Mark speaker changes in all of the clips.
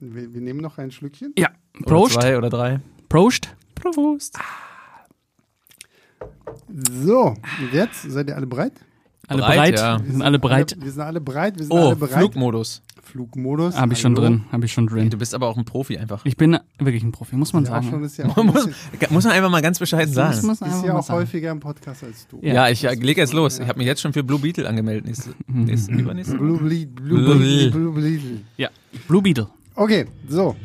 Speaker 1: Wir, wir nehmen noch ein Schlückchen.
Speaker 2: Ja,
Speaker 3: Oder
Speaker 2: Prost.
Speaker 3: zwei oder drei.
Speaker 2: Prost.
Speaker 3: Prost.
Speaker 1: So, und jetzt seid ihr alle bereit?
Speaker 2: Alle
Speaker 3: Breit,
Speaker 2: breit.
Speaker 3: ja.
Speaker 2: Wir sind alle breit.
Speaker 1: Alle, wir sind alle bereit. Wir sind
Speaker 3: Oh,
Speaker 1: alle bereit.
Speaker 3: Flugmodus.
Speaker 1: Flugmodus.
Speaker 2: Habe ich schon
Speaker 1: hallo.
Speaker 2: drin. Habe ich schon
Speaker 3: Ey,
Speaker 2: drin.
Speaker 3: Du bist aber auch ein Profi einfach.
Speaker 2: Ich bin wirklich ein Profi, muss man
Speaker 1: Ja, schon
Speaker 2: sagen.
Speaker 1: ist ja auch,
Speaker 3: Muss,
Speaker 1: ist
Speaker 3: muss man einfach mal ganz bescheiden
Speaker 2: Das
Speaker 3: sagen.
Speaker 2: muss man einfach
Speaker 1: ja
Speaker 2: mal
Speaker 1: auch
Speaker 2: sagen.
Speaker 1: häufiger im Podcast als du.
Speaker 2: Ja.
Speaker 3: Ja, ich äh, leg jetzt los. Ich habe mich jetzt schon für Blue Beetle angemeldet. Nächste, nächste, übernächste.
Speaker 1: Blue Bleed, Blue Bleed, Blue Bleed.
Speaker 2: Ja. Blue Beetle.
Speaker 1: Okay, so.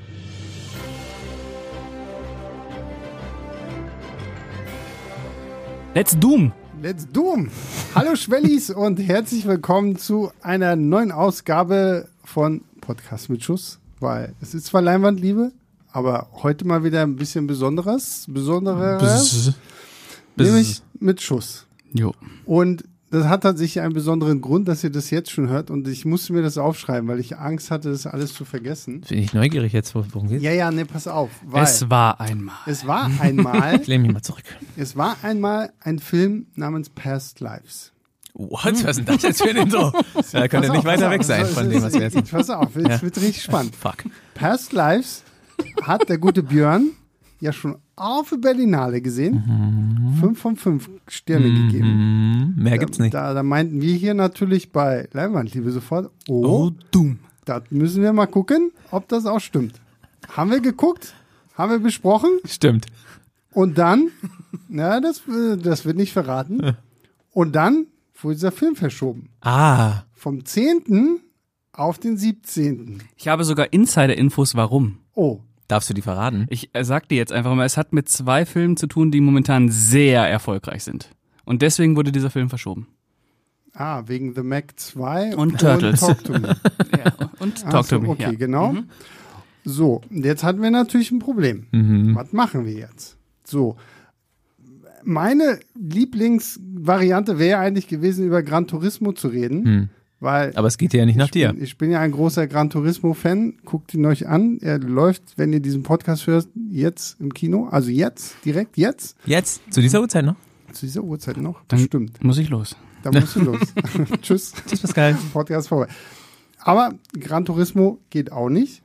Speaker 2: Let's Doom.
Speaker 1: Let's Doom. Hallo Schwellis und herzlich willkommen zu einer neuen Ausgabe von Podcast mit Schuss, weil es ist zwar Leinwandliebe, aber heute mal wieder ein bisschen besonderes, besonderes, nämlich mit Schuss.
Speaker 2: Jo.
Speaker 1: Und das hat tatsächlich einen besonderen Grund, dass ihr das jetzt schon hört und ich musste mir das aufschreiben, weil ich Angst hatte, das alles zu vergessen.
Speaker 3: Bin ich neugierig jetzt, wo- worum geht's?
Speaker 1: Ja, ja, ne, pass auf, weil es,
Speaker 2: Es war einmal.
Speaker 1: war einmal,
Speaker 3: Ich lehne mich mal zurück.
Speaker 1: es war einmal ein Film namens Past Lives.
Speaker 3: What? Was ist denn das jetzt für ein Intro? Ja, Da könnte nicht weiter weg sein von dem, was wir jetzt machen.
Speaker 1: Pass auf, jetzt
Speaker 3: Ja.
Speaker 1: wird richtig spannend.
Speaker 3: Fuck.
Speaker 1: Past Lives hat der gute Björn ja schon auf der Berlinale gesehen. Fünf von fünf Sterne gegeben.
Speaker 3: Hm, mehr gibt's Mhm. nicht.
Speaker 1: Da, da meinten wir hier natürlich bei Leinwandliebe sofort, oh,
Speaker 2: Oh, Doom.
Speaker 1: das müssen wir mal gucken, ob das auch stimmt. Haben wir geguckt, haben wir besprochen
Speaker 3: Stimmt.
Speaker 1: und dann, na, das, äh, das wird nicht verraten. Und dann wurde dieser Film verschoben.
Speaker 3: Ah.
Speaker 1: Vom 10. auf den 17.
Speaker 2: Ich habe sogar Insider-Infos, warum.
Speaker 1: Oh,
Speaker 3: Darfst du die verraten?
Speaker 2: Ich äh, sag dir jetzt einfach mal, es hat mit zwei Filmen zu tun, die momentan sehr erfolgreich sind. Und deswegen wurde dieser Film verschoben.
Speaker 1: Ah, wegen The Mac 2
Speaker 2: Und Turtles.
Speaker 1: Talk to Me.
Speaker 2: Ja, und
Speaker 1: Ach
Speaker 2: Talk
Speaker 1: so,
Speaker 2: to Me.
Speaker 1: Okay,
Speaker 2: ja. Mhm.
Speaker 1: genau. So, und jetzt hatten wir natürlich ein Problem.
Speaker 3: Mhm.
Speaker 1: Was machen wir jetzt? So, meine Lieblingsvariante wäre eigentlich gewesen, über Gran Turismo zu reden, weil
Speaker 3: Hm. Aber es geht ja nicht nach dir.
Speaker 1: ich bin ja ein großer Gran Turismo-Fan. Guckt ihn euch an. Er läuft, wenn ihr diesen Podcast hört, jetzt im Kino. Also jetzt, direkt jetzt.
Speaker 3: Jetzt, zu dieser Uhrzeit noch?
Speaker 1: Zu dieser Uhrzeit noch.
Speaker 2: Dann
Speaker 1: Stimmt.
Speaker 2: muss ich los.
Speaker 1: Da musst du los. Tschüss.
Speaker 3: Tschüss, Pascal.
Speaker 1: Podcast vorbei. Aber Gran Turismo geht auch nicht.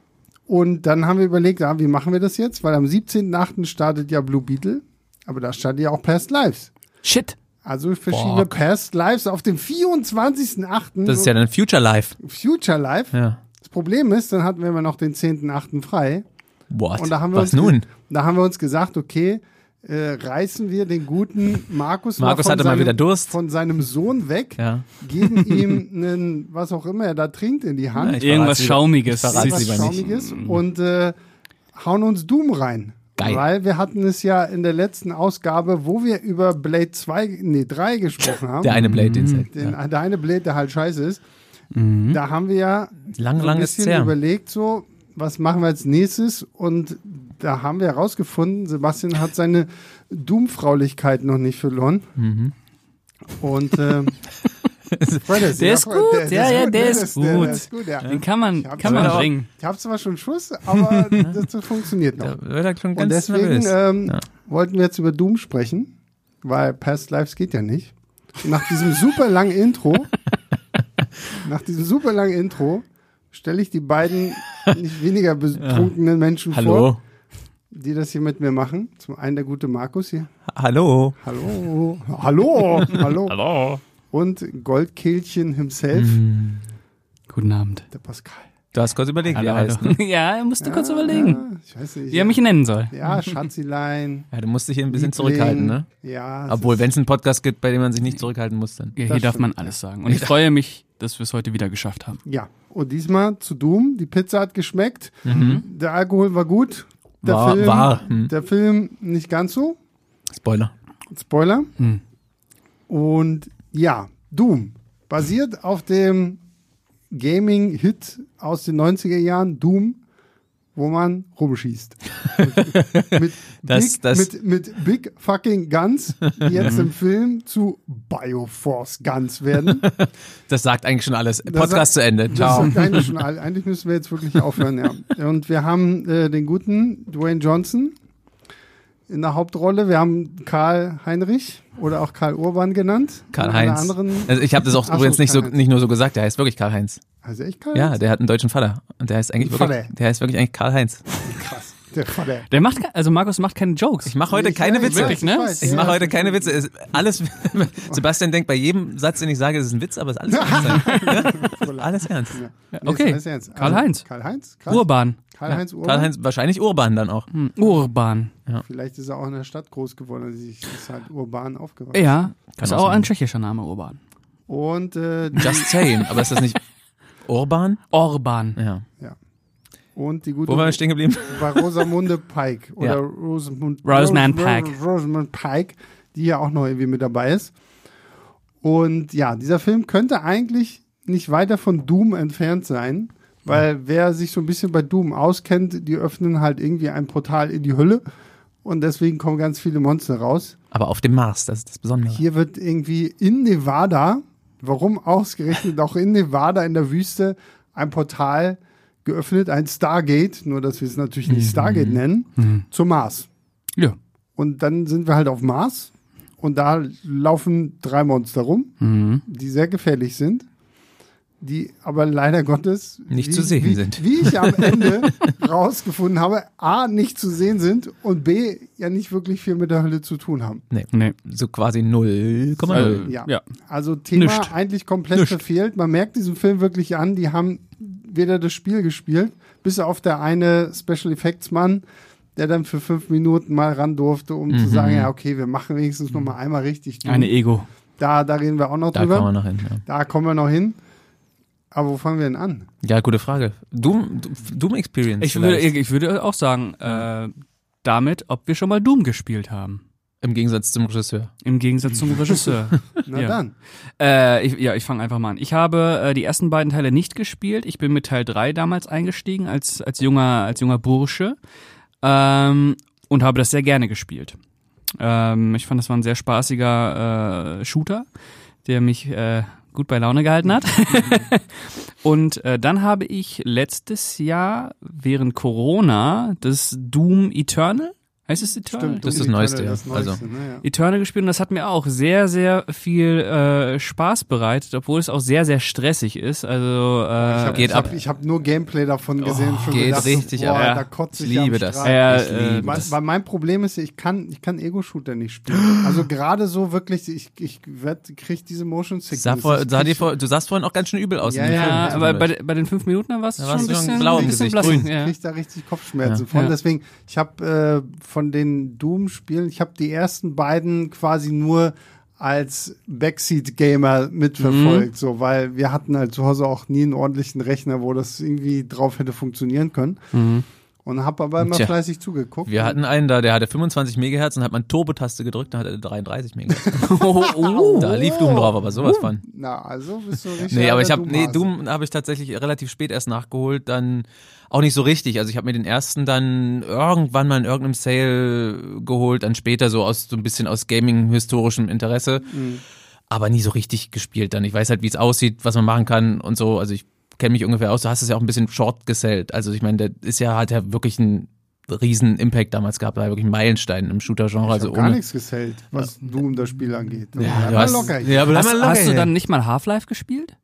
Speaker 1: Und dann haben wir überlegt, ja, wie machen wir das jetzt? Weil am 17.8. startet ja Blue Beetle, aber da startet ja auch Past Lives.
Speaker 2: Shit.
Speaker 1: Also verschiedene
Speaker 3: Fuck.
Speaker 1: Past Lives auf dem 24.8.
Speaker 3: Das ist ja dann Future Life.
Speaker 1: Future Life.
Speaker 3: Ja.
Speaker 1: Das Problem ist, dann hatten wir immer noch den 10.8. frei.
Speaker 3: What?
Speaker 1: Und da haben wir
Speaker 3: was
Speaker 1: uns,
Speaker 3: nun?
Speaker 1: Da haben wir uns gesagt, okay, äh, reißen wir den guten Markus,
Speaker 3: Markus
Speaker 1: von
Speaker 3: hatte mal
Speaker 1: seinem,
Speaker 3: wieder Durst.
Speaker 1: von seinem Sohn weg,
Speaker 3: Ja.
Speaker 1: geben ihm einen, was auch immer er da trinkt, in die Hand.
Speaker 3: Ich
Speaker 2: Irgendwas
Speaker 3: verrat's lieber-
Speaker 2: Schaumiges.
Speaker 3: ich verrat's
Speaker 1: was
Speaker 3: lieber nicht.
Speaker 1: Schaumiges und äh, hauen uns Doom rein.
Speaker 3: Geil.
Speaker 1: Weil wir hatten es ja in der letzten Ausgabe, wo wir über Blade 2, nee, 3 gesprochen haben.
Speaker 3: Der eine Blade, den Set.
Speaker 1: Mhm. den,
Speaker 3: Ja.
Speaker 1: der eine Blade, der halt scheiße ist.
Speaker 2: Mhm.
Speaker 1: Da haben wir ja
Speaker 3: Lang,
Speaker 1: so
Speaker 3: lang
Speaker 1: ein
Speaker 3: ist's
Speaker 1: bisschen
Speaker 3: her.
Speaker 1: überlegt, so, was machen wir als nächstes? Und da haben wir herausgefunden, Sebastian hat seine Doom-Fraulichkeit noch nicht verloren. Und äh, Fredes,
Speaker 2: Mhm. Der ist gut, ja, ja, der ist
Speaker 1: ist- ne? Der, der
Speaker 2: gut.
Speaker 1: ist gut ja.
Speaker 2: Den kann man,
Speaker 1: Ich hab's
Speaker 2: kann man
Speaker 1: aber auch-
Speaker 2: bringen.
Speaker 1: Ich habe zwar schon Schuss, aber das funktioniert noch.
Speaker 3: Da wird er schon
Speaker 1: Und
Speaker 3: ganz
Speaker 1: deswegen
Speaker 3: nervös.
Speaker 1: ähm,
Speaker 3: Ja.
Speaker 1: wollten wir jetzt über Doom sprechen, weil Past Lives geht ja nicht. Nach diesem super langen Intro, nach diesem super langen Intro, stelle ich die beiden nicht weniger betrunkenen Menschen vor,
Speaker 3: Hallo.
Speaker 1: die das hier mit mir machen. Zum einen der gute Markus hier.
Speaker 3: Hallo.
Speaker 1: Hallo. Hallo. Hallo.
Speaker 3: Hallo.
Speaker 1: Und Goldkehlchen himself,
Speaker 3: Mhm.
Speaker 2: Guten Abend.
Speaker 1: der Pascal.
Speaker 3: Du hast kurz überlegt, wie er heißt. Ne?
Speaker 2: Ja, er musste kurz überlegen,
Speaker 1: Ja, ich weiß nicht.
Speaker 2: wie er mich nennen soll.
Speaker 1: ja, Schatzilein.
Speaker 3: Ja, du musst dich hier ein bisschen
Speaker 1: Liebling.
Speaker 3: zurückhalten, ne?
Speaker 1: Ja. es
Speaker 3: Obwohl,
Speaker 1: ist-
Speaker 3: wenn es einen Podcast gibt, bei dem man sich nicht zurückhalten muss, dann.
Speaker 2: Ja,
Speaker 1: Das
Speaker 2: hier darf man
Speaker 1: stimmt,
Speaker 2: alles sagen. Und ich freue mich, dass wir es heute wieder geschafft haben.
Speaker 1: Ja, und diesmal zu Doom. Die Pizza hat geschmeckt. Der Alkohol war gut. Der
Speaker 3: Mhm. War-
Speaker 1: Film,
Speaker 3: war, hm.
Speaker 1: Der Film nicht ganz so.
Speaker 3: Spoiler.
Speaker 1: Spoiler.
Speaker 2: Hm.
Speaker 1: Und ja, Doom. Basiert auf dem Gaming-Hit aus den 90er Jahren, Doom, wo man rumschießt. mit,
Speaker 3: Das-
Speaker 1: big,
Speaker 3: das- Mhm.
Speaker 1: mit, mit Big Fucking Guns, die jetzt im Film zu Bioforce Guns werden.
Speaker 3: Das sagt eigentlich schon alles.
Speaker 1: sagt-
Speaker 3: Podcast zu Ende.
Speaker 1: Das
Speaker 3: Ciao.
Speaker 1: ist eigentlich, schon, all- eigentlich müssen wir jetzt wirklich aufhören, ja. Und wir haben äh, den guten Dwayne Johnson in der Hauptrolle. Wir haben Karl Heinrich oder auch Karl Urban genannt.
Speaker 3: Karl
Speaker 1: Und alle
Speaker 3: Heinz.
Speaker 1: Anderen,
Speaker 3: Also ich habe das auch
Speaker 1: Ach so,
Speaker 3: übrigens nicht, so,
Speaker 1: Karl-Heinz.
Speaker 3: nicht nur so gesagt, der heißt wirklich Karl-Heinz.
Speaker 1: also echt Karl
Speaker 3: Ja,
Speaker 1: Heinz?
Speaker 3: der hat einen deutschen Vater. Und der heißt eigentlich wirklich,
Speaker 1: Vater.
Speaker 3: der heißt wirklich eigentlich Karl-Heinz.
Speaker 1: krass. Der Vater.
Speaker 2: Der macht, ke- also Markus macht keine Jokes.
Speaker 3: Ich mache heute
Speaker 1: Ich
Speaker 3: keine
Speaker 1: weiß,
Speaker 3: Witze.
Speaker 2: Wirklich, ne?
Speaker 1: Ich, weiß,
Speaker 3: Ich
Speaker 1: ja.
Speaker 3: mache heute keine Witze. Es- Alles, Sebastian denkt bei jedem Satz, den ich sage, es ist ein Witz, aber es ist alles ernst. Ja? alles ernst.
Speaker 1: Nee,
Speaker 2: okay.
Speaker 1: ist alles ernst. Also,
Speaker 2: Karl-Heinz.
Speaker 1: Karl-Heinz? Krass.
Speaker 2: Urban.
Speaker 1: Karl-Heinz Urban.
Speaker 3: Karl-Heinz, wahrscheinlich Urban dann auch.
Speaker 2: Hm, Urban.
Speaker 1: Vielleicht ist er auch in der Stadt groß geworden. Also ich ist halt urban aufgewachsen.
Speaker 2: Ja, ist
Speaker 3: auch
Speaker 2: auch
Speaker 3: sein.
Speaker 2: ein tschechischer Name, Urban.
Speaker 1: Und äh,
Speaker 3: Just saying. Aber ist das nicht Urban?
Speaker 2: Orban.
Speaker 3: Ja.
Speaker 1: Und die
Speaker 3: Wo waren wir
Speaker 1: gute
Speaker 3: stehen geblieben?
Speaker 1: war Rosamunde Pike oder
Speaker 3: Ja.
Speaker 1: Rosamund,
Speaker 2: Rosamund
Speaker 1: Ros-
Speaker 2: Pike.
Speaker 1: Ros- Rosamund Pike, die ja auch noch irgendwie mit dabei ist. Und ja, dieser Film könnte eigentlich nicht weiter von Doom entfernt sein, weil wer sich so ein bisschen bei Doom auskennt, die öffnen halt irgendwie ein Portal in die Hölle und deswegen kommen ganz viele Monster raus.
Speaker 3: Aber auf dem Mars, das ist das Besondere.
Speaker 1: Hier wird irgendwie in Nevada, warum ausgerechnet auch in Nevada in der Wüste, ein Portal geöffnet, ein Stargate, nur dass wir es natürlich
Speaker 3: Mhm.
Speaker 1: nicht Stargate nennen, zum Mars.
Speaker 2: Ja.
Speaker 1: Und dann sind wir halt auf Mars und da laufen drei Monster rum,
Speaker 2: Mhm.
Speaker 1: die sehr gefährlich sind, die aber leider Gottes
Speaker 3: Nicht zu sehen
Speaker 1: wie,
Speaker 3: sind.
Speaker 1: Wie ich am Ende rausgefunden habe, A, nicht zu sehen sind und B, ja nicht wirklich viel mit der Hölle zu tun haben.
Speaker 2: Nee.
Speaker 3: So quasi 0,0.
Speaker 2: Also,
Speaker 1: Ja.
Speaker 2: ja.
Speaker 1: Also Thema
Speaker 2: Nischt.
Speaker 1: eigentlich komplett verfehlt. Man merkt diesem Film wirklich an, die haben weder das Spiel gespielt, bis auf der eine Special Effects Mann, der dann für fünf Minuten mal ran durfte, um
Speaker 3: Mhm.
Speaker 1: zu sagen, ja, okay, wir machen wenigstens noch mal einmal richtig. durch.
Speaker 2: Eine Ego.
Speaker 1: da, da reden wir auch noch
Speaker 3: E- da
Speaker 1: drüber.
Speaker 3: kommen wir noch hin. Ja.
Speaker 1: da kommen wir noch hin. Aber wo fangen wir denn an?
Speaker 3: Ja, gute Frage. Doom, Doom Experience.
Speaker 2: Ich würde,
Speaker 3: vielleicht.
Speaker 2: ich würde auch sagen, äh, damit, ob wir schon mal Doom gespielt haben.
Speaker 3: Im Gegensatz zum Regisseur.
Speaker 2: Im Gegensatz zum Regisseur.
Speaker 1: Na
Speaker 2: Ja.
Speaker 1: dann.
Speaker 2: Äh, ich, ja, ich fange einfach mal an. Ich habe äh, die ersten beiden Teile nicht gespielt. Ich bin mit Teil 3 damals eingestiegen als, als, junger, als junger Bursche ähm, und habe das sehr gerne gespielt. Ähm, ich fand, das war ein sehr spaßiger äh, Shooter, der mich äh, gut bei Laune gehalten hat. und äh, dann habe ich letztes Jahr während Corona das Doom Eternal, heißt es Eternal?
Speaker 1: Stimmt,
Speaker 3: Das ist das
Speaker 1: Dominik
Speaker 3: Neueste,
Speaker 1: Turner, das
Speaker 3: ja.
Speaker 1: Neueste,
Speaker 3: Also-
Speaker 1: ne, ja.
Speaker 2: Eternal gespielt und das hat mir auch sehr, sehr viel äh, Spaß bereitet, obwohl es auch sehr, sehr stressig ist. Also äh,
Speaker 3: geht
Speaker 1: ich hab-
Speaker 3: ab. Oh,
Speaker 1: Ich habe nur Gameplay davon gesehen. schon
Speaker 3: geht
Speaker 1: gedacht,
Speaker 3: richtig
Speaker 1: boah,
Speaker 3: ab.
Speaker 2: Ja.
Speaker 1: Da kotze
Speaker 3: Ich
Speaker 1: ich am
Speaker 3: liebe das.
Speaker 1: Strahl.
Speaker 2: Ja,
Speaker 3: ich
Speaker 2: äh,
Speaker 3: liebe
Speaker 1: Weil,
Speaker 3: das.
Speaker 1: weil mein Problem ist, ich kann, ich kann Ego-Shooter nicht spielen. Also gerade so wirklich, ich, ich werd, krieg diese Motion Sickness.
Speaker 3: Sah vor,
Speaker 1: Ich
Speaker 3: sah dir
Speaker 1: krieg-
Speaker 3: vor, du sahst vorhin auch ganz schön übel aus.
Speaker 1: Ja,
Speaker 3: in dem
Speaker 1: ja,
Speaker 3: Film.
Speaker 2: ja, aber bei, bei den fünf Minuten dann warst du
Speaker 3: Da
Speaker 2: schon ein
Speaker 3: warst du schon
Speaker 2: bisschen,
Speaker 3: blau im
Speaker 2: ein bisschen
Speaker 3: Gesicht,
Speaker 2: blass.
Speaker 3: grün.
Speaker 2: Ja.
Speaker 1: krieg da richtig Kopfschmerzen
Speaker 3: Ja.
Speaker 1: von.
Speaker 2: Ja.
Speaker 1: Deswegen, ich habe äh, von den Doom-Spielen, ich habe die ersten beiden quasi nur als Backseat-Gamer
Speaker 3: Mhm.
Speaker 1: mitverfolgt, so, weil wir hatten halt zu Hause auch nie einen ordentlichen Rechner, wo das irgendwie drauf hätte funktionieren können. Und habe aber immer
Speaker 3: Mhm. Tja.
Speaker 1: fleißig zugeguckt.
Speaker 3: wir hatten einen da, der hatte 25 Megahertz und hat man Turbo-Taste gedrückt, dann hat er 33 Megahertz.
Speaker 2: Oh, oh.
Speaker 3: Da lief Doom drauf, aber sowas von.
Speaker 1: Na, also bist du richtig.
Speaker 3: Nee, aber ich
Speaker 1: alter
Speaker 3: habe nee,
Speaker 1: Doom-Hase.
Speaker 3: Doom habe ich tatsächlich relativ spät erst nachgeholt, dann auch nicht so richtig. Also ich habe mir den ersten dann irgendwann mal in irgendeinem Sale geholt, dann später so aus so ein bisschen aus Gaming historischem Interesse,
Speaker 1: Mhm.
Speaker 3: aber nie so richtig gespielt dann. Ich weiß halt, wie es aussieht, was man machen kann und so, also ich kenne mich ungefähr aus. Du hast es ja auch ein bisschen short gesellt. Also ich meine, der ist ja hat ja wirklich einen riesen Impact damals gehabt, war ja wirklich ein Meilenstein im Shooter Genre,
Speaker 1: Ich
Speaker 3: also
Speaker 1: hab gar
Speaker 3: ohne
Speaker 1: nichts gesellt, was Doom das Spiel angeht. Bleib
Speaker 3: ja, du
Speaker 1: mal
Speaker 3: hast,
Speaker 1: locker.
Speaker 3: ja, bleib mal
Speaker 2: Hast,
Speaker 3: locker.
Speaker 2: hast du
Speaker 3: hier.
Speaker 2: dann nicht mal Half-Life gespielt?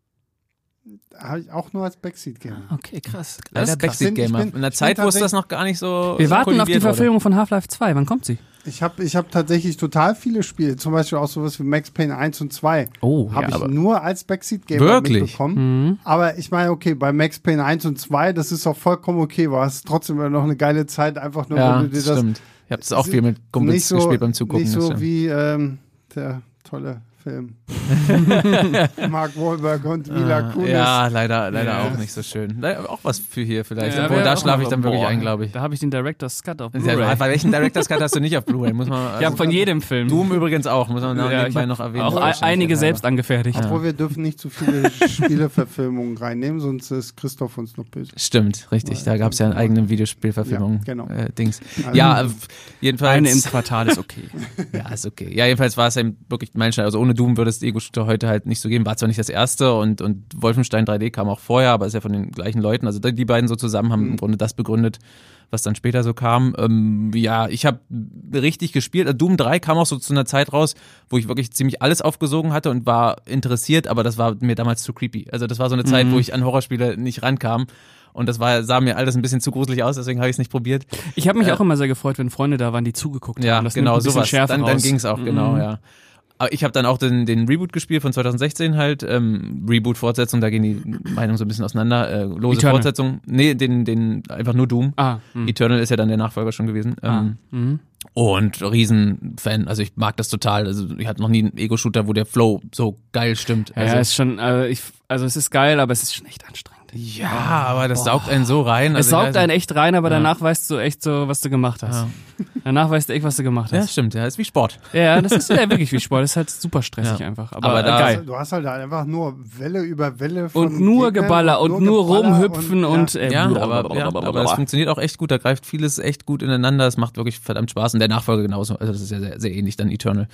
Speaker 1: Habe ich auch nur als Backseat Game.
Speaker 2: Okay, krass. Das
Speaker 3: Leider
Speaker 2: ist krass.
Speaker 3: Backseat Gamer.
Speaker 1: Ich bin-
Speaker 3: In einer
Speaker 1: ich bin
Speaker 3: Zeit, wo es
Speaker 1: tatsächlich-
Speaker 3: das noch gar nicht so
Speaker 2: Wir
Speaker 3: so
Speaker 2: warten auf die
Speaker 3: kultiviert wurde.
Speaker 2: Verfilmung von Half-Life 2. Wann kommt sie?
Speaker 1: Ich habe ich hab tatsächlich total viele Spiele, zum Beispiel auch sowas wie Max Payne 1 und 2.
Speaker 2: Oh,
Speaker 1: Habe
Speaker 2: ja,
Speaker 1: ich
Speaker 2: aber-
Speaker 1: nur als Backseat Game
Speaker 3: Wirklich? Mhm.
Speaker 1: mitbekommen. Aber ich meine, okay, bei Max Payne 1 und 2, das ist auch vollkommen okay, war es trotzdem immer noch eine geile Zeit, einfach nur,
Speaker 3: Ja,
Speaker 1: wenn du dir
Speaker 3: das
Speaker 1: das
Speaker 3: stimmt. Ich habe das auch viel mit
Speaker 1: nicht
Speaker 3: Kumpels
Speaker 1: so,
Speaker 3: gespielt beim Zugucken.
Speaker 1: Nicht
Speaker 3: das
Speaker 1: so
Speaker 3: stimmt.
Speaker 1: wie ähm, der tolle Film. Mark Wahlberg und Mila Kunis.
Speaker 3: Ah, ja, leider, leider
Speaker 2: Ja.
Speaker 3: auch nicht so schön. Leider auch was für hier vielleicht.
Speaker 2: Ja,
Speaker 3: Obwohl,
Speaker 2: wär
Speaker 3: da
Speaker 2: auch
Speaker 3: schlafe
Speaker 2: mal
Speaker 3: ich
Speaker 2: so,
Speaker 3: dann wirklich
Speaker 2: boah.
Speaker 3: ein, glaube ich.
Speaker 2: Da habe ich den Director's Cut auf
Speaker 3: Ja,
Speaker 2: Blu-ray.
Speaker 3: Bei welchen Director's Cut hast du nicht auf Blu-ray? Muss man. also
Speaker 2: Ja, von jedem Film.
Speaker 3: Doom übrigens auch, muss man
Speaker 2: Ja, ich
Speaker 3: nebenbei
Speaker 2: hab
Speaker 3: noch erwähnen.
Speaker 2: auch ein- einige selbst angefertigt.
Speaker 1: Obwohl wir dürfen nicht zu viele Spieleverfilmungen reinnehmen, sonst ist Christoph uns noch böse.
Speaker 3: Stimmt, richtig. Da gab es ja eine eigene Videospielverfilmung.
Speaker 1: Ja, genau.
Speaker 3: Äh, Dings. ja, äh,
Speaker 2: Eine
Speaker 3: jedenfalls.
Speaker 2: ins Hm. Quartal ist okay.
Speaker 3: Ja, ist okay. Ja, jedenfalls war es eben wirklich mein Stein. Also ohne ohne Doom würde es Ego-Shooter heute halt nicht so geben. War zwar nicht das erste und, und Wolfenstein 3D kam auch vorher, aber ist ja von den gleichen Leuten. Also die beiden so zusammen haben im Grunde das begründet, was dann später so kam. Ähm, ja, ich habe richtig gespielt. Also Doom 3 kam auch so zu einer Zeit raus, wo ich wirklich ziemlich alles aufgesogen hatte und war interessiert, aber das war mir damals zu creepy. Also das war so eine Zeit, wo ich an Horrorspiele nicht rankam. Und das war, sah mir alles ein bisschen zu gruselig aus, deswegen habe ich es nicht probiert.
Speaker 2: Ich habe mich auch immer sehr gefreut, wenn Freunde da waren, die zugeguckt
Speaker 3: Ja,
Speaker 2: haben. Das nimmt
Speaker 3: genau,
Speaker 2: ein bisschen
Speaker 3: sowas.
Speaker 2: Schärfe
Speaker 3: Dann, dann
Speaker 2: raus. Mhm.
Speaker 3: ging's auch, genau, ja. Aber ich habe dann auch den, den Reboot gespielt von 2016 halt. Ähm, Reboot-Fortsetzung, da gehen die Meinungen so ein bisschen auseinander. Äh, lose
Speaker 2: Eternal.
Speaker 3: Fortsetzung. Nee, den, den einfach nur Doom.
Speaker 2: Ah, mh.
Speaker 3: Eternal ist ja dann der Nachfolger schon gewesen. Ähm,
Speaker 2: Mhm.
Speaker 3: Und Riesenfan. Also ich mag das total. Also ich hatte noch nie einen Ego-Shooter, wo der Flow so geil stimmt.
Speaker 2: ja,
Speaker 3: Also,
Speaker 2: ist schon, äh, ich, also es ist geil, aber es ist schon echt anstrengend.
Speaker 3: ja, aber das saugt einen so rein.
Speaker 2: es
Speaker 3: Also ich
Speaker 2: saugt
Speaker 3: weiß
Speaker 2: einen
Speaker 3: nicht.
Speaker 2: echt rein, aber danach weißt du echt so, was du gemacht hast. Danach weißt du echt, was du gemacht
Speaker 3: Ja,
Speaker 2: hast.
Speaker 3: stimmt. Ja, ist wie Sport.
Speaker 2: Ja, das ist ja wirklich wie Sport. Das ist halt super stressig
Speaker 3: Ja.
Speaker 2: einfach. Aber,
Speaker 3: Aber da-
Speaker 2: äh, geil.
Speaker 1: Du hast halt einfach nur Welle über Welle von
Speaker 2: und nur
Speaker 1: Gegnern
Speaker 2: Geballer und nur,
Speaker 1: Geballer
Speaker 2: rumhüpfen und,
Speaker 1: ja.
Speaker 2: äh,
Speaker 3: Ja,
Speaker 2: blablabla.
Speaker 3: aber, ja, aber es funktioniert auch echt gut. Da greift vieles echt gut ineinander. Es macht wirklich verdammt Spaß. Und der Nachfolger genauso. Also das ist ja sehr, sehr ähnlich dann Eternal.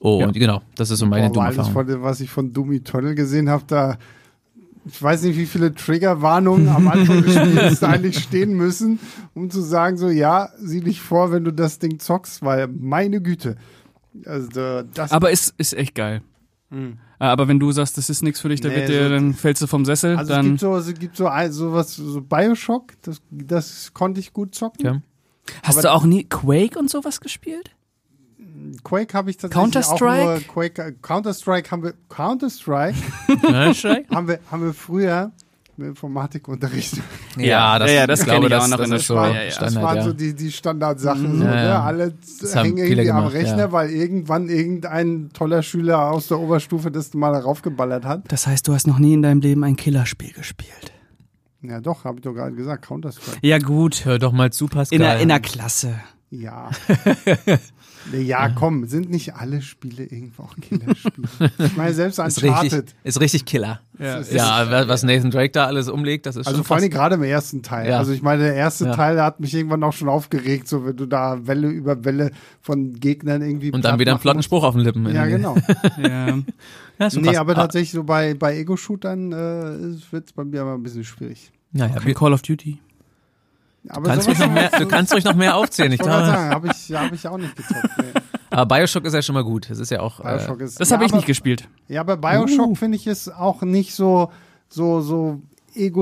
Speaker 3: Oh, und genau. Das ist so meine
Speaker 1: Boah, aber alles,
Speaker 3: Doom-Erfahrung.
Speaker 1: von, was ich von Doom Eternal gesehen habe, da ich weiß nicht, wie viele Triggerwarnungen am Anfang des Spiels da eigentlich stehen müssen, um zu sagen, so ja, sieh dich vor, wenn du das Ding zockst, weil meine Güte. Also da- das
Speaker 2: aber es ist echt geil. Äh, Aber wenn du sagst, das ist nichts für dich, dann,
Speaker 1: Hm. Nee,
Speaker 2: wird dir,
Speaker 1: so-
Speaker 2: dann fällst du vom Sessel.
Speaker 1: also es
Speaker 2: dann,
Speaker 1: gibt so es gibt so ein, sowas so Bioshock, das, das konnte ich gut zocken.
Speaker 3: Ja.
Speaker 2: hast
Speaker 1: aber-
Speaker 2: du auch nie Quake und sowas gespielt?
Speaker 1: Quake habe ich tatsächlich auch
Speaker 2: Counter-Strike?
Speaker 1: nur Quake Counter Strike haben wir Counter Strike
Speaker 3: Ja, Ne,
Speaker 1: haben wir haben wir früher im Informatikunterricht
Speaker 2: Ja,
Speaker 3: das,
Speaker 2: ja, ja, das
Speaker 3: ich glaube,
Speaker 2: kenn ich auch
Speaker 3: das,
Speaker 2: noch
Speaker 3: das
Speaker 2: in der
Speaker 3: ist so
Speaker 2: Schule.
Speaker 1: ja,
Speaker 2: ja,
Speaker 1: das waren
Speaker 3: Standard, ja. Mhm.
Speaker 1: so die, die Standardsachen. So,
Speaker 3: Ja,
Speaker 1: ne?
Speaker 3: ja.
Speaker 1: Alle
Speaker 3: Das haben
Speaker 1: hängen
Speaker 3: viele
Speaker 1: irgendwie am
Speaker 3: gemacht,
Speaker 1: Rechner,
Speaker 3: ja.
Speaker 1: weil irgendwann irgendein toller Schüler aus der Oberstufe das mal raufgeballert hat.
Speaker 2: Das heißt, du hast noch nie in deinem Leben ein Killerspiel gespielt.
Speaker 1: Ja, doch, habe ich doch gerade gesagt. Counter-Strike.
Speaker 2: Ja, gut.
Speaker 3: Hör doch mal zu, Pascal.
Speaker 2: In der, in der Klasse.
Speaker 1: Ja. nee, ja, komm, sind nicht alle Spiele irgendwo auch Killerspiele? ich meine, selbst
Speaker 3: ist richtig,
Speaker 1: Uncharted.
Speaker 3: ist richtig Killer.
Speaker 2: Ja,
Speaker 1: Das ist-
Speaker 3: Ja, wa- was Nathan Drake da alles umlegt, das ist
Speaker 1: Also
Speaker 3: schon
Speaker 1: vor
Speaker 3: krass.
Speaker 1: allem gerade im ersten Teil.
Speaker 3: Ja.
Speaker 1: Also ich meine, der erste
Speaker 3: Ja.
Speaker 1: Teil hat mich irgendwann auch schon aufgeregt, so wenn du da Welle über Welle von Gegnern irgendwie
Speaker 3: Und dann wieder einen
Speaker 1: platt machen
Speaker 3: flotten Spruch auf den Lippen.
Speaker 1: musst. ne? Ja, genau.
Speaker 2: Ja.
Speaker 3: Ja, ist schon
Speaker 1: Nee,
Speaker 3: krass.
Speaker 1: aber
Speaker 3: Ah,
Speaker 1: tatsächlich so bei, bei Ego-Shootern äh, wird es bei mir aber ein bisschen schwierig.
Speaker 3: Ja, ja,
Speaker 2: Wie
Speaker 3: wir-
Speaker 2: Call of Duty.
Speaker 1: Aber
Speaker 3: kannst
Speaker 1: sowas
Speaker 3: ruhig noch mehr, du kannst ruhig noch mehr aufzählen. Ich
Speaker 1: Ich wollte gerade
Speaker 3: glaube,
Speaker 1: sagen, habe ich, hab ich auch nicht gezockt. Nee.
Speaker 3: aber Bioshock ist ja schon mal gut. Das ist ja auch. Äh,
Speaker 1: Bioshock ist,
Speaker 2: Das habe ich
Speaker 1: aber,
Speaker 2: nicht gespielt.
Speaker 1: Ja, bei
Speaker 3: Uh.
Speaker 1: Bioshock finde ich es auch nicht so, so, so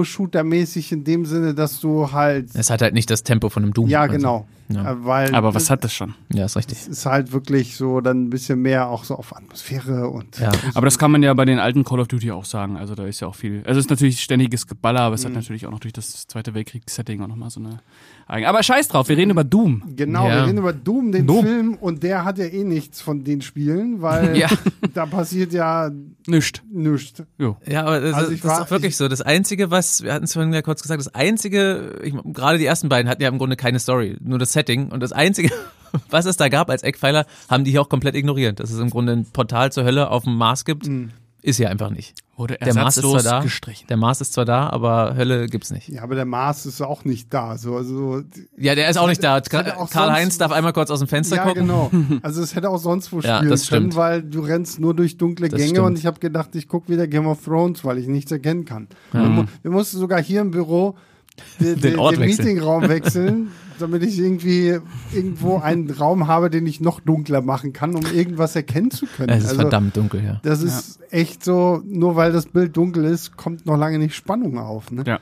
Speaker 1: Ego-Shooter-mäßig in dem Sinne, dass du halt.
Speaker 3: es hat halt nicht das Tempo von einem Doom.
Speaker 1: Ja,
Speaker 3: Also,
Speaker 1: genau.
Speaker 3: Ja.
Speaker 1: Äh, Weil
Speaker 2: Aber was hat das schon?
Speaker 3: Ja, ist richtig.
Speaker 1: ist halt wirklich so dann ein bisschen mehr auch so auf Atmosphäre und
Speaker 3: Ja.
Speaker 2: Aber das kann man ja bei den alten Call of Duty auch sagen. Also da ist ja auch viel. Also es ist natürlich ständiges Geballer, aber es hat natürlich auch noch durch das Zweite Weltkrieg-Setting auch nochmal so eine eigene. Aber scheiß drauf, wir reden über Doom.
Speaker 1: Genau,
Speaker 3: Ja.
Speaker 1: wir reden über Doom, den
Speaker 3: Doom.
Speaker 1: Film, und der hat ja eh nichts von den Spielen, weil
Speaker 3: Ja.
Speaker 1: da passiert ja
Speaker 2: Nischt.
Speaker 1: nichts.
Speaker 2: Jo.
Speaker 3: Ja, aber das,
Speaker 1: Also ich
Speaker 3: das ist
Speaker 1: war-
Speaker 3: auch wirklich
Speaker 1: ich-
Speaker 3: so. Das Einzige, was, wir hatten es vorhin ja kurz gesagt, das Einzige, ich, gerade die ersten beiden hatten ja im Grunde keine Story, nur das Setting. Und das Einzige, was es da gab als Eckpfeiler, haben die hier auch komplett ignoriert. Dass es im Grunde ein Portal zur Hölle auf dem Mars gibt,
Speaker 1: Mhm.
Speaker 3: ist hier einfach nicht.
Speaker 2: Wurde
Speaker 3: Der Mars ist zwar
Speaker 2: ersatzlos
Speaker 3: da,
Speaker 2: gestrichen.
Speaker 3: der Mars ist zwar da, aber Hölle gibt's nicht.
Speaker 1: Ja, aber der Mars ist auch nicht da. So, also,
Speaker 3: Ja, der ist auch nicht da.
Speaker 1: hätte auch
Speaker 3: Karl-Heinz
Speaker 1: sonst-
Speaker 3: darf einmal kurz aus dem Fenster
Speaker 1: ja,
Speaker 3: gucken.
Speaker 1: genau. Also es hätte auch sonst wo
Speaker 3: Ja,
Speaker 1: spielen
Speaker 3: das
Speaker 1: können,
Speaker 3: stimmt.
Speaker 1: weil du rennst nur durch dunkle
Speaker 3: Das
Speaker 1: Gänge
Speaker 3: stimmt.
Speaker 1: und ich habe gedacht, ich gucke wieder Game of Thrones, weil ich nichts erkennen kann. Wir, mu wir mussten sogar hier im Büro de- de-
Speaker 3: Den Ort wechseln.
Speaker 1: Meetingraum wechseln, damit ich irgendwie irgendwo einen Raum habe, den ich noch dunkler machen kann, um irgendwas erkennen zu können.
Speaker 3: Es ist
Speaker 1: also,
Speaker 3: verdammt dunkel, ja.
Speaker 1: das ist echt so, nur weil das Bild dunkel ist, kommt noch lange nicht Spannung auf. Ne?
Speaker 2: Ja.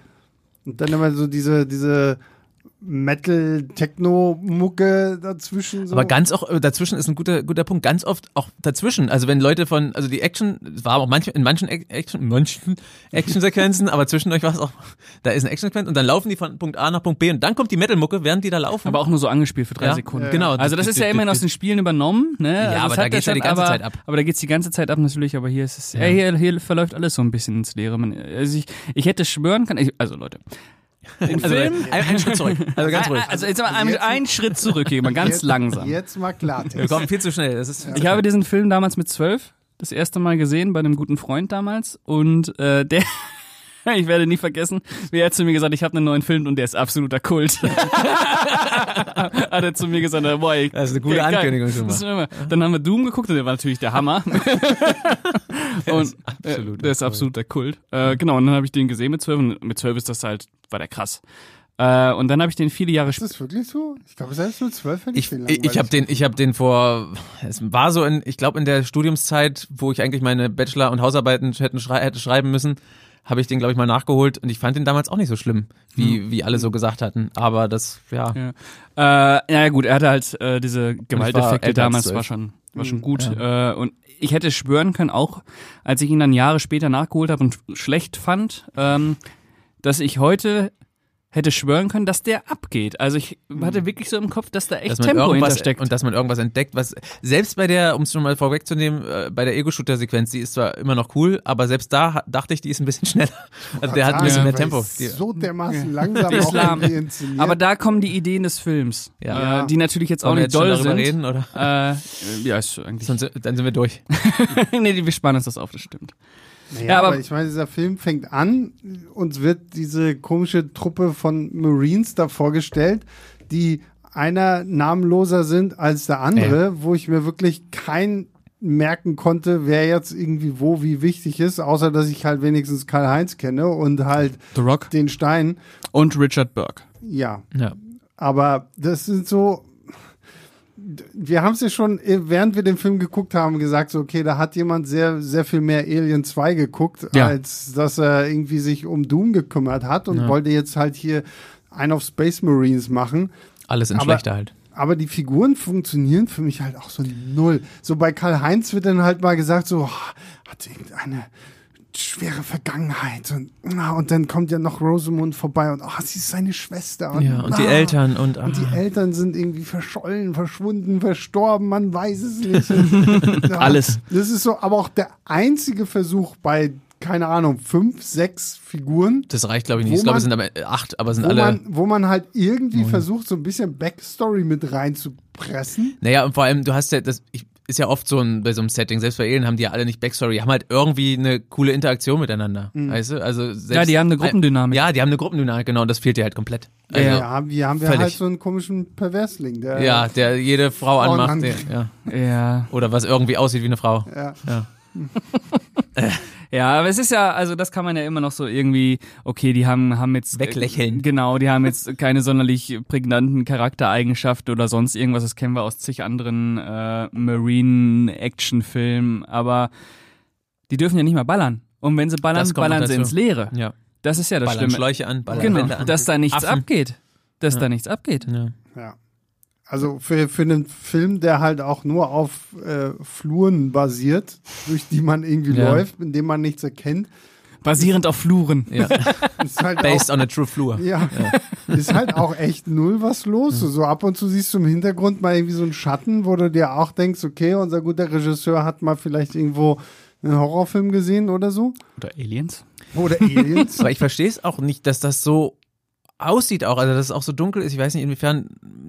Speaker 1: Und dann immer so diese, diese Metal-Techno-Mucke dazwischen. So.
Speaker 3: Aber ganz auch äh, dazwischen ist ein guter guter Punkt. Ganz oft auch dazwischen. Also wenn Leute von, also die Action, es war auch manch, in manchen Ac- Action, manchen Action-Sequenzen, aber zwischendurch war es auch, da ist eine Action-Sequenz und dann laufen die von Punkt A nach Punkt B und dann kommt die Metal-Mucke, während die da laufen.
Speaker 2: Aber auch nur so angespielt für drei
Speaker 3: Ja,
Speaker 2: Sekunden.
Speaker 3: ja. genau.
Speaker 2: Also das ist ja immerhin aus den Spielen übernommen. Ne? also
Speaker 3: aber
Speaker 2: es
Speaker 3: da
Speaker 2: hat
Speaker 3: geht's ja die
Speaker 2: schon-
Speaker 3: ganze
Speaker 2: aber,
Speaker 3: Zeit ab.
Speaker 2: Aber da geht's die ganze Zeit ab natürlich. Aber hier ist es, ja. hier, hier verläuft alles so ein bisschen ins Leere. Man, also ich, ich hätte schwören können. Ich, also Leute, den
Speaker 3: also
Speaker 2: Film.
Speaker 3: ein, ein Schritt zurück. Also ganz ruhig.
Speaker 2: Also jetzt mal einen,
Speaker 1: jetzt-
Speaker 2: einen Schritt zurück, gehen wir ganz
Speaker 1: jetzt,
Speaker 2: langsam.
Speaker 1: Jetzt mal
Speaker 3: Wir
Speaker 1: Klartext.
Speaker 3: kommen viel zu schnell. Das ist,
Speaker 2: Ich habe diesen Film damals mit zwölf das erste Mal gesehen bei einem guten Freund damals und äh, der ich werde nie vergessen, wie er zu mir gesagt hat, ich habe einen neuen Film und der ist absoluter Kult. hat er zu mir gesagt, boah, ich,
Speaker 3: Das ist eine gute
Speaker 2: geil.
Speaker 3: Ankündigung schon mal.
Speaker 2: Das ist immer- Dann haben wir Doom geguckt und der war natürlich der Hammer. und
Speaker 3: ist
Speaker 2: äh,
Speaker 3: absoluter
Speaker 2: der ist
Speaker 3: Kult.
Speaker 2: absoluter Kult. Äh, genau, und dann habe ich den gesehen mit 12 und mit 12 ist das halt, war der krass. Äh, und dann habe ich den viele Jahre später.
Speaker 1: Ist das wirklich so? Ich glaube, selbst mit zwölf hätte ich
Speaker 3: Ich,
Speaker 1: den
Speaker 3: ich habe
Speaker 1: langweilig.
Speaker 3: den, ich habe den vor, es war so in, ich glaube in der Studiumszeit, wo ich eigentlich meine Bachelor- und Hausarbeiten hätten schrei hätte schreiben müssen, habe ich den, glaube ich, mal nachgeholt und ich fand den damals auch nicht so schlimm, wie, wie alle so gesagt hatten. Aber das, ja,
Speaker 2: Mhm. Ja. Äh, naja gut, er hatte halt äh, diese
Speaker 3: war
Speaker 2: Gewalteffekte
Speaker 3: älter als
Speaker 2: damals,
Speaker 3: zwölf.
Speaker 2: war schon, war schon gut. Äh, und ich hätte schwören können, auch als ich ihn dann Jahre später nachgeholt habe und schlecht fand, ähm, dass ich heute hätte schwören können, dass der abgeht. Also ich hatte wirklich so im Kopf, dass da echt
Speaker 3: dass man
Speaker 2: Tempo
Speaker 3: irgendwas
Speaker 2: hintersteckt.
Speaker 3: und dass man irgendwas entdeckt, was selbst bei der, um es schon mal vorwegzunehmen, äh, bei der Ego-Shooter-Sequenz, die ist zwar immer noch cool, aber selbst da ha- dachte ich, die ist ein bisschen schneller. Also der hat ein
Speaker 1: Sagen,
Speaker 3: bisschen mehr
Speaker 1: Ah, weil
Speaker 3: Tempo.
Speaker 1: es
Speaker 3: Die,
Speaker 1: So dermaßen langsam
Speaker 2: Die
Speaker 1: auch
Speaker 2: Islam.
Speaker 1: irgendwie inszeniert.
Speaker 2: Aber da kommen die Ideen des Films,
Speaker 3: Ja.
Speaker 2: äh, die natürlich jetzt auch
Speaker 3: Wollen wir
Speaker 2: nicht
Speaker 3: jetzt schon
Speaker 2: doll
Speaker 3: darüber
Speaker 2: sind.
Speaker 3: reden oder?
Speaker 2: Äh, ja, ist eigentlich.
Speaker 3: Sonst, dann sind wir durch.
Speaker 2: nee, wir sparen uns das auf, das stimmt.
Speaker 1: naja,
Speaker 2: Ja, aber-
Speaker 1: aber, ich meine, dieser Film fängt an, uns wird diese komische Truppe von Marines da vorgestellt, die einer namenloser sind als der andere, wo ich mir wirklich kein merken konnte, wer jetzt irgendwie wo wie wichtig ist, außer dass ich halt wenigstens Karl-Heinz kenne und halt
Speaker 2: The Rock
Speaker 1: den Stein.
Speaker 2: und Richard Burke.
Speaker 1: Ja,
Speaker 3: Ja.
Speaker 1: Aber das sind so. Wir haben es ja schon, eh, während wir den Film geguckt haben, gesagt, so, okay, da hat jemand sehr, sehr viel mehr Alien 2 geguckt,
Speaker 2: Ja.
Speaker 1: als dass er irgendwie sich um Doom gekümmert hat und wollte jetzt halt hier einen auf Space Marines machen.
Speaker 3: Alles in
Speaker 1: Aber-
Speaker 3: schlechter halt.
Speaker 1: Aber die Figuren funktionieren für mich halt auch so null. So bei Karl-Heinz wird dann halt mal gesagt, so, "Ah, hat irgendeine schwere Vergangenheit und, na, und dann kommt ja noch Rosamund vorbei und, ah, sie ist seine Schwester. Und,
Speaker 3: Ja, und die
Speaker 1: na.
Speaker 3: Eltern und,
Speaker 1: Und die
Speaker 3: ah.
Speaker 1: Eltern sind irgendwie verschollen, verschwunden, verstorben, man weiß es nicht. Ja,
Speaker 3: Alles.
Speaker 1: Das ist so, aber auch der einzige Versuch bei, keine Ahnung, fünf, sechs Figuren,
Speaker 3: Das reicht, glaube ich,
Speaker 1: Wo
Speaker 3: nicht. Ich glaube,
Speaker 1: man-
Speaker 3: es sind aber äh, acht, aber es sind
Speaker 1: wo
Speaker 3: alle.
Speaker 1: man, wo man halt irgendwie versucht, so ein bisschen Backstory mit reinzupressen.
Speaker 3: naja, und vor allem, du hast ja, das ich, ist ja oft so ein, bei so einem Setting, selbst bei Alien haben die ja alle nicht Backstory, die haben halt irgendwie eine coole Interaktion miteinander.
Speaker 1: Mhm.
Speaker 3: Weißt du? Also selbst,
Speaker 2: Ja, die haben eine Gruppendynamik.
Speaker 3: Ja, die haben eine Gruppendynamik, genau, und das fehlt dir halt komplett. Also,
Speaker 1: Ja,
Speaker 3: ja.
Speaker 1: haben wir, haben wir
Speaker 3: völlig.
Speaker 1: halt so einen komischen Perversling, der.
Speaker 3: der jede Frau
Speaker 1: Frauen
Speaker 3: anmacht. Der,
Speaker 1: angriff.
Speaker 3: ja.
Speaker 2: Ja.
Speaker 3: Oder was irgendwie aussieht wie eine Frau.
Speaker 1: Ja.
Speaker 3: Ja.
Speaker 2: Ja, aber es ist ja, also das kann man ja immer noch so irgendwie, okay, die haben, haben jetzt.
Speaker 3: Weglächeln.
Speaker 2: Äh, genau, die haben jetzt keine sonderlich prägnanten Charaktereigenschaften oder sonst irgendwas. Das kennen wir aus zig anderen äh, Marine-Action-Filmen. Aber die dürfen ja nicht mal ballern. Und wenn sie ballern,
Speaker 3: Das kommt noch
Speaker 2: ballern sie
Speaker 3: dazu.
Speaker 2: ins Leere.
Speaker 3: ja.
Speaker 2: Das ist ja das
Speaker 3: Ballern
Speaker 2: Schlimme.
Speaker 3: Schläuche an, ballern
Speaker 2: Genau,
Speaker 3: Wände an.
Speaker 2: dass da nichts
Speaker 3: Affen.
Speaker 2: abgeht. Dass da nichts abgeht.
Speaker 3: ja.
Speaker 1: Ja. Also für, für einen Film, der halt auch nur auf äh, Fluren basiert, durch die man irgendwie
Speaker 3: Ja.
Speaker 1: läuft, in dem man nichts erkennt,
Speaker 2: Basierend auf Fluren.
Speaker 3: Ja.
Speaker 1: ist halt auch
Speaker 3: Based on a true floor.
Speaker 1: Ja. Ist halt auch echt null was los. So ab und zu siehst du im Hintergrund mal irgendwie so einen Schatten, wo du dir auch denkst, okay, unser guter Regisseur hat mal vielleicht irgendwo einen Horrorfilm gesehen oder so.
Speaker 2: Oder Aliens.
Speaker 1: Oder Aliens.
Speaker 3: Aber ich verstehe es auch nicht, dass das so aussieht auch, also dass es auch so dunkel ist. Ich weiß nicht, inwiefern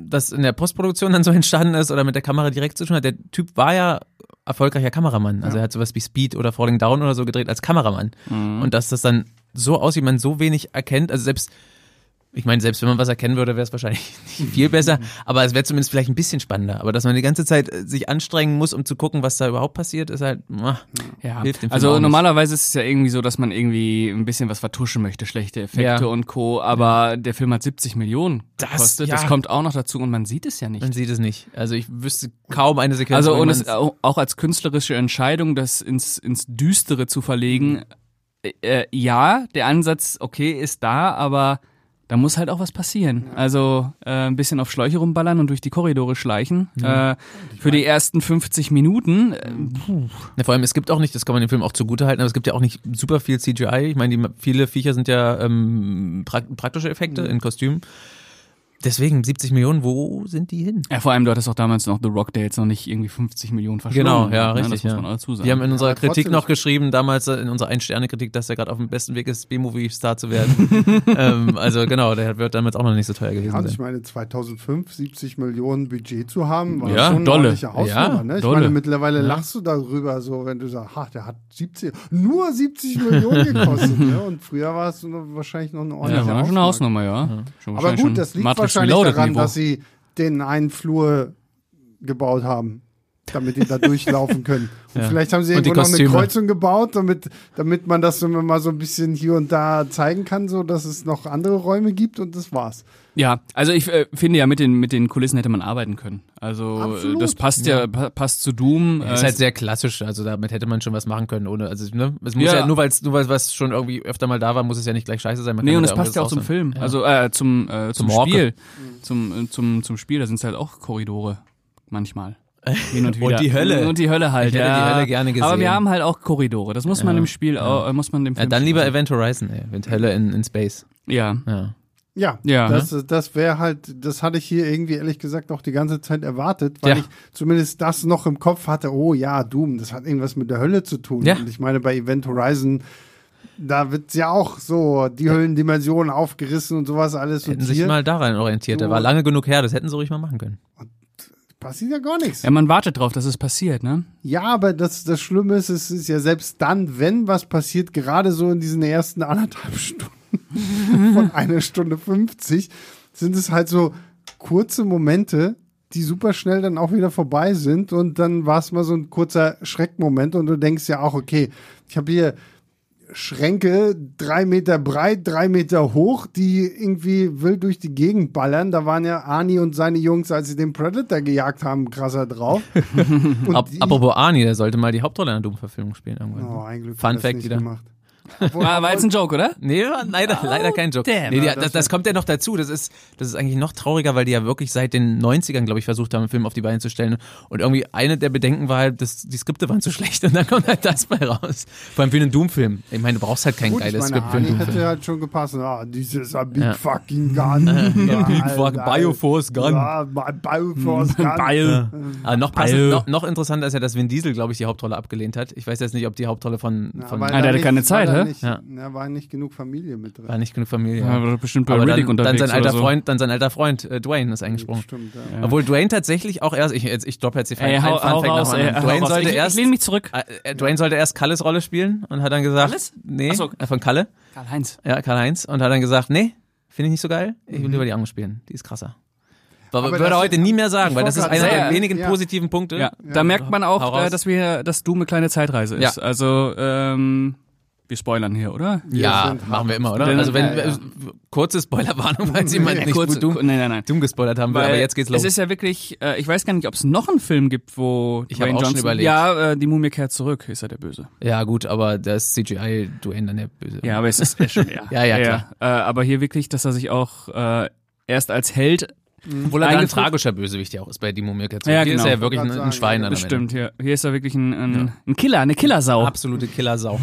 Speaker 3: das in der Postproduktion dann so entstanden ist oder mit der Kamera direkt zu tun hat. Der Typ war ja erfolgreicher Kameramann. Also er hat sowas wie Speed oder Falling Down oder so gedreht als Kameramann.
Speaker 2: Mhm.
Speaker 3: Und dass das dann so aussieht, man so wenig erkennt, also selbst ich meine, selbst wenn man was erkennen würde, wäre es wahrscheinlich nicht viel besser, aber es wäre zumindest vielleicht ein bisschen spannender. Aber dass man die ganze Zeit äh, sich anstrengen muss, um zu gucken, was da überhaupt passiert, ist halt, ah,
Speaker 2: Ja,
Speaker 3: Hilft dem Film auch
Speaker 2: also
Speaker 3: nicht.
Speaker 2: normalerweise ist es ja irgendwie so, dass man irgendwie ein bisschen was vertuschen möchte, schlechte Effekte
Speaker 3: Ja.
Speaker 2: und Co. Aber der Film hat 70 Millionen
Speaker 3: Das,
Speaker 2: gekostet. Das
Speaker 3: ja.
Speaker 2: kommt auch noch dazu und man sieht es ja nicht.
Speaker 3: man sieht es nicht. Also ich wüsste kaum eine Sequenz.
Speaker 2: also
Speaker 3: wo
Speaker 2: und
Speaker 3: man
Speaker 2: es au- auch als künstlerische Entscheidung, das ins, ins Düstere zu verlegen,
Speaker 3: Mhm.
Speaker 2: äh, äh, ja, der Ansatz, okay, ist da, aber da muss halt auch was passieren. Also äh, ein bisschen auf Schläuche rumballern und durch die Korridore schleichen. Äh, für die ersten 50 Minuten, äh,
Speaker 3: Mhm. Ja, vor allem, es gibt auch nicht, das kann man dem Film auch zugutehalten, aber es gibt ja auch nicht super viel CGI. Ich meine, die, viele Viecher sind ja ähm, prak praktische Effekte in Kostümen. Deswegen 70 Millionen, wo sind die hin?
Speaker 2: Ja, vor allem, du hattest auch damals noch The Rock, der jetzt noch nicht irgendwie 50 Millionen verschwunden
Speaker 3: Genau, ja,
Speaker 2: ne? Das
Speaker 3: richtig,
Speaker 2: muss
Speaker 3: ja.
Speaker 2: man auch dazu sagen.
Speaker 3: Wir haben in unserer
Speaker 1: trotzdem
Speaker 3: Kritik
Speaker 1: ist-
Speaker 3: noch geschrieben, damals äh, in unserer Ein-Sterne-Kritik, dass er gerade auf dem besten Weg ist, B-Movie-Star zu werden. ähm, also genau, der wird damals auch noch nicht so teuer
Speaker 1: Ja, und
Speaker 3: gewesen
Speaker 1: ich
Speaker 3: sein.
Speaker 1: meine, 2005 70 Millionen Budget zu haben, war
Speaker 2: Ja,
Speaker 1: schon eine
Speaker 2: dolle.
Speaker 1: ordentliche Hausnummer.
Speaker 3: Ja,
Speaker 1: ne? Ich
Speaker 2: dolle.
Speaker 1: meine, mittlerweile lachst du darüber so, wenn du sagst, ha, der hat 70, nur 70 Millionen gekostet. ne? Und früher war es nur- wahrscheinlich noch eine
Speaker 2: ja,
Speaker 1: ordentliche
Speaker 2: war schon eine
Speaker 1: Hausnummer.
Speaker 2: Hausnummer, ja. ja. Schon
Speaker 1: Aber
Speaker 2: wahrscheinlich schon
Speaker 1: gut, das liegt
Speaker 2: Matrix
Speaker 1: wahrscheinlich
Speaker 2: Reloaded
Speaker 1: daran,
Speaker 2: Niveau.
Speaker 1: dass sie den einen Flur gebaut haben, damit die da durchlaufen können. Und
Speaker 3: Ja.
Speaker 1: vielleicht haben sie
Speaker 3: Und die
Speaker 1: irgendwo noch eine
Speaker 3: Kostüme.
Speaker 1: Kreuzung gebaut, damit, damit man das so mal so ein bisschen hier und da zeigen kann, so dass es noch andere Räume gibt und das war's.
Speaker 2: Ja, also ich äh, finde ja, mit den, mit den Kulissen hätte man arbeiten können. Also
Speaker 1: Absolut.
Speaker 2: äh, das passt ja, pa- passt zu Doom.
Speaker 3: Ist
Speaker 2: Äh,
Speaker 3: halt sehr klassisch, also damit hätte man schon was machen können, ohne, also, ne? Es muss
Speaker 2: Ja.
Speaker 3: ja, nur weil es, nur weil was schon irgendwie öfter mal da war, muss es ja nicht gleich scheiße sein. Man
Speaker 2: Nee,
Speaker 3: kann
Speaker 2: und es
Speaker 3: da
Speaker 2: passt ja auch zum
Speaker 3: irgendwas
Speaker 2: Film. Also äh, zum, äh, zum,
Speaker 3: Zum Orke.
Speaker 2: Spiel.
Speaker 1: Mhm.
Speaker 2: Zum, äh, zum, zum Spiel, da sind halt auch Korridore manchmal. Hin und, wieder.
Speaker 3: die Hölle.
Speaker 2: Und die Hölle halt.
Speaker 3: Ich hätte die
Speaker 2: ja.
Speaker 3: Hölle gerne
Speaker 2: Aber wir
Speaker 3: gesehen.
Speaker 2: haben halt auch Korridore. Das muss man im Spiel auch, äh, muss man dem
Speaker 3: raushauen. Ja,
Speaker 2: Film
Speaker 3: dann
Speaker 2: schon
Speaker 3: lieber
Speaker 2: lassen.
Speaker 3: Event Horizon, ey, mit Hölle in, in Space.
Speaker 2: Ja.
Speaker 3: Ja. ne?
Speaker 1: Ja,
Speaker 2: Ja,
Speaker 1: das, das wäre halt, das hatte ich hier irgendwie ehrlich gesagt auch die ganze Zeit erwartet, weil
Speaker 3: Ja.
Speaker 1: ich zumindest das noch im Kopf hatte, oh ja, Doom, das hat irgendwas mit der Hölle zu tun.
Speaker 3: Ja.
Speaker 1: Und ich meine, bei Event Horizon, da wird's ja auch so, die Höllendimensionen aufgerissen und sowas alles. Und
Speaker 3: Hätten sich
Speaker 1: hier
Speaker 3: mal daran orientiert, der
Speaker 1: Du-
Speaker 3: war lange genug her, das hätten sie ruhig mal machen können.
Speaker 1: passiert ja gar nichts.
Speaker 2: Ja, man wartet drauf, dass es passiert, ne?
Speaker 1: Ja, aber das, das Schlimme ist, es ist ja selbst dann, wenn was passiert, gerade so in diesen ersten anderthalb Stunden von einer Stunde 50, sind es halt so kurze Momente, die super schnell dann auch wieder vorbei sind und dann war es mal so ein kurzer Schreckmoment und du denkst ja auch, okay, ich habe hier Schränke, drei Meter breit, drei Meter hoch, die irgendwie wild durch die Gegend ballern. Da waren ja Arnie und seine Jungs, als sie den Predator gejagt haben, krasser drauf. Und
Speaker 3: Ap
Speaker 1: die-
Speaker 3: apropos Arnie, der sollte mal die Hauptrolle einer Doom-Verfilmung spielen irgendwann.
Speaker 1: Oh, ein Glück. hat
Speaker 3: Fun
Speaker 1: er das
Speaker 3: Fact
Speaker 1: nicht
Speaker 3: wieder.
Speaker 1: Gemacht.
Speaker 2: War, war jetzt ein Joke, oder?
Speaker 3: Nee, war leider,
Speaker 1: Oh,
Speaker 3: leider kein Joke.
Speaker 2: damn.
Speaker 3: Nee, die,
Speaker 2: Ja,
Speaker 3: das, das kommt ja noch dazu. Das ist, das ist eigentlich noch trauriger, weil die ja wirklich seit den 90ern, glaube ich, versucht haben, einen Film auf die Beine zu stellen. Und irgendwie eine der Bedenken war halt, dass die Skripte waren zu schlecht und dann kommt halt das bei raus. Vor allem für einen Doom-Film. Ich meine, du brauchst halt kein
Speaker 1: Gut, ich
Speaker 3: geiles
Speaker 1: meine,
Speaker 3: Skript für einen
Speaker 1: Arnie
Speaker 3: Doom-Film.
Speaker 1: hätte halt schon gepasst. Ah, dieses a big
Speaker 3: Ja.
Speaker 1: fucking gun. Ja,
Speaker 3: fucking
Speaker 1: Alter.
Speaker 3: Bioforce gun.
Speaker 1: Ja, bi- Bioforce
Speaker 2: Hm,
Speaker 1: gun.
Speaker 2: Beil.
Speaker 1: äh,
Speaker 3: Aber noch, passend,
Speaker 2: Ball.
Speaker 3: noch, noch interessanter ist ja, dass Vin Diesel, glaube ich, die Hauptrolle abgelehnt hat. Ich weiß jetzt nicht, ob die Hauptrolle von,
Speaker 1: Ja,
Speaker 3: von
Speaker 1: weil
Speaker 2: Ah, der
Speaker 1: da
Speaker 2: hatte
Speaker 1: nicht-
Speaker 2: keine
Speaker 1: war
Speaker 2: Zeit,
Speaker 1: da
Speaker 2: hä?
Speaker 1: nicht,
Speaker 3: Ja.
Speaker 1: ja. war nicht genug Familie mit drin.
Speaker 3: war nicht genug Familie.
Speaker 2: Ja,
Speaker 3: Ja.
Speaker 2: war bestimmt bei
Speaker 3: Aber
Speaker 2: Riddick
Speaker 3: dann, dann
Speaker 2: unterwegs
Speaker 3: sein alter
Speaker 2: oder so.
Speaker 3: Freund, dann sein alter Freund äh, Dwayne ist eingesprungen.
Speaker 1: Stimmt, ja.
Speaker 2: Ja.
Speaker 3: Obwohl Dwayne tatsächlich auch erst, ich, jetzt- ich droppe jetzt die
Speaker 2: Ey, hau, hau raus, ey, hau
Speaker 3: ne? Dwayne
Speaker 2: raus.
Speaker 3: sollte
Speaker 2: ich,
Speaker 3: erst,
Speaker 2: ich lehne mich zurück.
Speaker 3: äh, äh, Dwayne sollte erst Kalles Rolle spielen und hat dann gesagt,
Speaker 2: Kalles?
Speaker 3: nee,
Speaker 2: Ach so.
Speaker 3: äh, von Kalle,
Speaker 2: Karl-Heinz.
Speaker 3: ja, Karl-Heinz, und hat dann gesagt, nee, finde ich nicht so geil, ich
Speaker 2: Mhm.
Speaker 3: will lieber die andere spielen, die ist krasser. Aber,
Speaker 1: Aber
Speaker 3: würde
Speaker 1: das-
Speaker 3: er heute nie mehr sagen,
Speaker 1: ich
Speaker 3: weil das ist
Speaker 1: wollte
Speaker 3: einer
Speaker 2: gerade
Speaker 3: der
Speaker 2: sagen,
Speaker 3: wenigen
Speaker 1: ja.
Speaker 3: positiven Punkte.
Speaker 2: Ja, da merkt man
Speaker 3: Hau
Speaker 2: auch,
Speaker 3: raus.
Speaker 2: äh, dass wir, dass Doom eine kleine Zeitreise ist.
Speaker 3: Ja.
Speaker 2: Also, ähm, wir spoilern hier, oder?
Speaker 1: Wir
Speaker 3: Ja,
Speaker 1: sind
Speaker 3: machen wir immer, oder?
Speaker 2: Denn-
Speaker 3: Also wenn,
Speaker 2: ja, ja.
Speaker 3: kurze Spoilerwarnung, falls
Speaker 1: Mhm.
Speaker 3: jemand nicht
Speaker 2: kurz,
Speaker 3: gut Doom,
Speaker 2: nein, nein, nein.
Speaker 3: Doom gespoilert haben will, aber
Speaker 2: Weil
Speaker 3: jetzt geht's los.
Speaker 2: Es ist ja wirklich, äh, ich weiß gar nicht, ob es noch einen Film gibt, wo
Speaker 3: Ich
Speaker 2: Dwayne
Speaker 3: hab auch schon
Speaker 2: Johnson,
Speaker 3: überlegt.
Speaker 2: ja, äh, die Mumie kehrt zurück, ist ja der Böse.
Speaker 3: ja gut, aber das CGI Dwayne dann der ne, Böse.
Speaker 2: Ja, aber es ist ja schon, ja.
Speaker 3: Ja, ja,
Speaker 2: Äh, aber hier wirklich, dass er sich auch äh, erst als Held,
Speaker 3: Obwohl er da ein
Speaker 2: eingefügt-
Speaker 3: tragischer Bösewicht ja auch ist bei Die Mumie. Jetzt.
Speaker 2: Ja,
Speaker 3: Hier
Speaker 2: genau.
Speaker 3: ist er ja wirklich ein,
Speaker 1: Wollte
Speaker 3: ein
Speaker 1: gerade sagen,
Speaker 3: Schwein.
Speaker 1: ja.
Speaker 3: an
Speaker 2: das
Speaker 3: der
Speaker 2: stimmt, hier, hier ist er wirklich ein, ein, ein Killer, eine
Speaker 3: Welt.
Speaker 2: Killersau.
Speaker 3: Absolute Killersau.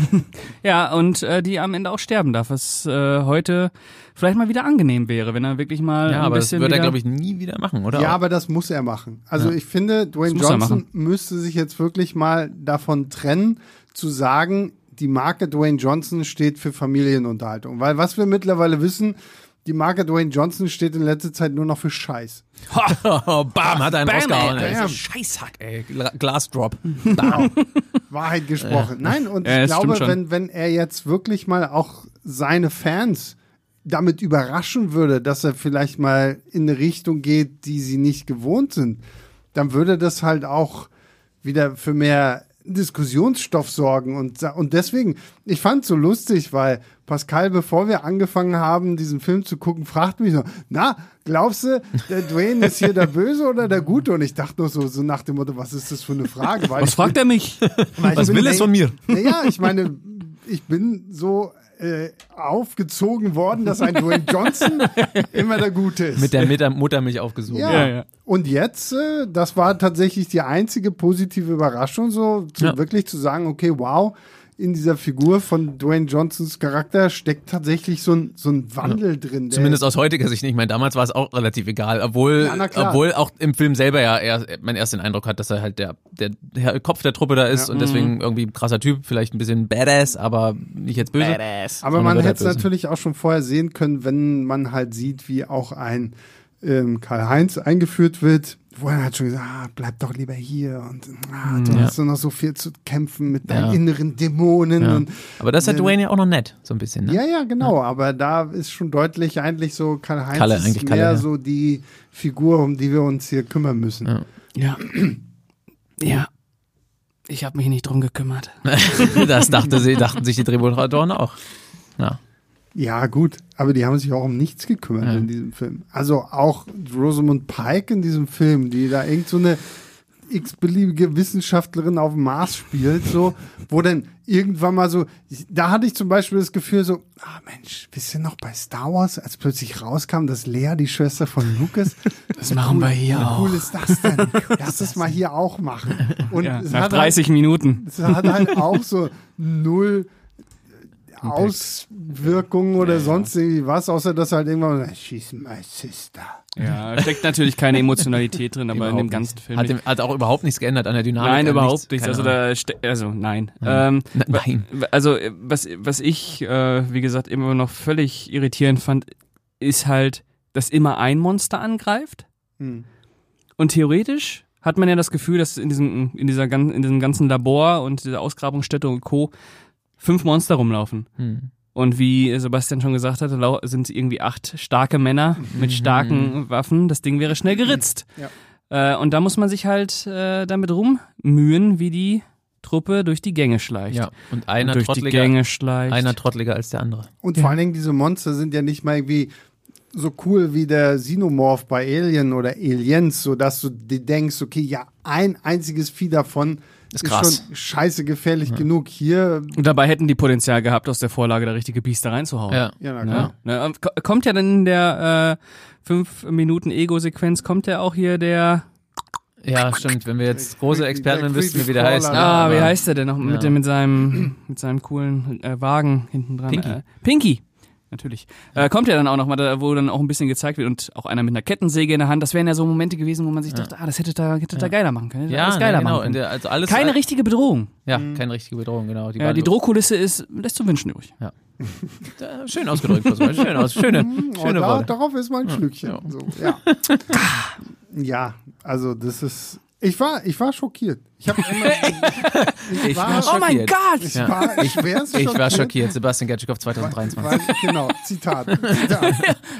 Speaker 2: Ja, und äh, die am Ende auch sterben darf, was äh, heute vielleicht mal wieder angenehm wäre, wenn er wirklich mal
Speaker 3: ja,
Speaker 2: ein
Speaker 3: aber das
Speaker 2: bisschen
Speaker 3: wird er,
Speaker 2: wieder-
Speaker 3: glaube ich, nie wieder machen, oder?
Speaker 1: Ja, aber das muss er machen. Also ich finde, Dwayne
Speaker 2: Das muss er
Speaker 1: Johnson
Speaker 2: machen.
Speaker 1: müsste sich jetzt wirklich mal davon trennen, zu sagen, die Marke Dwayne Johnson steht für Familienunterhaltung. Weil was wir mittlerweile wissen, die Marke Dwayne Johnson steht in letzter Zeit nur noch für Scheiß.
Speaker 3: Auch. Bam, hat er einen
Speaker 2: Bam,
Speaker 3: rausgehauen.
Speaker 2: ey,
Speaker 3: ey.
Speaker 1: bam.
Speaker 3: Scheißhack, ey. Gla- Glasdrop.
Speaker 1: Wahrheit gesprochen. Nein, und
Speaker 2: Genau. Ja,
Speaker 1: ich
Speaker 2: das stimmt
Speaker 1: glaube,
Speaker 2: schon.
Speaker 1: wenn, wenn er jetzt wirklich mal auch seine Fans damit überraschen würde, dass er vielleicht mal in eine Richtung geht, die sie nicht gewohnt sind, dann würde das halt auch wieder für mehr Diskussionsstoff sorgen. Und, sa- und deswegen, ich fand so lustig, weil Pascal, bevor wir angefangen haben, diesen Film zu gucken, fragt mich so, na, glaubst du, der Dwayne ist hier der Böse oder der Gute? Und ich dachte nur so, so nach dem Motto, was ist das für eine Frage? Weil
Speaker 2: Was
Speaker 1: ich
Speaker 2: fragt er mich?
Speaker 1: weil
Speaker 3: Was
Speaker 1: ich bin-
Speaker 3: will es von mir?
Speaker 1: Naja, ich meine, ich bin so äh, aufgezogen worden, dass ein Dwayne Johnson immer der Gute ist.
Speaker 3: Mit der Mutter, Muttermilch aufgesogen.
Speaker 1: ja.
Speaker 2: Ja, ja.
Speaker 1: Und jetzt, äh, das war tatsächlich die einzige positive Überraschung, so zu,
Speaker 3: Ja.
Speaker 1: wirklich zu sagen, okay, wow, in dieser Figur von Dwayne Johnsons Charakter steckt tatsächlich so ein, so ein Wandel drin. Der
Speaker 3: Zumindest aus heutiger Sicht nicht. Ich meine, damals war es auch relativ egal, obwohl,
Speaker 1: Ja, na klar.
Speaker 3: obwohl auch im Film selber ja eher, man erst den Eindruck hat, dass er halt der, der, der Kopf der Truppe da ist und
Speaker 2: Mhm.
Speaker 3: deswegen irgendwie ein krasser Typ, vielleicht ein bisschen badass, aber nicht jetzt böse.
Speaker 1: Aber
Speaker 3: Sondern
Speaker 1: man
Speaker 3: wird
Speaker 1: hätte es
Speaker 3: halt böse.
Speaker 1: natürlich auch schon vorher sehen können, wenn man halt sieht, wie auch ein ähm, Karl-Heinz eingeführt wird, wo er halt schon gesagt ah, bleib doch lieber hier und ah, du
Speaker 3: Mhm. Ja.
Speaker 1: hast doch noch so viel zu kämpfen mit deinen
Speaker 3: Ja.
Speaker 1: inneren Dämonen.
Speaker 3: Ja.
Speaker 1: Und,
Speaker 3: Aber das hat
Speaker 1: Ja.
Speaker 3: Dwayne ja auch noch nett, so ein bisschen. Ne?
Speaker 1: ja, ja, genau, aber da ist schon deutlich eigentlich so Karl-Heinz
Speaker 3: Kalle,
Speaker 1: ist
Speaker 3: eigentlich
Speaker 1: mehr
Speaker 3: Kalle, ja.
Speaker 1: so die Figur, um die wir uns hier kümmern müssen.
Speaker 3: Ja.
Speaker 2: Ja. Ja. Ich habe mich nicht drum gekümmert.
Speaker 3: das dachte sie, dachten sich die Drehbuchautoren auch. Ja.
Speaker 1: Ja, gut, aber die haben sich auch um nichts gekümmert in diesem Film. Also auch Rosamund Pike in diesem Film, die da irgend so eine x-beliebige Wissenschaftlerin auf dem Mars spielt, so, wo dann irgendwann mal so, da hatte ich zum Beispiel das Gefühl so, ah Mensch, wisst ihr noch bei Star Wars, als plötzlich rauskam, dass Lea die Schwester von Lucas,
Speaker 2: Das machen wir hier
Speaker 1: wie
Speaker 2: auch.
Speaker 1: cool ist das denn? Lass es mal hier auch machen. Und
Speaker 2: Ja,
Speaker 1: es
Speaker 2: nach
Speaker 1: hat halt-
Speaker 2: 30 Minuten.
Speaker 1: es hat halt auch so null Auswirkungen oder sonst irgendwie was, außer dass halt irgendwann she's my sister.
Speaker 2: Ja, steckt natürlich keine Emotionalität drin, aber in dem
Speaker 3: Überhaupt
Speaker 2: ganzen Film.
Speaker 3: Hat,
Speaker 2: nicht.
Speaker 3: dem, hat auch überhaupt nichts geändert an der Dynamik.
Speaker 2: Nein,
Speaker 3: an
Speaker 2: überhaupt nichts.
Speaker 3: keine
Speaker 2: Also
Speaker 3: Ahnung.
Speaker 2: da ste- also nein. Ähm,
Speaker 3: Na- Nein.
Speaker 2: wa- Also äh, was was ich äh, wie gesagt immer noch völlig irritierend fand, ist halt, dass immer ein Monster angreift
Speaker 1: Hm.
Speaker 2: und theoretisch hat man ja das Gefühl, dass in diesem in dieser gan- in diesem ganzen Labor und dieser Ausgrabungsstätte und Co fünf Monster rumlaufen.
Speaker 3: Hm.
Speaker 2: Und wie Sebastian schon gesagt hatte, lau- sind irgendwie acht starke Männer mit starken Waffen. Das Ding wäre schnell geritzt. Äh, und da muss man sich halt äh, damit rummühen, wie die Truppe durch die Gänge schleicht.
Speaker 3: Ja. Und einer
Speaker 2: durch die
Speaker 3: trotteliger,
Speaker 2: Gänge schleicht.
Speaker 3: einer trotteliger als der andere.
Speaker 1: Und vor allen Dingen, diese Monster sind ja nicht mal irgendwie so cool wie der Xenomorph bei Alien oder Aliens, sodass du dir denkst, okay, ja, ein einziges Vieh davon ist,
Speaker 3: krass.
Speaker 1: schon scheiße gefährlich genug. Hier,
Speaker 2: und dabei hätten die Potenzial gehabt, aus der Vorlage da richtige Biester reinzuhauen.
Speaker 1: ja, na
Speaker 2: Ne?
Speaker 1: klar.
Speaker 2: Ne? Und ko- Kommt ja dann in der äh, 5-Minuten-Ego-Sequenz, kommt ja auch hier der.
Speaker 3: Ja, stimmt. Wenn wir jetzt große
Speaker 1: Der
Speaker 3: Experten
Speaker 1: creepy
Speaker 3: wüssten, wie der
Speaker 1: Crawler.
Speaker 3: heißt. ne?
Speaker 2: Ah, wie
Speaker 3: Aber-
Speaker 2: heißt der denn noch? Mit,
Speaker 3: Ja.
Speaker 2: dem, mit, seinem, mit seinem coolen äh, Wagen hinten dran.
Speaker 3: Pinky.
Speaker 2: Äh, Pinky. Natürlich. Äh, kommt ja dann auch nochmal, wo dann auch ein bisschen gezeigt wird und auch einer mit einer Kettensäge in der Hand. Das wären ja so Momente gewesen, wo man sich dachte, ah, das hätte da, hätte da geiler machen können. Hätte
Speaker 3: Ja,
Speaker 2: alles geiler
Speaker 3: ne, genau.
Speaker 2: machen
Speaker 3: Und
Speaker 2: können.
Speaker 3: der- Also alles
Speaker 2: Keine richtige Bedrohung.
Speaker 3: Ja,
Speaker 1: Mhm.
Speaker 3: keine richtige Bedrohung, genau. Die,
Speaker 2: Ja,
Speaker 3: waren
Speaker 2: die
Speaker 3: so-
Speaker 2: Drohkulisse ist, lässt zu wünschen übrig.
Speaker 3: Äh, Schön ausgedrückt, Fußball. Schön aus. Schöne,
Speaker 1: Oh,
Speaker 3: schöne
Speaker 1: da,
Speaker 3: Worte.
Speaker 1: darauf ist mal ein Schlückchen. Ja. So, ja. ja, also das ist. Ich war, ich war schockiert. Ich habe immer.
Speaker 3: Ich war
Speaker 1: war-
Speaker 2: Oh mein
Speaker 3: schockiert.
Speaker 2: Gott!
Speaker 1: Ich
Speaker 3: Ja.
Speaker 1: war, ich, wär's
Speaker 3: Ich war schockiert. Sebastian Gertschikow 2023.
Speaker 1: Weil, genau, Zitat. Zitat.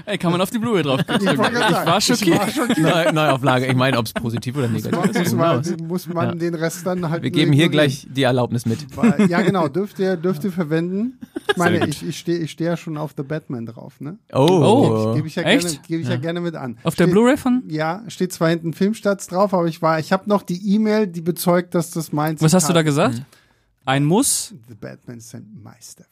Speaker 2: Ey, kann man auf die Blu-ray drauf
Speaker 1: Ich, wollte gerade sagen,
Speaker 2: war schockiert.
Speaker 1: Ich war schockiert.
Speaker 3: Neu, Neuauflage. Ich meine, ob es positiv oder negativ
Speaker 1: Muss
Speaker 3: ist. who knows.
Speaker 1: man, muss man
Speaker 3: Ja.
Speaker 1: den Rest dann halt.
Speaker 3: Genau. Wir geben hier
Speaker 1: ignorieren.
Speaker 3: gleich die Erlaubnis mit.
Speaker 1: Weil- Ja, genau, dürft ihr, dürft ihr verwenden. Ich meine, ich, ich stehe ich steh ja schon auf The Batman drauf, ne?
Speaker 3: Oh.
Speaker 1: Gebe ich, ja
Speaker 2: Echt?
Speaker 1: gerne, gebe ich ja. gerne mit an.
Speaker 2: Auf der
Speaker 1: Steht-
Speaker 2: Blu-ray von?
Speaker 1: Ja, steht zwar hinten Filmstarts drauf, aber ich war, ich habe noch die E-Mail, die bezeugt, dass das meins
Speaker 2: Was hast du da gesagt?
Speaker 3: Mhm.
Speaker 2: Ein Muss?
Speaker 1: The Batman sind Meisterwerk.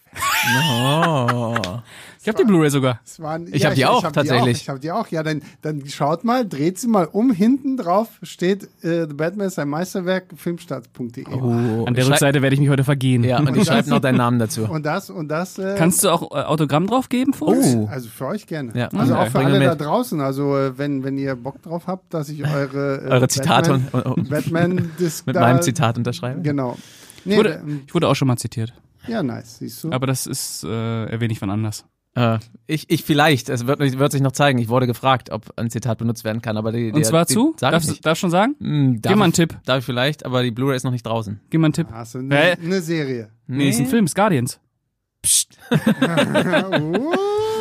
Speaker 3: oh.
Speaker 2: Ich habe die Blu-ray sogar.
Speaker 1: Es waren-
Speaker 3: Ich hab die auch,
Speaker 1: hab
Speaker 3: tatsächlich.
Speaker 1: ich habe die auch. Ja, dann, dann schaut mal, dreht sie mal um. Hinten drauf steht äh, The Batman ist ein Meisterwerk, filmstarts.de.
Speaker 3: oh.
Speaker 2: An der
Speaker 3: Schrei-
Speaker 2: Rückseite werde ich mich heute vergehen.
Speaker 3: Ja, und ich schreibe noch deinen Namen dazu.
Speaker 1: Und das, und das. Äh,
Speaker 2: Kannst du auch äh, Autogramm draufgeben für uns?
Speaker 3: Oh.
Speaker 1: also für euch gerne.
Speaker 3: Ja.
Speaker 1: Also
Speaker 3: Okay.
Speaker 1: auch für
Speaker 3: Bring
Speaker 1: alle
Speaker 3: mir
Speaker 1: da
Speaker 3: mit.
Speaker 1: draußen. Also äh, wenn, wenn ihr Bock drauf habt, dass ich eure, äh,
Speaker 3: Eure Zitate und, und, und
Speaker 1: Batman Disc
Speaker 3: mit
Speaker 1: da,
Speaker 3: meinem Zitat unterschreiben.
Speaker 1: Genau. Nee,
Speaker 2: Ich wurde,
Speaker 1: ähm,
Speaker 2: ich wurde auch schon mal zitiert.
Speaker 1: ja, nice, siehst du.
Speaker 2: Aber das ist, äh, erwähne ich von anders.
Speaker 3: Äh, ich, ich vielleicht, es wird, wird sich noch zeigen. Ich wurde gefragt, ob ein Zitat benutzt werden kann, aber die,
Speaker 2: Und
Speaker 3: die,
Speaker 2: zwar
Speaker 3: die,
Speaker 2: zu?
Speaker 3: Sag ich
Speaker 2: Darfst du
Speaker 3: nicht.
Speaker 2: darf schon sagen?
Speaker 3: Hm, darf
Speaker 2: Gib mal einen
Speaker 3: ich-
Speaker 2: Tipp.
Speaker 3: Darf ich vielleicht, aber die Blu-ray ist noch nicht draußen.
Speaker 2: Gib mal einen Tipp.
Speaker 1: Hast du
Speaker 2: Hä?
Speaker 3: Äh.
Speaker 1: eine, eine Also, ne, Serie.
Speaker 2: Nee, ist ein Film, ist Guardians.
Speaker 1: oh.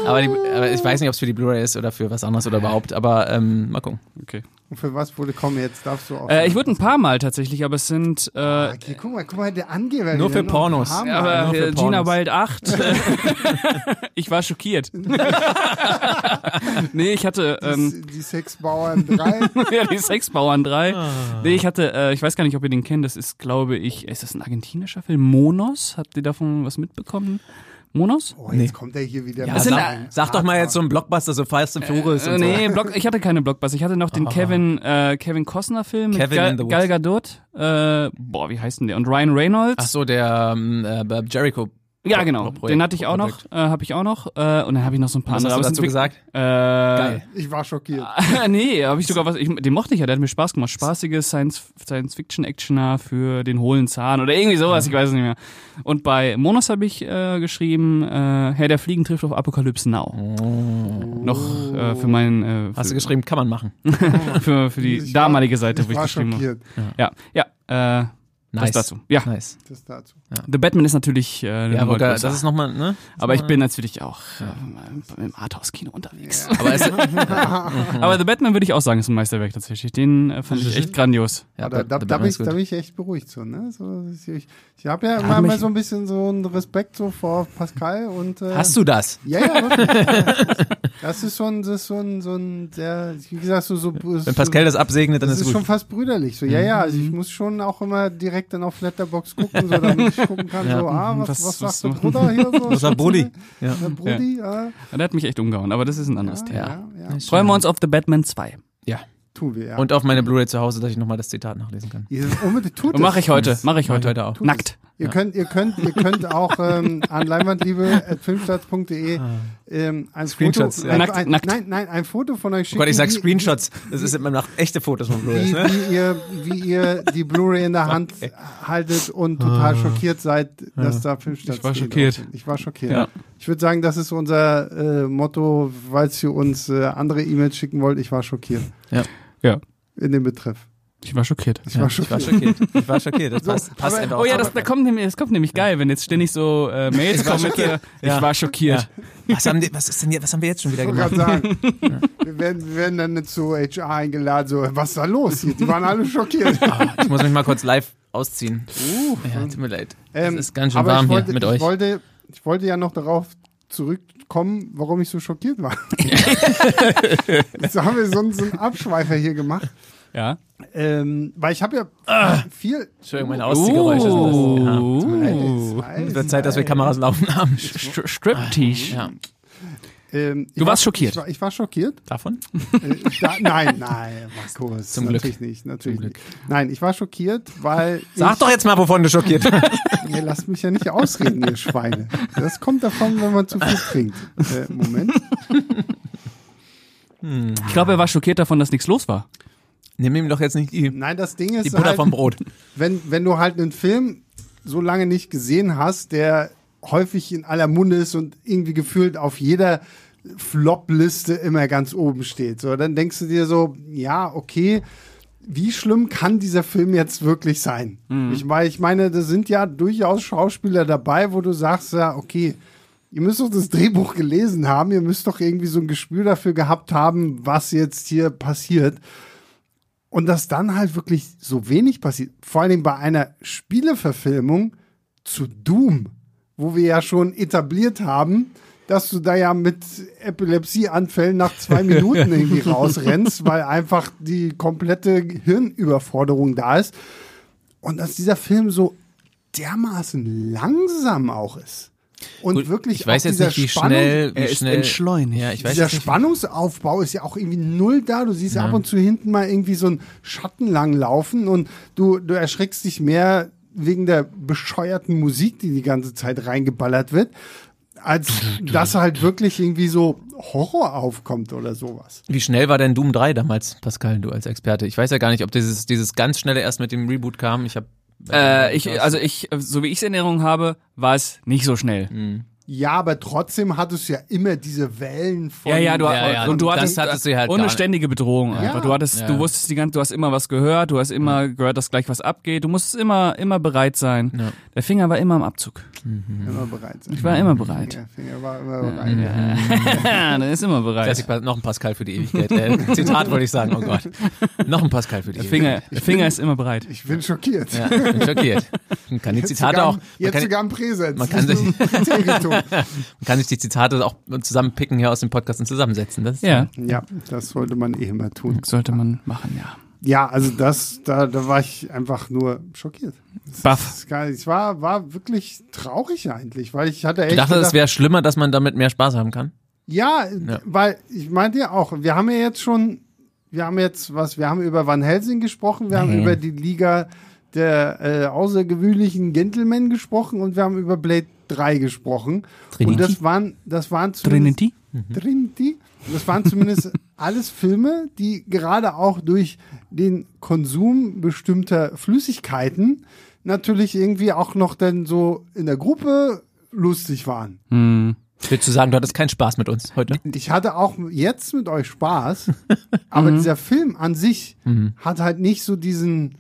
Speaker 3: Aber, die, aber ich weiß nicht, ob es für die Blu-ray ist oder für was anderes oder überhaupt. Aber ähm, mal gucken.
Speaker 2: Okay.
Speaker 1: Und für was wurde kommen? Jetzt darfst du auch.
Speaker 2: Äh, ich wurde ein paar Mal tatsächlich, aber es sind, äh,
Speaker 1: Ah, okay, guck mal, guck mal, der Angeber.
Speaker 3: Nur
Speaker 1: wieder,
Speaker 3: für
Speaker 1: ne?
Speaker 3: Pornos.
Speaker 1: Hammer.
Speaker 3: Ja, aber-
Speaker 2: aber
Speaker 3: nur für
Speaker 2: äh, Gina
Speaker 3: Pornos.
Speaker 2: Wild 8. äh, ich war schockiert. nee, ich hatte, ähm,
Speaker 1: die, die Sexbauern 3.
Speaker 2: ja, die Sexbauern 3.
Speaker 3: Ah.
Speaker 2: Nee, ich hatte, äh, ich weiß gar nicht, ob ihr den kennt, das ist, glaube ich, ist das ein argentinischer Film? Monos? Habt ihr davon was mitbekommen? Monos?
Speaker 1: Oh, jetzt kommt er hier wieder.
Speaker 2: Ja,
Speaker 1: mit
Speaker 2: sind
Speaker 1: seinem
Speaker 2: da-
Speaker 3: Sag doch mal jetzt so
Speaker 1: Hardcore.
Speaker 3: einen Blockbuster, so Fast and Furious
Speaker 2: Äh,
Speaker 3: und so. Ah.
Speaker 2: nee, Block, ich hatte keine Blockbuster. Ich hatte noch den Kevin, äh, Kevin Costner Film mit
Speaker 3: Kevin
Speaker 2: Gal,
Speaker 3: in the Woods.
Speaker 2: Gal Gadot. Äh, boah, wie heißt denn der? Und Ryan Reynolds.
Speaker 3: Ach so, der ähm, äh, Jericho.
Speaker 2: ja, genau.
Speaker 3: Projekt-
Speaker 2: Den hatte ich auch noch.
Speaker 3: Projekt.
Speaker 2: Äh, habe ich auch noch. Äh, und dann habe ich noch so ein paar
Speaker 3: Was
Speaker 2: andere.
Speaker 3: hast du
Speaker 2: aber es sind
Speaker 3: dazu gesagt?
Speaker 2: wirklich- Äh,
Speaker 3: Geil.
Speaker 1: Ich war schockiert.
Speaker 2: nee, habe ich sogar was. Ich, den mochte ich ja, der hat mir Spaß gemacht. Spaßige Science- Science-Fiction-Actioner für den hohlen Zahn oder irgendwie sowas, ich weiß es nicht mehr. Und bei Monos habe ich äh, geschrieben, äh, Herr der Fliegen trifft auf Apokalypse Now. Noch äh, für meinen äh,
Speaker 3: Oh. Hast
Speaker 2: für,
Speaker 3: du geschrieben, kann man machen.
Speaker 2: für, für die
Speaker 1: Ich war-
Speaker 2: damalige Seite, wo
Speaker 1: Ich
Speaker 2: ich
Speaker 1: war
Speaker 2: geschrieben habe.
Speaker 1: schockiert.
Speaker 2: Ja, ja, äh,
Speaker 3: Nice.
Speaker 2: das dazu. Ja,
Speaker 3: Nice.
Speaker 1: Das dazu.
Speaker 2: The Batman ist natürlich äh, eine
Speaker 3: Ja,
Speaker 2: Nummer
Speaker 3: aber da,
Speaker 2: größer.
Speaker 3: das ist nochmal, ne?
Speaker 2: aber ich bin natürlich auch äh, im Arthouse-Kino unterwegs.
Speaker 3: Aber es,
Speaker 2: Aber The Batman würde ich auch sagen, ist ein Meisterwerk tatsächlich. Den äh, fand ich echt grandios.
Speaker 3: ja,
Speaker 1: da, da,
Speaker 3: Batman
Speaker 1: da, bin ich,
Speaker 3: ist gut.
Speaker 1: da bin ich echt beruhigt so, ne? so ich ich, ich habe ja,
Speaker 2: Ja,
Speaker 1: immer, immer
Speaker 2: mich-
Speaker 1: so ein bisschen so einen Respekt so vor Pascal und äh,
Speaker 3: Hast du das?
Speaker 1: Ja, ja, wirklich. Das ist so ein, das ist so ein, so ein sehr, wie gesagt, so, so
Speaker 3: Wenn Pascal das absegnet, dann
Speaker 1: das
Speaker 3: ist
Speaker 1: ist
Speaker 3: gut. Mhm.
Speaker 1: schon fast brüderlich. So, ja, ja, also ich muss schon auch immer direkt dann auf Letterbox gucken, so damit ich gucken kann,
Speaker 3: Ja. Mhm.
Speaker 1: so, ah, was,
Speaker 2: Was-
Speaker 1: was,
Speaker 2: was
Speaker 1: sagt der
Speaker 2: machen-
Speaker 1: Bruder hier so?
Speaker 3: Was sagt Brudi? Ja.
Speaker 1: Der Brudi, ja.
Speaker 2: Ja, Der hat mich echt umgehauen, aber das ist ein
Speaker 1: Ja,
Speaker 2: anderes Thema.
Speaker 1: ja, ja,
Speaker 2: Freuen wir uns auf The Batman 2.
Speaker 3: ja.
Speaker 1: Tun wir, ja.
Speaker 3: Und auf meine Blu-ray zu Hause, dass ich nochmal das Zitat nachlesen kann.
Speaker 1: Dieses- unbedingt tut
Speaker 2: Und mache
Speaker 1: es.
Speaker 2: ich heute, mache ich
Speaker 3: Mach
Speaker 2: heute.
Speaker 3: ich heute auch.
Speaker 1: Tut
Speaker 2: Nackt.
Speaker 1: es. Ihr könnt, ihr könnt, ihr könnt auch ähm, an leinwandliebe.filmstarts.de ähm, ein
Speaker 3: Ah. Screenshots,
Speaker 1: Foto,
Speaker 3: ja.
Speaker 1: ein,
Speaker 2: Nackt,
Speaker 1: ein,
Speaker 2: nackt.
Speaker 1: Nein, nein, ein Foto von euch
Speaker 3: Oh
Speaker 1: schicken.
Speaker 3: Gott, ich sag
Speaker 1: wie-
Speaker 3: Screenshots. Das ist immer nach echte Fotos von Blu-rays,
Speaker 1: wie,
Speaker 3: ne?
Speaker 1: wie, ihr, wie ihr die Blu-ray in der Hand haltet und
Speaker 3: Ah.
Speaker 1: total schockiert seid, dass da fünf Sterne
Speaker 2: Ich war
Speaker 1: stehen
Speaker 2: schockiert.
Speaker 1: drauf sind. Ich war schockiert.
Speaker 2: Ja.
Speaker 1: Ich würde sagen, das ist unser äh, Motto, falls ihr uns äh, andere E-Mails schicken wollt. Ich war schockiert
Speaker 2: Ja.
Speaker 1: in dem Betreff.
Speaker 2: Ich war schockiert.
Speaker 1: Ich
Speaker 3: Ja,
Speaker 1: war
Speaker 3: ich war
Speaker 1: schockiert.
Speaker 3: schockiert. Ich war schockiert. Das
Speaker 1: So,
Speaker 3: passt, passt
Speaker 1: aber-
Speaker 3: einfach
Speaker 2: Oh ja,
Speaker 3: auf.
Speaker 2: das, da kommt, nämlich- das kommt nämlich geil, wenn jetzt ständig so äh, Mails kommen mit äh, Ich
Speaker 3: Ja.
Speaker 2: war schockiert.
Speaker 3: was, haben die, was, ist denn, hier- was haben wir jetzt schon wieder
Speaker 1: Ich wollte
Speaker 3: gemacht?
Speaker 1: gerade sagen, wir werden, wir werden dann zu HR eingeladen, so, was ist da los hier? Die waren alle schockiert.
Speaker 3: Ah, Ich muss mich mal kurz live ausziehen.
Speaker 2: Uh.
Speaker 3: ja, tut mir leid.
Speaker 1: Ähm,
Speaker 3: es ist ganz schön
Speaker 1: aber
Speaker 3: warm
Speaker 1: ich wollte,
Speaker 3: hier mit
Speaker 1: ich
Speaker 3: euch.
Speaker 1: Wollte, ich wollte ja noch darauf zurückkommen, warum ich so schockiert war. Jetzt haben wir so, einen- so einen Abschweifer hier gemacht.
Speaker 2: Ja.
Speaker 1: Ähm, weil ich habe ja
Speaker 3: Ah.
Speaker 1: viel.
Speaker 3: Entschuldigung,
Speaker 1: Uh.
Speaker 3: meine Ausziehgeräusche sind das. Ja.
Speaker 2: Uh.
Speaker 1: Zwei,
Speaker 3: Es wird Zeit, dass wir
Speaker 1: zwei.
Speaker 3: Kameras laufen haben.
Speaker 2: Stri- Striptease.
Speaker 3: Ja.
Speaker 1: Ähm, ich
Speaker 2: Du warst schockiert.
Speaker 1: Ich war, ich war schockiert.
Speaker 3: Davon?
Speaker 1: Äh, da, nein, nein, Markus.
Speaker 3: Zum Glück.
Speaker 1: natürlich nicht. Natürlich
Speaker 3: Zum Glück.
Speaker 1: nicht. Nein, ich war schockiert, weil.
Speaker 3: Sag
Speaker 1: ich,
Speaker 3: doch jetzt mal, wovon du schockiert bist.
Speaker 1: Ihr lasst mich ja nicht ausreden, ihr Schweine. Das kommt davon, wenn man zu viel trinkt. Äh, Moment.
Speaker 2: Ich glaube, er war schockiert davon, dass nichts los war.
Speaker 3: Nimm ihm doch jetzt nicht die,
Speaker 1: Nein, das Ding ist
Speaker 3: die Butter
Speaker 1: halt.
Speaker 3: vom Brot.
Speaker 1: wenn, wenn du halt einen Film so lange nicht gesehen hast, der häufig in aller Munde ist und irgendwie gefühlt auf jeder Flop-Liste immer ganz oben steht, so, dann denkst du dir so, ja, okay, wie schlimm kann dieser Film jetzt wirklich sein? Ich, meine, ich meine, da sind ja durchaus Schauspieler dabei, wo du sagst, ja, okay, ihr müsst doch das Drehbuch gelesen haben, ihr müsst doch irgendwie so ein Gespür dafür gehabt haben, was jetzt hier passiert. Und dass dann halt wirklich so wenig passiert, vor allem bei einer Spieleverfilmung zu Doom, wo wir ja schon etabliert haben, dass du da ja mit Epilepsieanfällen nach zwei Minuten irgendwie rausrennst, weil einfach die komplette Hirnüberforderung da ist. Und dass dieser Film so dermaßen langsam auch ist. Und
Speaker 3: Gut,
Speaker 1: wirklich
Speaker 3: ich weiß
Speaker 1: auch
Speaker 3: jetzt
Speaker 1: dieser
Speaker 3: nicht, wie
Speaker 1: Spannung-
Speaker 3: schnell, wie
Speaker 2: Er ist
Speaker 3: schnell.
Speaker 2: entschleunigt.
Speaker 3: Ja, ich weiß
Speaker 1: dieser
Speaker 3: jetzt nicht.
Speaker 1: Spannungsaufbau ist ja auch irgendwie null da. Du siehst ab und zu hinten mal irgendwie so einen Schatten lang laufen und du, du erschrickst dich mehr wegen der bescheuerten Musik, die die ganze Zeit reingeballert wird, als dass halt wirklich irgendwie so Horror aufkommt oder sowas.
Speaker 3: Wie schnell war denn Doom 3 damals, Pascal, du als Experte? Ich weiß ja gar nicht, ob dieses, dieses ganz schnelle erst mit dem Reboot kam. Ich habe
Speaker 2: Äh, ich, also ich, so wie ich es in Erinnerung habe, war es nicht so schnell.
Speaker 1: Ja, aber trotzdem hattest du ja immer diese Wellen von.
Speaker 2: Ja, ja, du,
Speaker 3: Ja, ja,
Speaker 2: Und du
Speaker 3: das
Speaker 2: hattest,
Speaker 3: hattest du halt
Speaker 2: ohne
Speaker 3: gar nicht.
Speaker 2: ständige Bedrohung einfach.
Speaker 1: Ja.
Speaker 2: Du hattest,
Speaker 3: Ja.
Speaker 2: du wusstest die ganze, du hast immer was gehört, du hast immer gehört, dass gleich was abgeht. Du musstest immer, immer bereit sein.
Speaker 3: Ja.
Speaker 2: Der Finger war immer im Abzug.
Speaker 1: Immer bereit.
Speaker 2: Ich war immer bereit.
Speaker 1: Ja, Finger war immer bereit.
Speaker 2: Der ist immer bereit.
Speaker 3: Klassik, noch ein Pascal für die Ewigkeit. Äh, Zitat wollte ich sagen, oh Gott. Noch ein Pascal für die
Speaker 2: Der
Speaker 3: Ewigkeit.
Speaker 2: Finger, der Finger ist immer bereit.
Speaker 1: Ich bin schockiert.
Speaker 3: Ja, ich bin schockiert. Man kann die
Speaker 1: Jetzt
Speaker 3: Zitate
Speaker 1: sogar,
Speaker 3: auch, man
Speaker 1: jetzt
Speaker 3: kann,
Speaker 1: sogar im Präsens.
Speaker 3: man kann
Speaker 1: nicht
Speaker 3: sich-
Speaker 1: nur im Territum.
Speaker 3: man kann sich die Zitate auch zusammenpicken hier aus dem Podcast und zusammensetzen. Das ist
Speaker 2: Ja,
Speaker 1: Ja, das sollte man eh immer tun.
Speaker 2: sollte man machen, ja.
Speaker 1: Ja, also das, da, da war ich einfach nur schockiert. Das
Speaker 2: Baff.
Speaker 1: ist gar- Ich war, war wirklich traurig eigentlich, weil ich hatte echt
Speaker 3: Ich dachte,
Speaker 1: gedacht,
Speaker 3: es wäre schlimmer, dass man damit mehr Spaß haben kann.
Speaker 1: Ja, weil ich meinte ja auch, wir haben ja jetzt schon, wir haben jetzt was, wir haben über Van Helsing gesprochen, wir haben über die Liga der äh, außergewöhnlichen Gentlemen gesprochen und wir haben über Blade 3 gesprochen.
Speaker 3: Trinity?
Speaker 1: Und das waren, das waren zumindest-
Speaker 2: Trinity?
Speaker 3: Mhm.
Speaker 1: Trinity. Das waren zumindest alles Filme, die gerade auch durch den Konsum bestimmter Flüssigkeiten natürlich irgendwie auch noch dann so in der Gruppe lustig waren.
Speaker 3: Willst du sagen, du hattest keinen Spaß mit uns heute?
Speaker 1: Ich hatte auch jetzt mit euch Spaß,
Speaker 3: Mhm.
Speaker 1: aber dieser Film an sich hat halt nicht so diesen.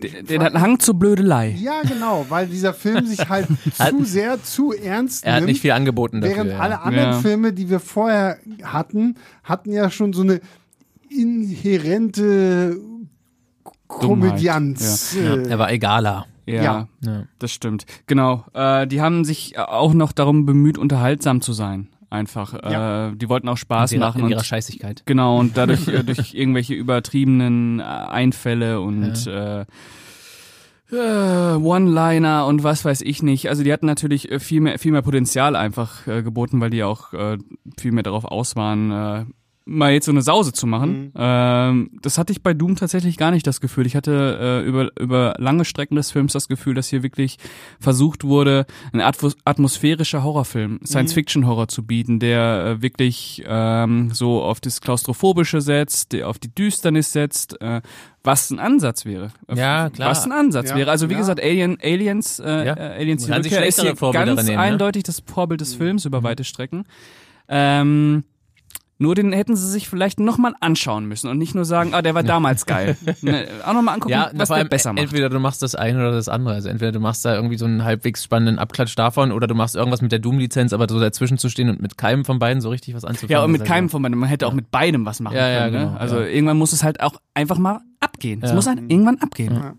Speaker 2: Den, den hat einen Hang zur Blödelei.
Speaker 1: Ja, genau, weil dieser Film sich halt zu sehr zu ernst
Speaker 3: Er hat
Speaker 1: nimmt.
Speaker 3: nicht viel angeboten dafür.
Speaker 1: während
Speaker 3: ja.
Speaker 1: alle anderen
Speaker 2: Ja.
Speaker 1: Filme, die wir vorher hatten, hatten ja schon so eine inhärente Komödianz. Äh,
Speaker 3: er war egaler.
Speaker 2: Ja,
Speaker 1: Ja.
Speaker 3: Ja.
Speaker 2: das stimmt. Genau. Äh, die haben sich auch noch darum bemüht, unterhaltsam zu sein. Einfach.
Speaker 1: Ja.
Speaker 2: Äh, die wollten auch Spaß
Speaker 3: In ihrer-
Speaker 2: machen.
Speaker 3: in
Speaker 2: und-
Speaker 3: ihrer Scheißigkeit.
Speaker 2: Genau, und dadurch äh, durch irgendwelche übertriebenen äh, Einfälle und äh, äh, One-Liner und was weiß ich nicht. Also die hatten natürlich äh, viel mehr, viel mehr Potenzial einfach äh, geboten, weil die ja auch äh, viel mehr darauf aus waren, äh, mal jetzt so eine Sause zu
Speaker 3: Mhm.
Speaker 2: machen. Ähm, das hatte ich bei Doom tatsächlich gar nicht das Gefühl. Ich hatte äh, über, über lange Strecken des Films das Gefühl, dass hier wirklich versucht wurde, ein atmos atmosphärischer Horrorfilm,
Speaker 3: Mhm.
Speaker 2: Science-Fiction-Horror zu bieten, der äh, wirklich ähm, so auf das Klaustrophobische setzt, der auf die Düsternis setzt, äh, was ein Ansatz wäre. Äh,
Speaker 3: Ja, klar.
Speaker 2: Was ein Ansatz
Speaker 1: Ja,
Speaker 2: wäre. Also wie
Speaker 1: ja.
Speaker 2: gesagt, Alien, Aliens, äh,
Speaker 3: Ja.
Speaker 2: äh, Aliens die
Speaker 3: Man kann sich
Speaker 2: Rückkehr ist
Speaker 3: schlechtere
Speaker 2: hier
Speaker 3: Vorbilder
Speaker 2: ganz
Speaker 3: daneben, ne?
Speaker 2: eindeutig das Vorbild
Speaker 1: Mhm.
Speaker 2: des Films über weite Strecken. Ähm, nur den hätten sie sich vielleicht nochmal anschauen müssen und nicht nur sagen, ah, der war damals geil. ne, auch nochmal angucken,
Speaker 3: Ja,
Speaker 2: was
Speaker 3: vor
Speaker 2: der
Speaker 3: allem äh,
Speaker 2: besser macht.
Speaker 3: entweder du machst das eine oder das andere. Also entweder du machst da irgendwie so einen halbwegs spannenden Abklatsch davon oder du machst irgendwas mit der Doom-Lizenz, aber so dazwischen zu stehen und mit keinem von beiden so richtig was anzufangen.
Speaker 2: Ja, und
Speaker 3: ist
Speaker 2: mit
Speaker 3: halt
Speaker 2: keinem von beiden. Man hätte auch mit beidem was machen
Speaker 3: Ja, ja,
Speaker 2: können.
Speaker 3: genau,
Speaker 2: ne? Also
Speaker 3: ja.
Speaker 2: irgendwann muss es halt auch einfach mal abgehen. Es
Speaker 3: Ja.
Speaker 2: muss halt irgendwann abgehen.
Speaker 1: Mhm.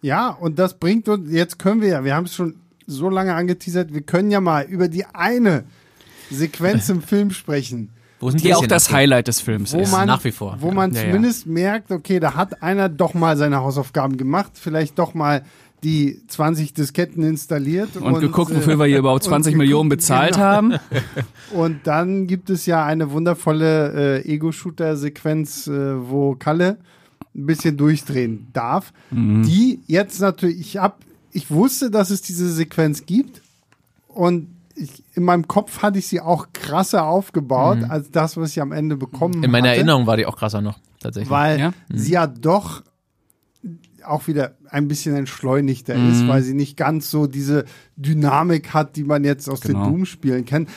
Speaker 1: Ja, und das bringt uns, jetzt können wir ja, wir haben es schon so lange angeteasert, wir können ja mal über die eine Sequenz im Film sprechen.
Speaker 3: Wo sind
Speaker 2: Die
Speaker 3: die
Speaker 2: auch
Speaker 3: denn
Speaker 2: das
Speaker 3: abgeht?
Speaker 2: Highlight des Films
Speaker 1: wo
Speaker 2: ist.
Speaker 1: man,
Speaker 3: nach wie vor, genau.
Speaker 1: Wo
Speaker 3: ja.
Speaker 1: man
Speaker 2: Ja, ja.
Speaker 1: zumindest merkt, okay, da hat einer doch mal seine Hausaufgaben gemacht, vielleicht doch mal die 20 Disketten installiert
Speaker 2: Und, geguckt,
Speaker 1: äh,
Speaker 2: wofür wir hier überhaupt
Speaker 1: und
Speaker 2: 20
Speaker 1: geguckt,
Speaker 2: Millionen bezahlt
Speaker 1: genau.
Speaker 2: haben.
Speaker 1: Und dann gibt es ja eine wundervolle äh, Ego-Shooter-Sequenz, äh, wo Kalle ein bisschen durchdrehen darf.
Speaker 3: Mhm.
Speaker 1: Die jetzt natürlich, ich hab, ich wusste, dass es diese Sequenz gibt und ich, in meinem Kopf hatte ich sie auch krasser aufgebaut als das, was ich am Ende bekommen habe.
Speaker 3: Mhm. In meiner Erinnerung war die auch krasser noch, tatsächlich.
Speaker 1: weil
Speaker 2: Ja. Mhm.
Speaker 1: sie ja doch auch wieder ein bisschen entschleunigter
Speaker 2: Mhm.
Speaker 1: ist, weil sie nicht ganz so diese Dynamik hat, die man jetzt aus
Speaker 2: Genau.
Speaker 1: den Doom-Spielen kennt.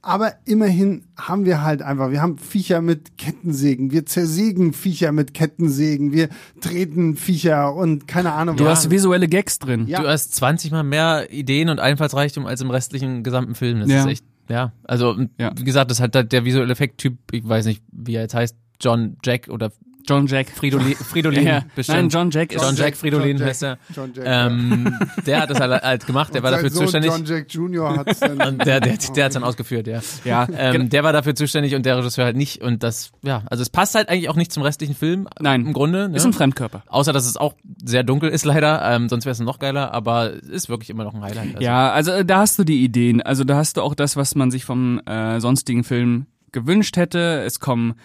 Speaker 1: Aber immerhin haben wir halt einfach, wir haben Viecher mit Kettensägen, wir zersägen Viecher mit Kettensägen, wir treten Viecher und keine Ahnung.
Speaker 2: Du
Speaker 1: was.
Speaker 2: hast visuelle Gags drin.
Speaker 1: Ja.
Speaker 3: Du hast 20 mal mehr Ideen und Einfallsreichtum als im restlichen gesamten Film. Das
Speaker 2: Ja.
Speaker 3: ist echt, ja. Also,
Speaker 2: Ja.
Speaker 3: wie gesagt, das hat halt der visuelle Effekt-Typ, ich weiß nicht, wie er jetzt heißt, John Jack oder
Speaker 2: John Jack.
Speaker 3: Fridolin, Fridolin
Speaker 2: Ja. Nein,
Speaker 3: bestimmt.
Speaker 2: John Jack ist
Speaker 3: John Jack,
Speaker 1: Jack,
Speaker 3: Fridolin
Speaker 1: John Jack.
Speaker 3: heißt er.
Speaker 1: John Jack,
Speaker 3: ähm, der hat das halt, halt gemacht, der war
Speaker 1: Sein
Speaker 3: dafür
Speaker 1: Sohn
Speaker 3: zuständig.
Speaker 1: John Jack Jr. hat es dann.
Speaker 3: Und der, der, der hat's dann ausgeführt, ja.
Speaker 2: Ja,
Speaker 3: Ähm, der war dafür zuständig und der Regisseur halt nicht. Und das, ja, also es passt halt eigentlich auch nicht zum restlichen Film. äh,
Speaker 2: Nein.
Speaker 3: Im Grunde. Ne?
Speaker 2: ist ein Fremdkörper.
Speaker 3: Außer, dass es auch sehr dunkel ist leider. Ähm, sonst wäre es noch geiler, aber es ist wirklich immer noch ein Highlight. Also,
Speaker 2: Ja, also äh, da hast du die Ideen. Also da hast du auch das, was man sich vom äh, sonstigen Film gewünscht hätte. Es kommen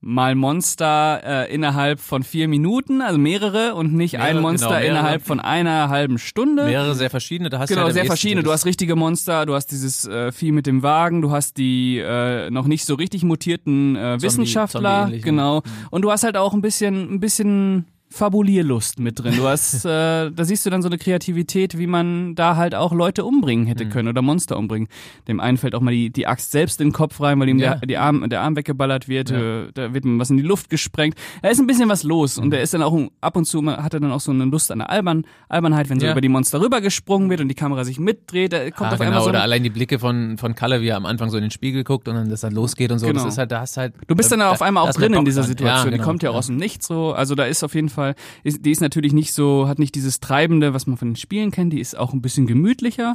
Speaker 2: mal Monster äh, innerhalb von vier Minuten, also mehrere und nicht ein
Speaker 3: Mehrere,
Speaker 2: Monster
Speaker 3: genau, mehrere.
Speaker 2: innerhalb von einer halben Stunde.
Speaker 3: Mehrere sehr verschiedene. Da hast du
Speaker 2: Genau,
Speaker 3: halt am
Speaker 2: sehr
Speaker 3: ehesten
Speaker 2: verschiedene.
Speaker 3: so
Speaker 2: Du
Speaker 3: das-
Speaker 2: hast richtige Monster, du hast dieses äh, Vieh mit dem Wagen, du hast die äh, noch nicht so richtig mutierten äh, Wissenschaftler,
Speaker 3: Zombie-ähnlichen.
Speaker 2: genau. Und du hast halt auch ein bisschen, ein bisschen Fabulierlust mit drin. Du hast, äh, da siehst du dann so eine Kreativität, wie man da halt auch Leute umbringen hätte
Speaker 3: Mhm.
Speaker 2: können oder Monster umbringen. Dem einen fällt auch mal die, die Axt selbst in den Kopf rein, weil ihm
Speaker 3: Ja.
Speaker 2: der, die Arm, der Arm weggeballert wird, äh, da wird ihm was in die Luft gesprengt. Da ist ein bisschen was los
Speaker 3: Mhm.
Speaker 2: und der ist dann auch ab und zu mal- hat er dann auch so eine Lust an der Albern, Albernheit, wenn so
Speaker 3: Ja.
Speaker 2: über die Monster rübergesprungen wird und die Kamera sich mitdreht, da kommt
Speaker 3: Ah,
Speaker 2: auf einmal
Speaker 3: genau,
Speaker 2: so
Speaker 3: oder
Speaker 2: ein,
Speaker 3: allein die Blicke von, von Kalle, wie er am Anfang so in den Spiegel guckt und dann das dann losgeht und so.
Speaker 2: Genau.
Speaker 3: Das ist halt, da hast halt.
Speaker 2: Du bist dann
Speaker 3: da-
Speaker 2: auf einmal
Speaker 3: da
Speaker 2: auch
Speaker 3: ist mehr
Speaker 2: drin in
Speaker 3: Bock
Speaker 2: dieser
Speaker 3: dran.
Speaker 2: Situation.
Speaker 3: Ja,
Speaker 2: Die
Speaker 3: genau.
Speaker 2: kommt ja auch aus dem Nichts so. Also da ist auf jeden Fall, ist, die ist natürlich nicht so, hat nicht dieses Treibende, was man von den Spielen kennt. Die ist auch ein bisschen gemütlicher.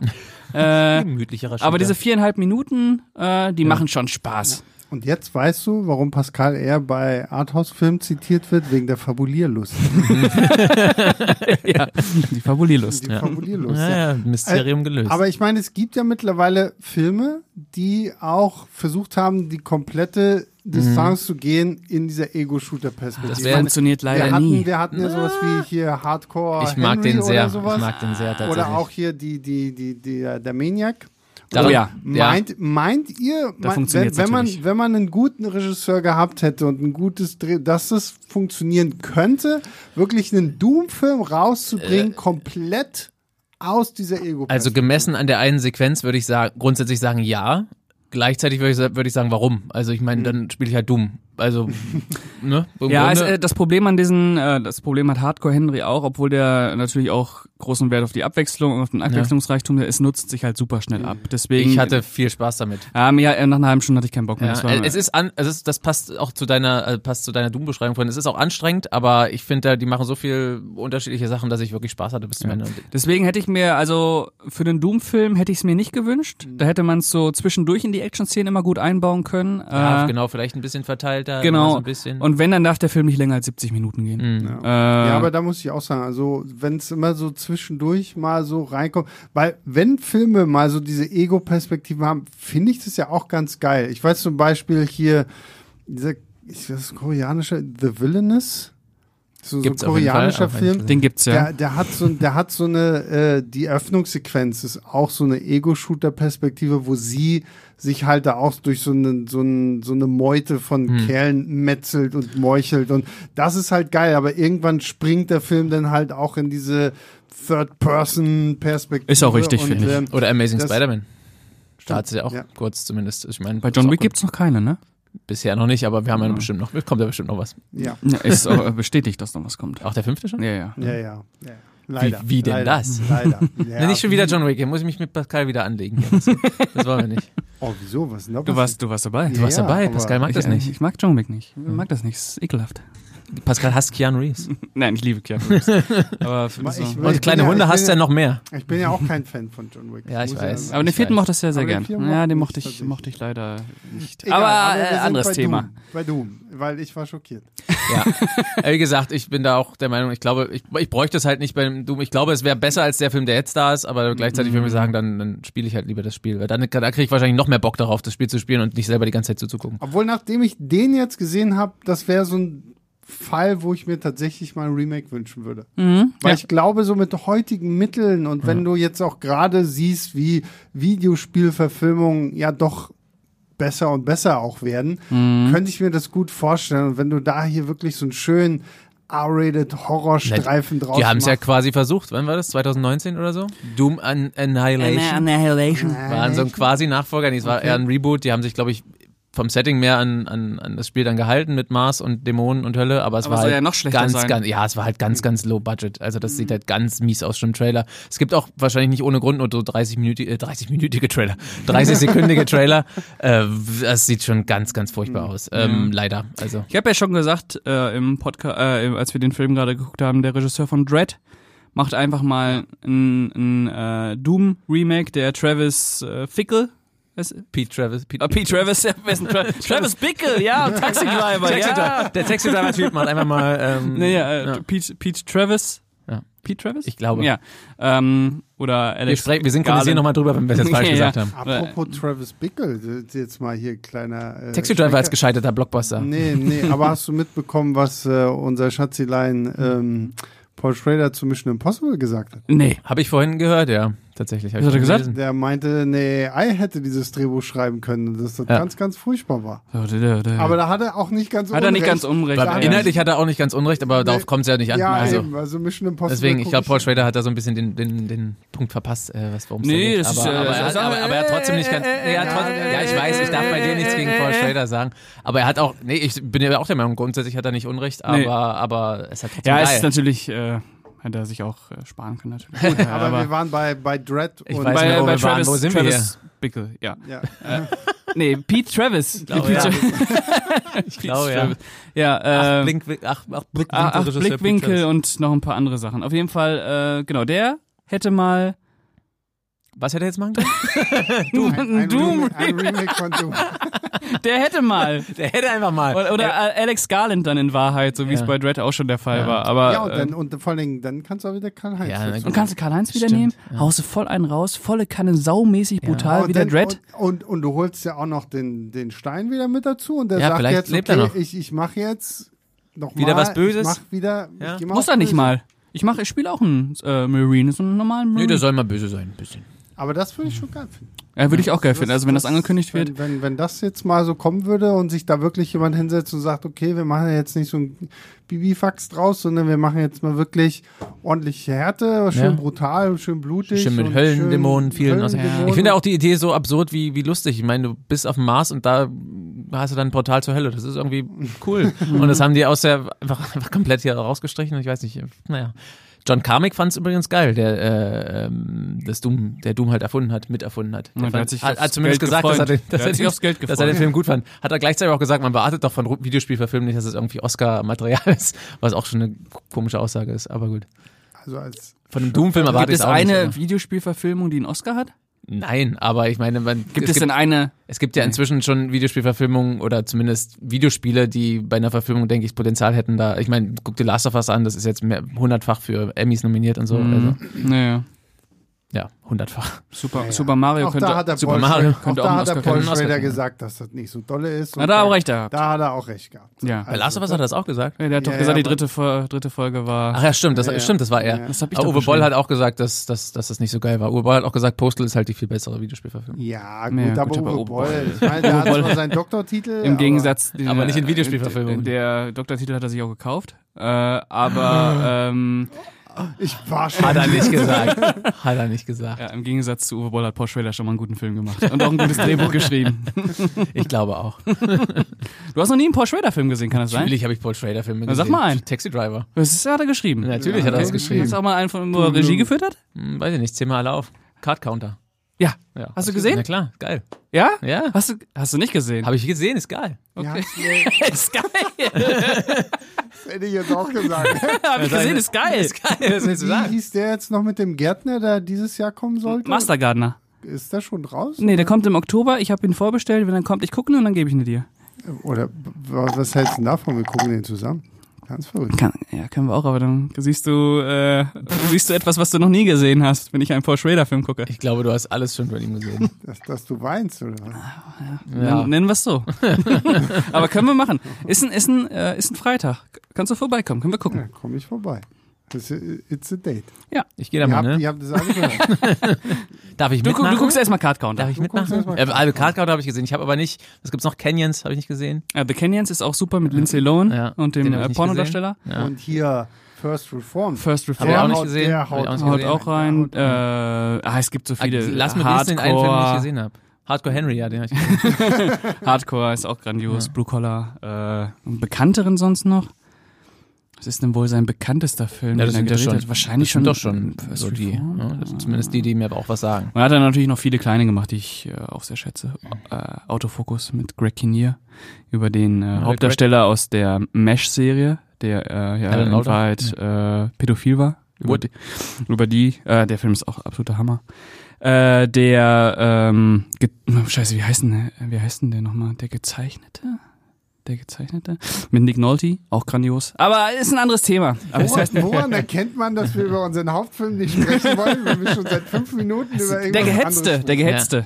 Speaker 2: äh,
Speaker 3: Gemütlicherer
Speaker 2: aber
Speaker 3: Shooter.
Speaker 2: diese viereinhalb Minuten, äh, die machen schon Spaß.
Speaker 1: Und jetzt weißt du, warum Pascal eher bei Arthouse-Filmen zitiert wird, wegen der Fabulierlust.
Speaker 2: ja, die Fabulierlust.
Speaker 1: Die
Speaker 2: Ja.
Speaker 1: Fabulierlust. ja.
Speaker 3: Naja, Mysterium gelöst.
Speaker 1: Aber ich meine, es gibt ja mittlerweile Filme, die auch versucht haben, die komplette Distanz
Speaker 3: Mhm.
Speaker 1: zu gehen in dieser Ego-Shooter-Perspektive.
Speaker 2: Das
Speaker 1: Ich meine,
Speaker 2: funktioniert leider
Speaker 1: wir hatten,
Speaker 2: nie.
Speaker 1: Wir hatten ja sowas wie hier Hardcore
Speaker 3: ich mag
Speaker 1: Henry
Speaker 3: den sehr.
Speaker 1: oder
Speaker 3: Ich
Speaker 1: sowas.
Speaker 3: mag den sehr tatsächlich.
Speaker 1: oder auch hier die, die, die, die, äh, der Maniac.
Speaker 3: Daran-
Speaker 2: Oh ja.
Speaker 1: Meint, meint ihr,
Speaker 2: Da
Speaker 1: mein-
Speaker 2: funktioniert's
Speaker 1: wenn, wenn, man,
Speaker 2: natürlich.
Speaker 1: wenn man einen guten Regisseur gehabt hätte und ein gutes Dreh, dass es funktionieren könnte, wirklich einen Doom-Film rauszubringen, komplett aus dieser ego
Speaker 3: Äh, Also gemessen an der einen Sequenz würde ich sagen, grundsätzlich sagen ja. Gleichzeitig würde ich, sa- würde ich sagen, warum? Also ich meine, dann spiele ich halt dumm. Also, ne? Im
Speaker 2: Ja, es,
Speaker 3: Grunde-
Speaker 2: äh, das Problem an diesen, äh, das Problem hat Hardcore Henry auch, obwohl der natürlich auch großen Wert auf die Abwechslung und auf den Abwechslungsreichtum der ist, nutzt sich halt super schnell ab. Deswegen.
Speaker 3: ich hatte viel Spaß damit.
Speaker 2: Ja, mir, äh, nach einer halben Stunde hatte ich keinen Bock mehr.
Speaker 3: Ja,
Speaker 2: das war,
Speaker 3: äh, es ist an, es ist, das passt auch zu deiner, äh, passt zu deiner Doom-Beschreibung vorhin. Es ist auch anstrengend, aber ich finde, da, die machen so viel unterschiedliche Sachen, dass ich wirklich Spaß hatte bis zum Ende. Und
Speaker 2: Deswegen hätte ich mir, also für den Doom-Film hätte ich es mir nicht gewünscht. Da hätte man es so zwischendurch in die Action-Szenen immer gut einbauen können.
Speaker 3: Ja,
Speaker 2: äh,
Speaker 3: genau, vielleicht ein bisschen verteilter.
Speaker 2: genau.
Speaker 3: So ein bisschen.
Speaker 2: Und wenn, dann darf der Film nicht länger als 70 Minuten gehen. Äh,
Speaker 1: ne? Ja, aber da muss ich auch sagen, also wenn es immer so zwischendurch mal so reinkommt, weil wenn Filme mal so diese Ego-Perspektive haben, finde ich das ja auch ganz geil. Ich weiß zum Beispiel hier, dieser, ist das koreanische The Villainous? So, so ein
Speaker 3: Gibt's auf jeden Fall,
Speaker 1: koreanischer
Speaker 3: aber
Speaker 1: Film.
Speaker 2: den gibt's ja.
Speaker 1: Der, der hat so, der hat so eine, äh, die Öffnungssequenz ist auch so eine Ego-Shooter-Perspektive, wo sie sich halt da auch durch so eine, so, ein, so eine Meute von
Speaker 3: Hm.
Speaker 1: Kerlen metzelt und meuchelt und das ist halt geil, aber irgendwann springt der Film dann halt auch in diese Third-Person-Perspektive.
Speaker 2: Ist auch richtig,
Speaker 1: und,
Speaker 2: finde ich.
Speaker 1: ähm,
Speaker 3: Oder Amazing
Speaker 1: das-
Speaker 3: Spider-Man. Da hat sie ja auch
Speaker 1: ja.
Speaker 3: kurz zumindest. Ich meine,
Speaker 2: Bei John Wick
Speaker 3: ist auch-
Speaker 2: gibt's noch keine, ne?
Speaker 3: bisher noch nicht, aber wir haben ja bestimmt noch, kommt ja bestimmt noch was.
Speaker 1: Ja,
Speaker 2: Ja, ist auch äh, bestätigt, dass noch was kommt.
Speaker 3: Auch der fünfte schon?
Speaker 2: Ja, ja.
Speaker 1: ja, ja. ja. Leider.
Speaker 3: wie denn
Speaker 1: leider,
Speaker 3: das?
Speaker 1: Leider. Ja,
Speaker 3: Nee, nicht schon wieder John Wick, hier muss ich mich mit Pascal wieder anlegen. Hier. Das, das wollen wir nicht.
Speaker 1: Oh, wieso? Was ist denn da
Speaker 2: Du
Speaker 1: passiert?
Speaker 2: warst, du warst dabei.
Speaker 1: Du warst Ja, Hm.
Speaker 3: Dabei,
Speaker 1: aber-
Speaker 3: Pascal mag
Speaker 2: ich, äh,
Speaker 3: das nicht.
Speaker 2: Ich mag John Wick nicht. Ich mag das nicht. Ist ekelhaft.
Speaker 3: Pascal hasst Keanu Reeves.
Speaker 2: Nein, ich liebe Keanu Reeves. Aber, für
Speaker 1: Ich-
Speaker 2: so.
Speaker 1: ich
Speaker 3: Und
Speaker 1: bin
Speaker 3: kleine
Speaker 1: ja-
Speaker 3: Hunde
Speaker 1: ich bin
Speaker 3: hasst
Speaker 1: ja-
Speaker 3: er noch mehr.
Speaker 1: Ich bin ja auch kein Fan von John Wick.
Speaker 3: Ja, ich
Speaker 1: Muss
Speaker 3: weiß.
Speaker 1: sagen.
Speaker 2: aber den
Speaker 3: Ich
Speaker 2: vierten
Speaker 3: weiß.
Speaker 2: mochte ich sehr, sehr
Speaker 1: Aber den
Speaker 2: gern.
Speaker 1: vierten
Speaker 2: Ja, den
Speaker 1: mochte
Speaker 2: mochte
Speaker 1: ich
Speaker 2: ich,
Speaker 1: tatsächlich.
Speaker 2: mochte ich leider nicht.
Speaker 1: Egal,
Speaker 2: aber
Speaker 1: wir
Speaker 2: äh,
Speaker 1: sind
Speaker 2: anderes
Speaker 1: bei
Speaker 2: Thema.
Speaker 1: Doom, bei Doom, weil ich war schockiert.
Speaker 3: Ja. Äh, Wie gesagt, ich bin da auch der Meinung, ich glaube, ich, ich bräuchte es halt nicht beim Doom. Ich glaube, es wäre besser als der Film, der jetzt da ist, aber gleichzeitig würde ich sagen, dann, dann spiele ich halt lieber das Spiel. Weil dann da kriege ich wahrscheinlich noch mehr Bock darauf, das Spiel zu spielen und nicht selber die ganze Zeit zuzugucken.
Speaker 1: Obwohl, nachdem ich den jetzt gesehen habe, das wäre so ein Fall, wo ich mir tatsächlich mal ein Remake wünschen würde.
Speaker 3: Mhm,
Speaker 1: Weil ich glaube, so mit heutigen Mitteln und wenn du jetzt auch gerade siehst, wie Videospielverfilmungen ja doch besser und besser auch werden,
Speaker 3: Mhm.
Speaker 1: könnte ich mir das gut vorstellen. Und wenn du da hier wirklich so einen schönen R-rated Horrorstreifen draus
Speaker 3: Die haben es ja
Speaker 1: machst.
Speaker 3: quasi versucht. Wann war das? 2019 oder so? Doom An Annihilation.
Speaker 2: Annihilation.
Speaker 3: Waren so ein quasi Nachfolger. Nee, es war eher ein Reboot. Die haben sich, glaube ich, vom Setting mehr an, an, an das Spiel dann gehalten mit Mars und Dämonen und Hölle, aber es
Speaker 2: Aber
Speaker 3: war
Speaker 2: soll
Speaker 3: halt
Speaker 2: ja noch schlechter
Speaker 3: ganz,
Speaker 2: sein. Mhm.
Speaker 3: ganz, ja, es war halt ganz, ganz low budget. Also das sieht halt ganz mies aus schon im Trailer. Es gibt auch wahrscheinlich nicht ohne Grund nur so 30-minütige, äh, 30-minütige Trailer, 30-sekündige Trailer. Äh, das sieht schon ganz, ganz furchtbar
Speaker 2: Mhm.
Speaker 3: aus. Ähm, Leider. Also
Speaker 2: Ich habe ja schon gesagt, äh, im Podcast, äh, im- als wir den Film gerade geguckt haben, der Regisseur von Dread macht einfach mal ein, ein äh, Doom-Remake, der Travis äh, Fickle. Was-
Speaker 3: Pete Travis, Pete,
Speaker 2: Ah, Pete Travis, ja, wessen Tra Travis Bickle, ja, und Taxidriver, ja.
Speaker 3: Der Taxi-Driver-Typ macht einfach mal. Ähm,
Speaker 2: Naja, äh,
Speaker 3: ja.
Speaker 2: Pete, Pete Travis.
Speaker 3: Ja.
Speaker 2: Pete Travis?
Speaker 3: Ich glaube.
Speaker 2: Ja. Ähm, oder Alex.
Speaker 3: wir, sprechen, wir synchronisieren nochmal drüber, wenn wir es jetzt falsch
Speaker 2: Ja,
Speaker 3: gesagt
Speaker 2: ja.
Speaker 3: haben.
Speaker 1: Apropos Travis Bickle, jetzt mal hier kleiner. Äh,
Speaker 3: Taxi Driver als
Speaker 1: Schlenker.
Speaker 3: gescheiterter Blockbuster.
Speaker 1: Nee, nee, aber hast du mitbekommen, was äh, unser Schatzilein ähm, Paul Schrader zu Mission Impossible gesagt hat?
Speaker 2: Nee.
Speaker 3: Habe ich vorhin gehört, ja. Tatsächlich. hab
Speaker 2: Was
Speaker 3: ich
Speaker 2: hat er gesagt?
Speaker 3: gelesen.
Speaker 1: Der meinte, nee, I hätte dieses Drehbuch schreiben können, und dass das
Speaker 3: Ja.
Speaker 1: ganz, ganz furchtbar war.
Speaker 2: So, da, da, da.
Speaker 1: Aber da hat er auch nicht ganz
Speaker 2: Hat er nicht ganz unrecht.
Speaker 1: Da hat er-
Speaker 3: Inhaltlich hat er auch nicht ganz unrecht, aber darauf kommt es ja nicht an.
Speaker 1: Ja,
Speaker 3: also.
Speaker 1: eben, also Mission Impossible.
Speaker 3: Deswegen, ich
Speaker 1: guck
Speaker 3: glaube, Paul Schrader hat da so ein bisschen den, den, den Punkt verpasst, äh, was warum
Speaker 2: Nee,
Speaker 3: da geht.
Speaker 2: das ist,
Speaker 3: aber,
Speaker 2: äh,
Speaker 3: aber,
Speaker 2: das ist- äh,
Speaker 3: er, aber, aber er hat trotzdem nicht ganz. Nee, er hat trotzdem, ja, ich weiß, ich darf bei dir nichts gegen Paul Schrader sagen. Aber er hat auch. Nee, ich bin ja auch der Meinung, grundsätzlich hat er nicht Unrecht, aber,
Speaker 2: Nee.
Speaker 3: aber es hat trotzdem
Speaker 2: ja, es
Speaker 3: geil.
Speaker 2: ist natürlich, äh, hätte er sich auch äh, sparen können, natürlich. Äh,
Speaker 1: Aber, wir waren bei, bei Dread
Speaker 3: Ich
Speaker 1: und
Speaker 3: weiß
Speaker 2: bei,
Speaker 3: nicht, wo
Speaker 2: bei
Speaker 3: wir waren.
Speaker 2: Travis,
Speaker 3: Wo sind wir
Speaker 2: Travis Bickle, ja.
Speaker 1: ja.
Speaker 2: Äh, Nee, Pete Travis.
Speaker 3: glaube,
Speaker 2: Pete
Speaker 3: ja.
Speaker 2: Travis. ich
Speaker 3: glaube, ja.
Speaker 2: ja. ähm,
Speaker 3: Blink, ach, ach, Blickwinkel,
Speaker 2: Ah, ach,
Speaker 3: Regisseur
Speaker 2: Blickwinkel
Speaker 3: Pete
Speaker 2: und noch ein paar andere Sachen. Auf jeden Fall, äh, genau, der hätte mal
Speaker 3: Travis. Was hätte er jetzt machen können?
Speaker 1: Ein, ein,
Speaker 2: Doom
Speaker 1: Remake, ein Remake von Doom.
Speaker 2: Der hätte mal.
Speaker 3: Der hätte einfach mal.
Speaker 2: Oder, oder äh, Alex Garland dann in Wahrheit, so wie es bei Dredd auch schon der Fall war. Aber,
Speaker 1: Ja, und, dann,
Speaker 2: äh,
Speaker 1: und vor allen Dingen, dann kannst du auch wieder Karl-Heinz
Speaker 3: Ja,
Speaker 1: dazu.
Speaker 3: dann-
Speaker 2: und kannst du Karl-Heinz wieder
Speaker 3: Stimmt,
Speaker 2: nehmen, haust du voll einen raus, volle Kanne, saumäßig brutal,
Speaker 1: Und
Speaker 2: wie der
Speaker 1: Oh, dann-
Speaker 2: Dredd.
Speaker 1: Und, und, und du holst ja auch noch den, den Stein wieder mit dazu und der
Speaker 3: Ja,
Speaker 1: sagt
Speaker 3: vielleicht
Speaker 1: jetzt,
Speaker 3: lebt
Speaker 1: okay,
Speaker 3: er noch.
Speaker 1: ich, ich mache jetzt noch
Speaker 3: Wieder
Speaker 1: mal,
Speaker 3: was Böses?
Speaker 1: Ich mach wieder,
Speaker 3: Ja.
Speaker 1: ich geh mal
Speaker 2: Muss
Speaker 1: auf
Speaker 2: er nicht
Speaker 1: Böse.
Speaker 2: mal. Ich mache, ich spiele auch einen äh, Marine, so einen normalen
Speaker 3: Nee,
Speaker 2: Marine.
Speaker 3: der soll mal böse sein, ein bisschen.
Speaker 1: Aber das würde ich schon geil finden.
Speaker 2: ja, würde ich auch geil finden. Also wenn das angekündigt wird,
Speaker 1: Wenn, wenn, wenn das jetzt mal so kommen würde und sich da wirklich jemand hinsetzt und sagt, okay, wir machen ja jetzt nicht so ein Bibifax draus, sondern wir machen jetzt mal wirklich ordentliche Härte, schön
Speaker 3: Ja.
Speaker 1: brutal, schön blutig.
Speaker 3: Schön mit
Speaker 1: und
Speaker 3: Höllendämonen,
Speaker 1: schön
Speaker 3: vielen.
Speaker 1: Höllendämonen.
Speaker 3: Ich finde auch die Idee so absurd wie, wie lustig. Ich meine, du bist auf dem Mars und da hast du dann ein Portal zur Hölle. Das ist irgendwie cool. und das haben die aus der einfach, einfach komplett hier rausgestrichen. Ich weiß nicht, naja. John Carmack fand es übrigens geil, der äh, ähm, das Doom, der Doom halt erfunden hat, miterfunden hat.
Speaker 2: Ja, der
Speaker 3: fand-
Speaker 2: hat sich
Speaker 3: hat,
Speaker 2: aufs
Speaker 3: hat zumindest
Speaker 2: Geld
Speaker 3: gesagt, dass er,
Speaker 2: gefreut.
Speaker 3: den,
Speaker 2: Der
Speaker 3: dass,
Speaker 2: hat
Speaker 3: er
Speaker 2: sich
Speaker 3: den,
Speaker 2: aufs Geld
Speaker 3: dass er den
Speaker 2: gefreut.
Speaker 3: Film gut fand. Hat er gleichzeitig auch gesagt, man beachtet doch von Ru- Videospielverfilmen nicht, dass es irgendwie Oscar-Material ist, was auch schon eine komische Aussage ist, aber gut.
Speaker 1: Also als
Speaker 3: Von einem Doom-Film
Speaker 2: gibt
Speaker 3: erwarte ich
Speaker 2: es
Speaker 3: auch nicht
Speaker 2: eine
Speaker 3: immer.
Speaker 2: Videospielverfilmung, die einen Oscar hat?
Speaker 3: Nein, aber ich meine, man,
Speaker 2: Gibt es,
Speaker 3: es,
Speaker 2: denn
Speaker 3: gibt,
Speaker 2: eine?
Speaker 3: es gibt ja inzwischen schon Videospielverfilmungen oder zumindest Videospiele, die bei einer Verfilmung, denke ich, Potenzial hätten. Da, ich meine, guck dir Last of Us an, das ist jetzt mehr- hundertfach für Emmys nominiert und so.
Speaker 2: Mhm.
Speaker 3: Also,
Speaker 2: Naja.
Speaker 3: ja, hundertfach.
Speaker 2: Super, Super Mario
Speaker 1: auch
Speaker 2: könnte.
Speaker 1: da hat der
Speaker 3: Super
Speaker 1: Paul
Speaker 3: Mario
Speaker 1: Schrader-
Speaker 2: könnte
Speaker 1: auch
Speaker 2: auch
Speaker 1: da
Speaker 2: einen
Speaker 1: hat der
Speaker 2: Oscar
Speaker 1: Paul
Speaker 2: gewinnen.
Speaker 1: Schrader
Speaker 3: Einen Oscar
Speaker 1: gesagt, dass das nicht so dolle ist.
Speaker 2: Na, da hat er auch recht
Speaker 1: da,
Speaker 2: gehabt.
Speaker 1: da hat er auch recht gehabt. Also,
Speaker 2: Ja.
Speaker 3: Bei Last of Us hat er das auch gesagt.
Speaker 2: Ja, der hat doch
Speaker 1: Ja,
Speaker 2: gesagt, ne?
Speaker 1: ja,
Speaker 2: die dritte, Fol- dritte Folge war.
Speaker 3: Ach ja, stimmt, das,
Speaker 1: Ja, ja.
Speaker 3: stimmt, das war er.
Speaker 1: Ja.
Speaker 2: Das hab ich
Speaker 3: Aber
Speaker 2: doch
Speaker 3: Uwe
Speaker 2: geschrieben.
Speaker 3: Boll hat auch gesagt, dass, dass, dass das nicht so geil war. Uwe Boll hat auch gesagt, Postal ist halt die viel bessere Videospielverfilmung.
Speaker 1: Ja,
Speaker 2: Ja,
Speaker 1: gut,
Speaker 2: gut,
Speaker 1: aber
Speaker 2: aber
Speaker 1: Uwe
Speaker 2: Uwe
Speaker 1: Boll. Ich meine, der hat
Speaker 2: Boll-
Speaker 1: zwar seinen Doktortitel.
Speaker 2: Im
Speaker 1: aber-
Speaker 2: Gegensatz. dieser-
Speaker 3: aber nicht in
Speaker 2: äh,
Speaker 3: Videospielverfilmungen.
Speaker 2: Der Doktortitel hat er sich auch gekauft. Äh,
Speaker 3: Ah.
Speaker 2: aber ähm,
Speaker 1: Ich war
Speaker 3: Hat
Speaker 1: schon.
Speaker 3: er nicht gesagt. Hat er nicht gesagt.
Speaker 2: ja, im Gegensatz zu Uwe Boll hat Paul Schrader schon mal einen guten Film gemacht. Und auch ein gutes Drehbuch geschrieben.
Speaker 3: Ich glaube auch.
Speaker 2: Du hast noch nie einen Paul Schrader Film gesehen, kann das sein?
Speaker 3: Natürlich habe ich Paul Schrader Filme
Speaker 2: Na,
Speaker 3: gesehen.
Speaker 2: sag mal einen.
Speaker 3: Taxi Driver.
Speaker 2: Das ist, hat er geschrieben.
Speaker 3: Natürlich hat er
Speaker 1: das
Speaker 3: das
Speaker 1: ist
Speaker 3: geschrieben.
Speaker 2: Hast du auch mal einen von wo er Regie geführt hat?
Speaker 3: Hm, weiß ich nicht, zähl mal alle auf. Card Counter.
Speaker 2: Ja.
Speaker 3: Ja.
Speaker 2: Hast du gesehen?
Speaker 3: Na klar, geil.
Speaker 2: Ja?
Speaker 3: Ja.
Speaker 2: Hast du, hast du nicht gesehen?
Speaker 3: Habe ich gesehen, ist geil.
Speaker 1: Ja,
Speaker 2: ist geil.
Speaker 1: hätte ich jetzt auch gesagt.
Speaker 2: Hab ich gesehen, ist geil. Ist geil.
Speaker 3: Was willst du
Speaker 1: Wie
Speaker 3: sagen?
Speaker 1: hieß der jetzt noch mit dem Gärtner, der dieses Jahr kommen sollte?
Speaker 2: Mastergardener.
Speaker 1: Ist der schon raus?
Speaker 2: Nee, der kommt im Oktober. Ich habe ihn vorbestellt. Wenn er kommt, ich gucke ihn und dann gebe ich ihn dir.
Speaker 1: Oder was was hältst du denn davon? Wir gucken den zusammen. Ganz verrückt.
Speaker 2: Kann, ja, können wir auch, aber dann siehst du, äh, siehst du etwas, was du noch nie gesehen hast, wenn ich einen Paul Schrader-Film gucke.
Speaker 3: Ich glaube, du hast alles schon von ihm gesehen.
Speaker 1: Dass, dass du weinst, oder? was?
Speaker 3: Ja.
Speaker 2: Nennen, nennen wir es so. aber können wir machen. Ist ein, ist ein, äh, ist ein Freitag. Kannst du vorbeikommen? Können wir
Speaker 1: Ja,
Speaker 2: gucken.
Speaker 1: komm ich vorbei. Das ist, it's a date.
Speaker 3: Ich gehe da
Speaker 1: ihr,
Speaker 3: mal,
Speaker 1: habt,
Speaker 3: ne?
Speaker 1: ihr habt das alle gehört.
Speaker 3: Darf ich
Speaker 2: Du, gu-
Speaker 3: mitmachen?
Speaker 2: du guckst erstmal Card Counter.
Speaker 3: Darf ich
Speaker 1: Du guckst
Speaker 3: mitmachen?
Speaker 1: erst mal.
Speaker 3: Äh, also Card Counter habe ich gesehen. Ich habe aber nicht, was gibt's noch? Canyons habe ich nicht gesehen.
Speaker 2: Ja, The Canyons ist auch super mit Lindsay Lohan
Speaker 3: Ja,
Speaker 2: und dem
Speaker 3: den hab ich
Speaker 2: äh,
Speaker 3: nicht
Speaker 2: Pornodarsteller.
Speaker 3: Ja.
Speaker 1: Und hier First Reform.
Speaker 2: First
Speaker 3: Hab ich auch
Speaker 2: Reform
Speaker 3: nicht
Speaker 1: haut-
Speaker 3: gesehen.
Speaker 1: der
Speaker 3: Hab ich
Speaker 1: haut-
Speaker 3: nicht
Speaker 2: haut
Speaker 3: gesehen.
Speaker 2: auch rein. Äh, ah, es gibt so
Speaker 3: Ah,
Speaker 2: viele.
Speaker 3: Lass mir wenigstens
Speaker 2: Hardcore,
Speaker 3: den einen Film, den ich gesehen habe. Hardcore Henry, ja, den habe ich gesehen.
Speaker 2: Hardcore ist auch grandios. Blue Collar. Äh, einen bekannteren sonst noch? Was ist denn wohl sein bekanntester Film,
Speaker 3: Ja,
Speaker 2: den er gedreht hat? Wahrscheinlich schon.
Speaker 3: Das sind doch schon Äh,
Speaker 2: First
Speaker 3: so die.
Speaker 2: Reform?
Speaker 3: Ja, das sind zumindest die, die mir aber auch was sagen.
Speaker 2: Und er hat dann natürlich noch viele kleine gemacht, die ich äh, auch sehr schätze. Äh, Autofokus mit Greg Kinnear über den äh,
Speaker 3: Greg-
Speaker 2: Hauptdarsteller aus der Mesh-Serie, der äh, ja
Speaker 3: Alan
Speaker 2: in
Speaker 3: Alda?
Speaker 2: Wahrheit äh, pädophil war. Über
Speaker 3: Wood.
Speaker 2: die, über die äh, der Film ist auch absoluter Hammer. Äh, der, ähm, ge- scheiße, wie heißt denn, der- wie heißt denn der nochmal? Der Gezeichnete? Der Gezeichnete? Mit Nick Nolte, auch grandios. Aber ist ein anderes Thema. Aber das heißt,
Speaker 1: Woran, woran erkennt man, dass wir über unseren Hauptfilm nicht sprechen wollen, wenn wir schon seit fünf Minuten über irgendwas
Speaker 2: der Gehetzte,
Speaker 1: anderes
Speaker 2: der Gehetzte.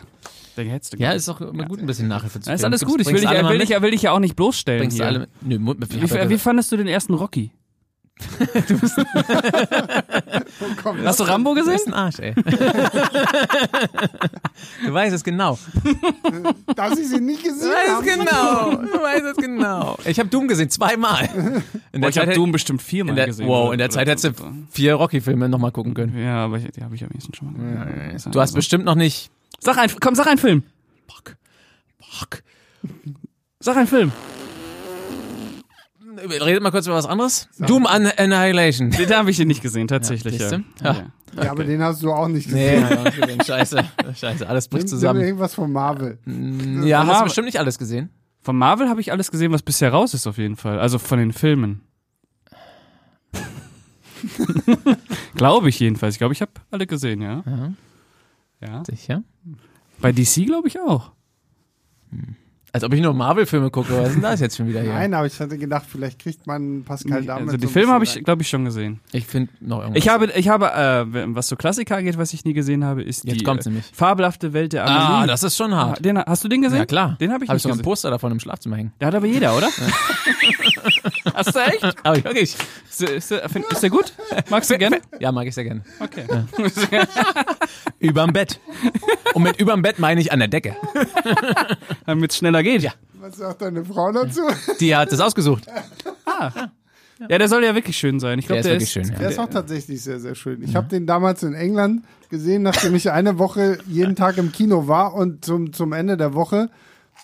Speaker 2: Der Gehetzte. genau.
Speaker 3: Ja, ist doch immer gut, ein bisschen Nachhilfe zu
Speaker 2: Ja, ist
Speaker 3: geben.
Speaker 2: alles
Speaker 3: Gibst-
Speaker 2: gut. Ich will
Speaker 3: bringst
Speaker 2: dich,
Speaker 3: alle mal
Speaker 2: will,
Speaker 3: mit?
Speaker 2: dich, will dich ja auch nicht bloßstellen.
Speaker 3: Bringst du
Speaker 2: hier.
Speaker 3: alle. Nö, Mund-
Speaker 2: wie, wie fandest du den ersten Rocky?
Speaker 1: Oh, Komm,
Speaker 2: Hast du Rambo
Speaker 3: Du
Speaker 2: gesehen?
Speaker 3: bist ein Arsch, ey. du weißt es genau.
Speaker 1: dass ich sie nicht gesehen
Speaker 3: weißt
Speaker 1: habe.
Speaker 3: es genau. Du weißt es genau. Ich habe Doom gesehen, zweimal. In
Speaker 2: Boah, ich habe
Speaker 3: hätt-
Speaker 2: Doom bestimmt viermal
Speaker 3: in der,
Speaker 2: gesehen.
Speaker 3: Wow,
Speaker 2: oder-
Speaker 3: in der
Speaker 2: oder-
Speaker 3: Zeit hättest du vier Rocky-Filme nochmal gucken können.
Speaker 2: Ja, aber ich, die habe ich am ehesten schon mal gesehen.
Speaker 3: Du hast bestimmt noch nicht.
Speaker 2: Sag ein, komm, sag einen Film.
Speaker 3: Fuck. Fuck.
Speaker 2: Sag einen Film.
Speaker 3: Redet mal kurz über was anderes. Doom An Annihilation.
Speaker 2: Den habe ich den nicht gesehen, tatsächlich.
Speaker 3: Ja,
Speaker 2: Ja,
Speaker 3: siehste?
Speaker 2: ja.
Speaker 1: Ja, aber den hast du auch nicht gesehen.
Speaker 3: Nee, hab ich nicht gesehen. scheiße. Scheiße, alles
Speaker 1: Nimm-
Speaker 3: bricht
Speaker 1: nimm
Speaker 3: zusammen.
Speaker 1: irgendwas von Marvel.
Speaker 3: Ja, hast
Speaker 2: Marvel.
Speaker 3: du bestimmt nicht alles gesehen.
Speaker 2: Von Marvel habe ich alles gesehen, was bisher raus ist, auf jeden Fall. Also von den Filmen. glaube ich jedenfalls. Ich glaube, ich habe alle gesehen, ja.
Speaker 3: Ja.
Speaker 2: ja.
Speaker 3: Sicher.
Speaker 2: Bei DC glaube ich auch.
Speaker 3: Als ob ich nur Marvel-Filme gucke. Was ist denn das jetzt schon wieder hier?
Speaker 1: Nein, aber ich hatte gedacht, vielleicht kriegt man Pascal damit.
Speaker 2: Also die
Speaker 1: so ein
Speaker 2: Filme
Speaker 1: bisschen
Speaker 2: habe ich,
Speaker 1: rein.
Speaker 2: glaube ich, schon gesehen.
Speaker 3: Ich finde noch irgendwas.
Speaker 2: Ich habe, ich habe, äh, was so Klassiker angeht, was ich nie gesehen habe, ist
Speaker 3: Jetzt
Speaker 2: die
Speaker 3: kommt's
Speaker 2: äh,
Speaker 3: nämlich.
Speaker 2: fabelhafte Welt der Amelie.
Speaker 3: ah, das ist schon hart.
Speaker 2: den, hast du den gesehen?
Speaker 3: Ja, klar.
Speaker 2: Den habe ich
Speaker 3: Habe
Speaker 2: nicht
Speaker 3: ich sogar ein
Speaker 2: gesehen.
Speaker 3: Poster davon im Schlafzimmer hängen.
Speaker 2: Der hat aber jeder, oder? hast du echt?
Speaker 3: Aber wirklich.
Speaker 2: Ist, der- ist, der- find- ist der gut? Magst du gerne?
Speaker 3: Ja, mag ich sehr gerne.
Speaker 2: Okay.
Speaker 3: Überm Bett. Und mit überm Bett meine ich an der Decke.
Speaker 2: Damit es schneller geht. Ja.
Speaker 1: Was sagt deine Frau dazu?
Speaker 3: Die hat das ausgesucht.
Speaker 2: ja, der soll ja wirklich schön sein. Ich glaube,
Speaker 3: Der ist
Speaker 2: der,
Speaker 3: wirklich schön, ja.
Speaker 1: Der ist auch tatsächlich sehr, sehr schön. Ich habe den damals in England gesehen, nachdem ich eine Woche jeden Tag im Kino war und zum, zum Ende der Woche.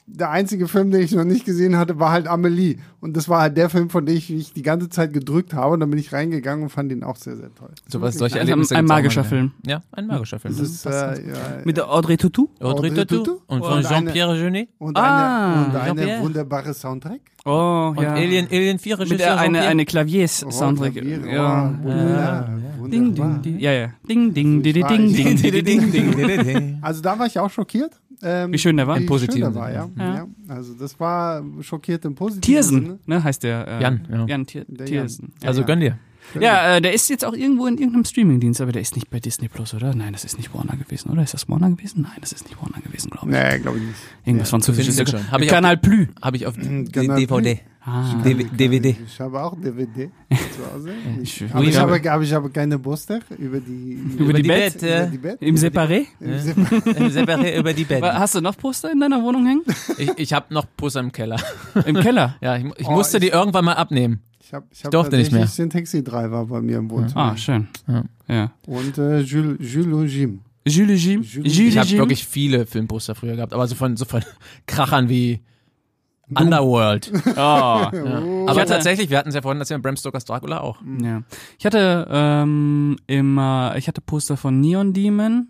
Speaker 1: Der einzige Film, den ich noch nicht gesehen hatte, war halt Amelie. Und das war halt der Film, von dem ich mich die ganze Zeit gedrückt habe. Und dann bin ich reingegangen und fand ihn auch sehr, sehr toll.
Speaker 3: So was, solche
Speaker 2: Also
Speaker 3: Erlebnisse
Speaker 2: ein
Speaker 3: gibt's auch mal
Speaker 2: magischer
Speaker 3: wieder.
Speaker 2: Film.
Speaker 3: Ja, ein magischer Film. Mhm.
Speaker 1: Das ist, äh, ja,
Speaker 2: Mit der Audrey Tutu?
Speaker 3: Audrey
Speaker 1: Audrey
Speaker 3: Tautou
Speaker 1: Tautou
Speaker 3: und von
Speaker 1: und eine-
Speaker 3: Jean-Pierre Jeunet
Speaker 1: und
Speaker 2: Ah,
Speaker 1: eine, und eine
Speaker 3: Jean-Pierre.
Speaker 1: wunderbare Soundtrack.
Speaker 2: Oh,
Speaker 3: und
Speaker 2: ja.
Speaker 3: Alien, Alien 4
Speaker 2: Mit der, eine, eine Klaviers-Soundtrack.
Speaker 1: Klavier, oh,
Speaker 2: ja.
Speaker 1: wunderbar,
Speaker 2: Ding,
Speaker 1: wunderbar.
Speaker 2: ding, ding. Ja, ja. Ding, ding, ding,
Speaker 1: Ich
Speaker 2: ding,
Speaker 1: war-
Speaker 2: ding,
Speaker 1: ich-
Speaker 2: ding, ding, ding.
Speaker 1: Also da war ich auch schockiert. Ähm,
Speaker 2: Wie schön der war.
Speaker 1: Wie
Speaker 3: positiven
Speaker 1: schön der war, ja.
Speaker 3: Sinne.
Speaker 2: Ja.
Speaker 1: Ja. Also das war schockiert im positiven
Speaker 2: Tiersen,
Speaker 1: Sinne.
Speaker 2: ne, heißt der. Äh,
Speaker 3: Jan, ja.
Speaker 2: Jan Tier
Speaker 1: Der Jan.
Speaker 2: Tiersen. Ja,
Speaker 3: Also
Speaker 1: Ja.
Speaker 3: gönn dir.
Speaker 2: ja äh, der ist jetzt auch irgendwo in irgendeinem Streamingdienst, aber der ist nicht bei Disney Plus, oder? Nein, das ist nicht Warner gewesen, oder? Ist das Warner gewesen? Nein, das ist nicht Warner gewesen, glaube ich.
Speaker 1: Nee, glaube ich nicht.
Speaker 2: Irgendwas von zu viel.
Speaker 3: Findest du schon. Hab ich auch-
Speaker 2: Kanal Plü.
Speaker 3: Habe ich auf D-
Speaker 1: Genau.
Speaker 3: DVD.
Speaker 2: Ah.
Speaker 3: D- DVD.
Speaker 1: Ich habe auch DVD zu Hause. Ich,
Speaker 2: schön.
Speaker 1: aber, ich
Speaker 2: Ja.
Speaker 1: habe, aber ich habe keine Booster über die, über,
Speaker 2: die Bett,
Speaker 1: über
Speaker 3: Bette.
Speaker 1: die Bett.
Speaker 2: Im Separé?
Speaker 3: Separé über die
Speaker 2: Wa-
Speaker 3: Bette.
Speaker 2: Hast du noch Poster in deiner Wohnung hängen?
Speaker 3: Ich, ich habe noch Poster im Keller.
Speaker 2: Im Keller.
Speaker 3: Ja, ich, mu- ich
Speaker 1: Oh,
Speaker 3: musste die irgendwann mal abnehmen.
Speaker 1: Ich habe ich hab
Speaker 3: durfte nicht
Speaker 1: tatsächlich
Speaker 3: mehr.
Speaker 1: den Taxi-Driver bei mir im Wohnzimmer.
Speaker 2: Ah, schön.
Speaker 3: Ja.
Speaker 2: Ja.
Speaker 1: Und äh, Jules, Jules und Jim.
Speaker 2: Jules Jim.
Speaker 1: Jules-
Speaker 2: Jules
Speaker 3: Ich habe
Speaker 2: Jim.
Speaker 3: wirklich viele Filmposter früher gehabt, aber so von, so von Krachern wie Underworld.
Speaker 2: Oh.
Speaker 1: Oh.
Speaker 3: Aber
Speaker 2: hatte-
Speaker 3: tatsächlich, wir hatten es ja vorhin, dass wir Bram Stokers Dracula auch.
Speaker 2: Ja. Ich hatte ähm, immer, ich hatte Poster von Neon Demon.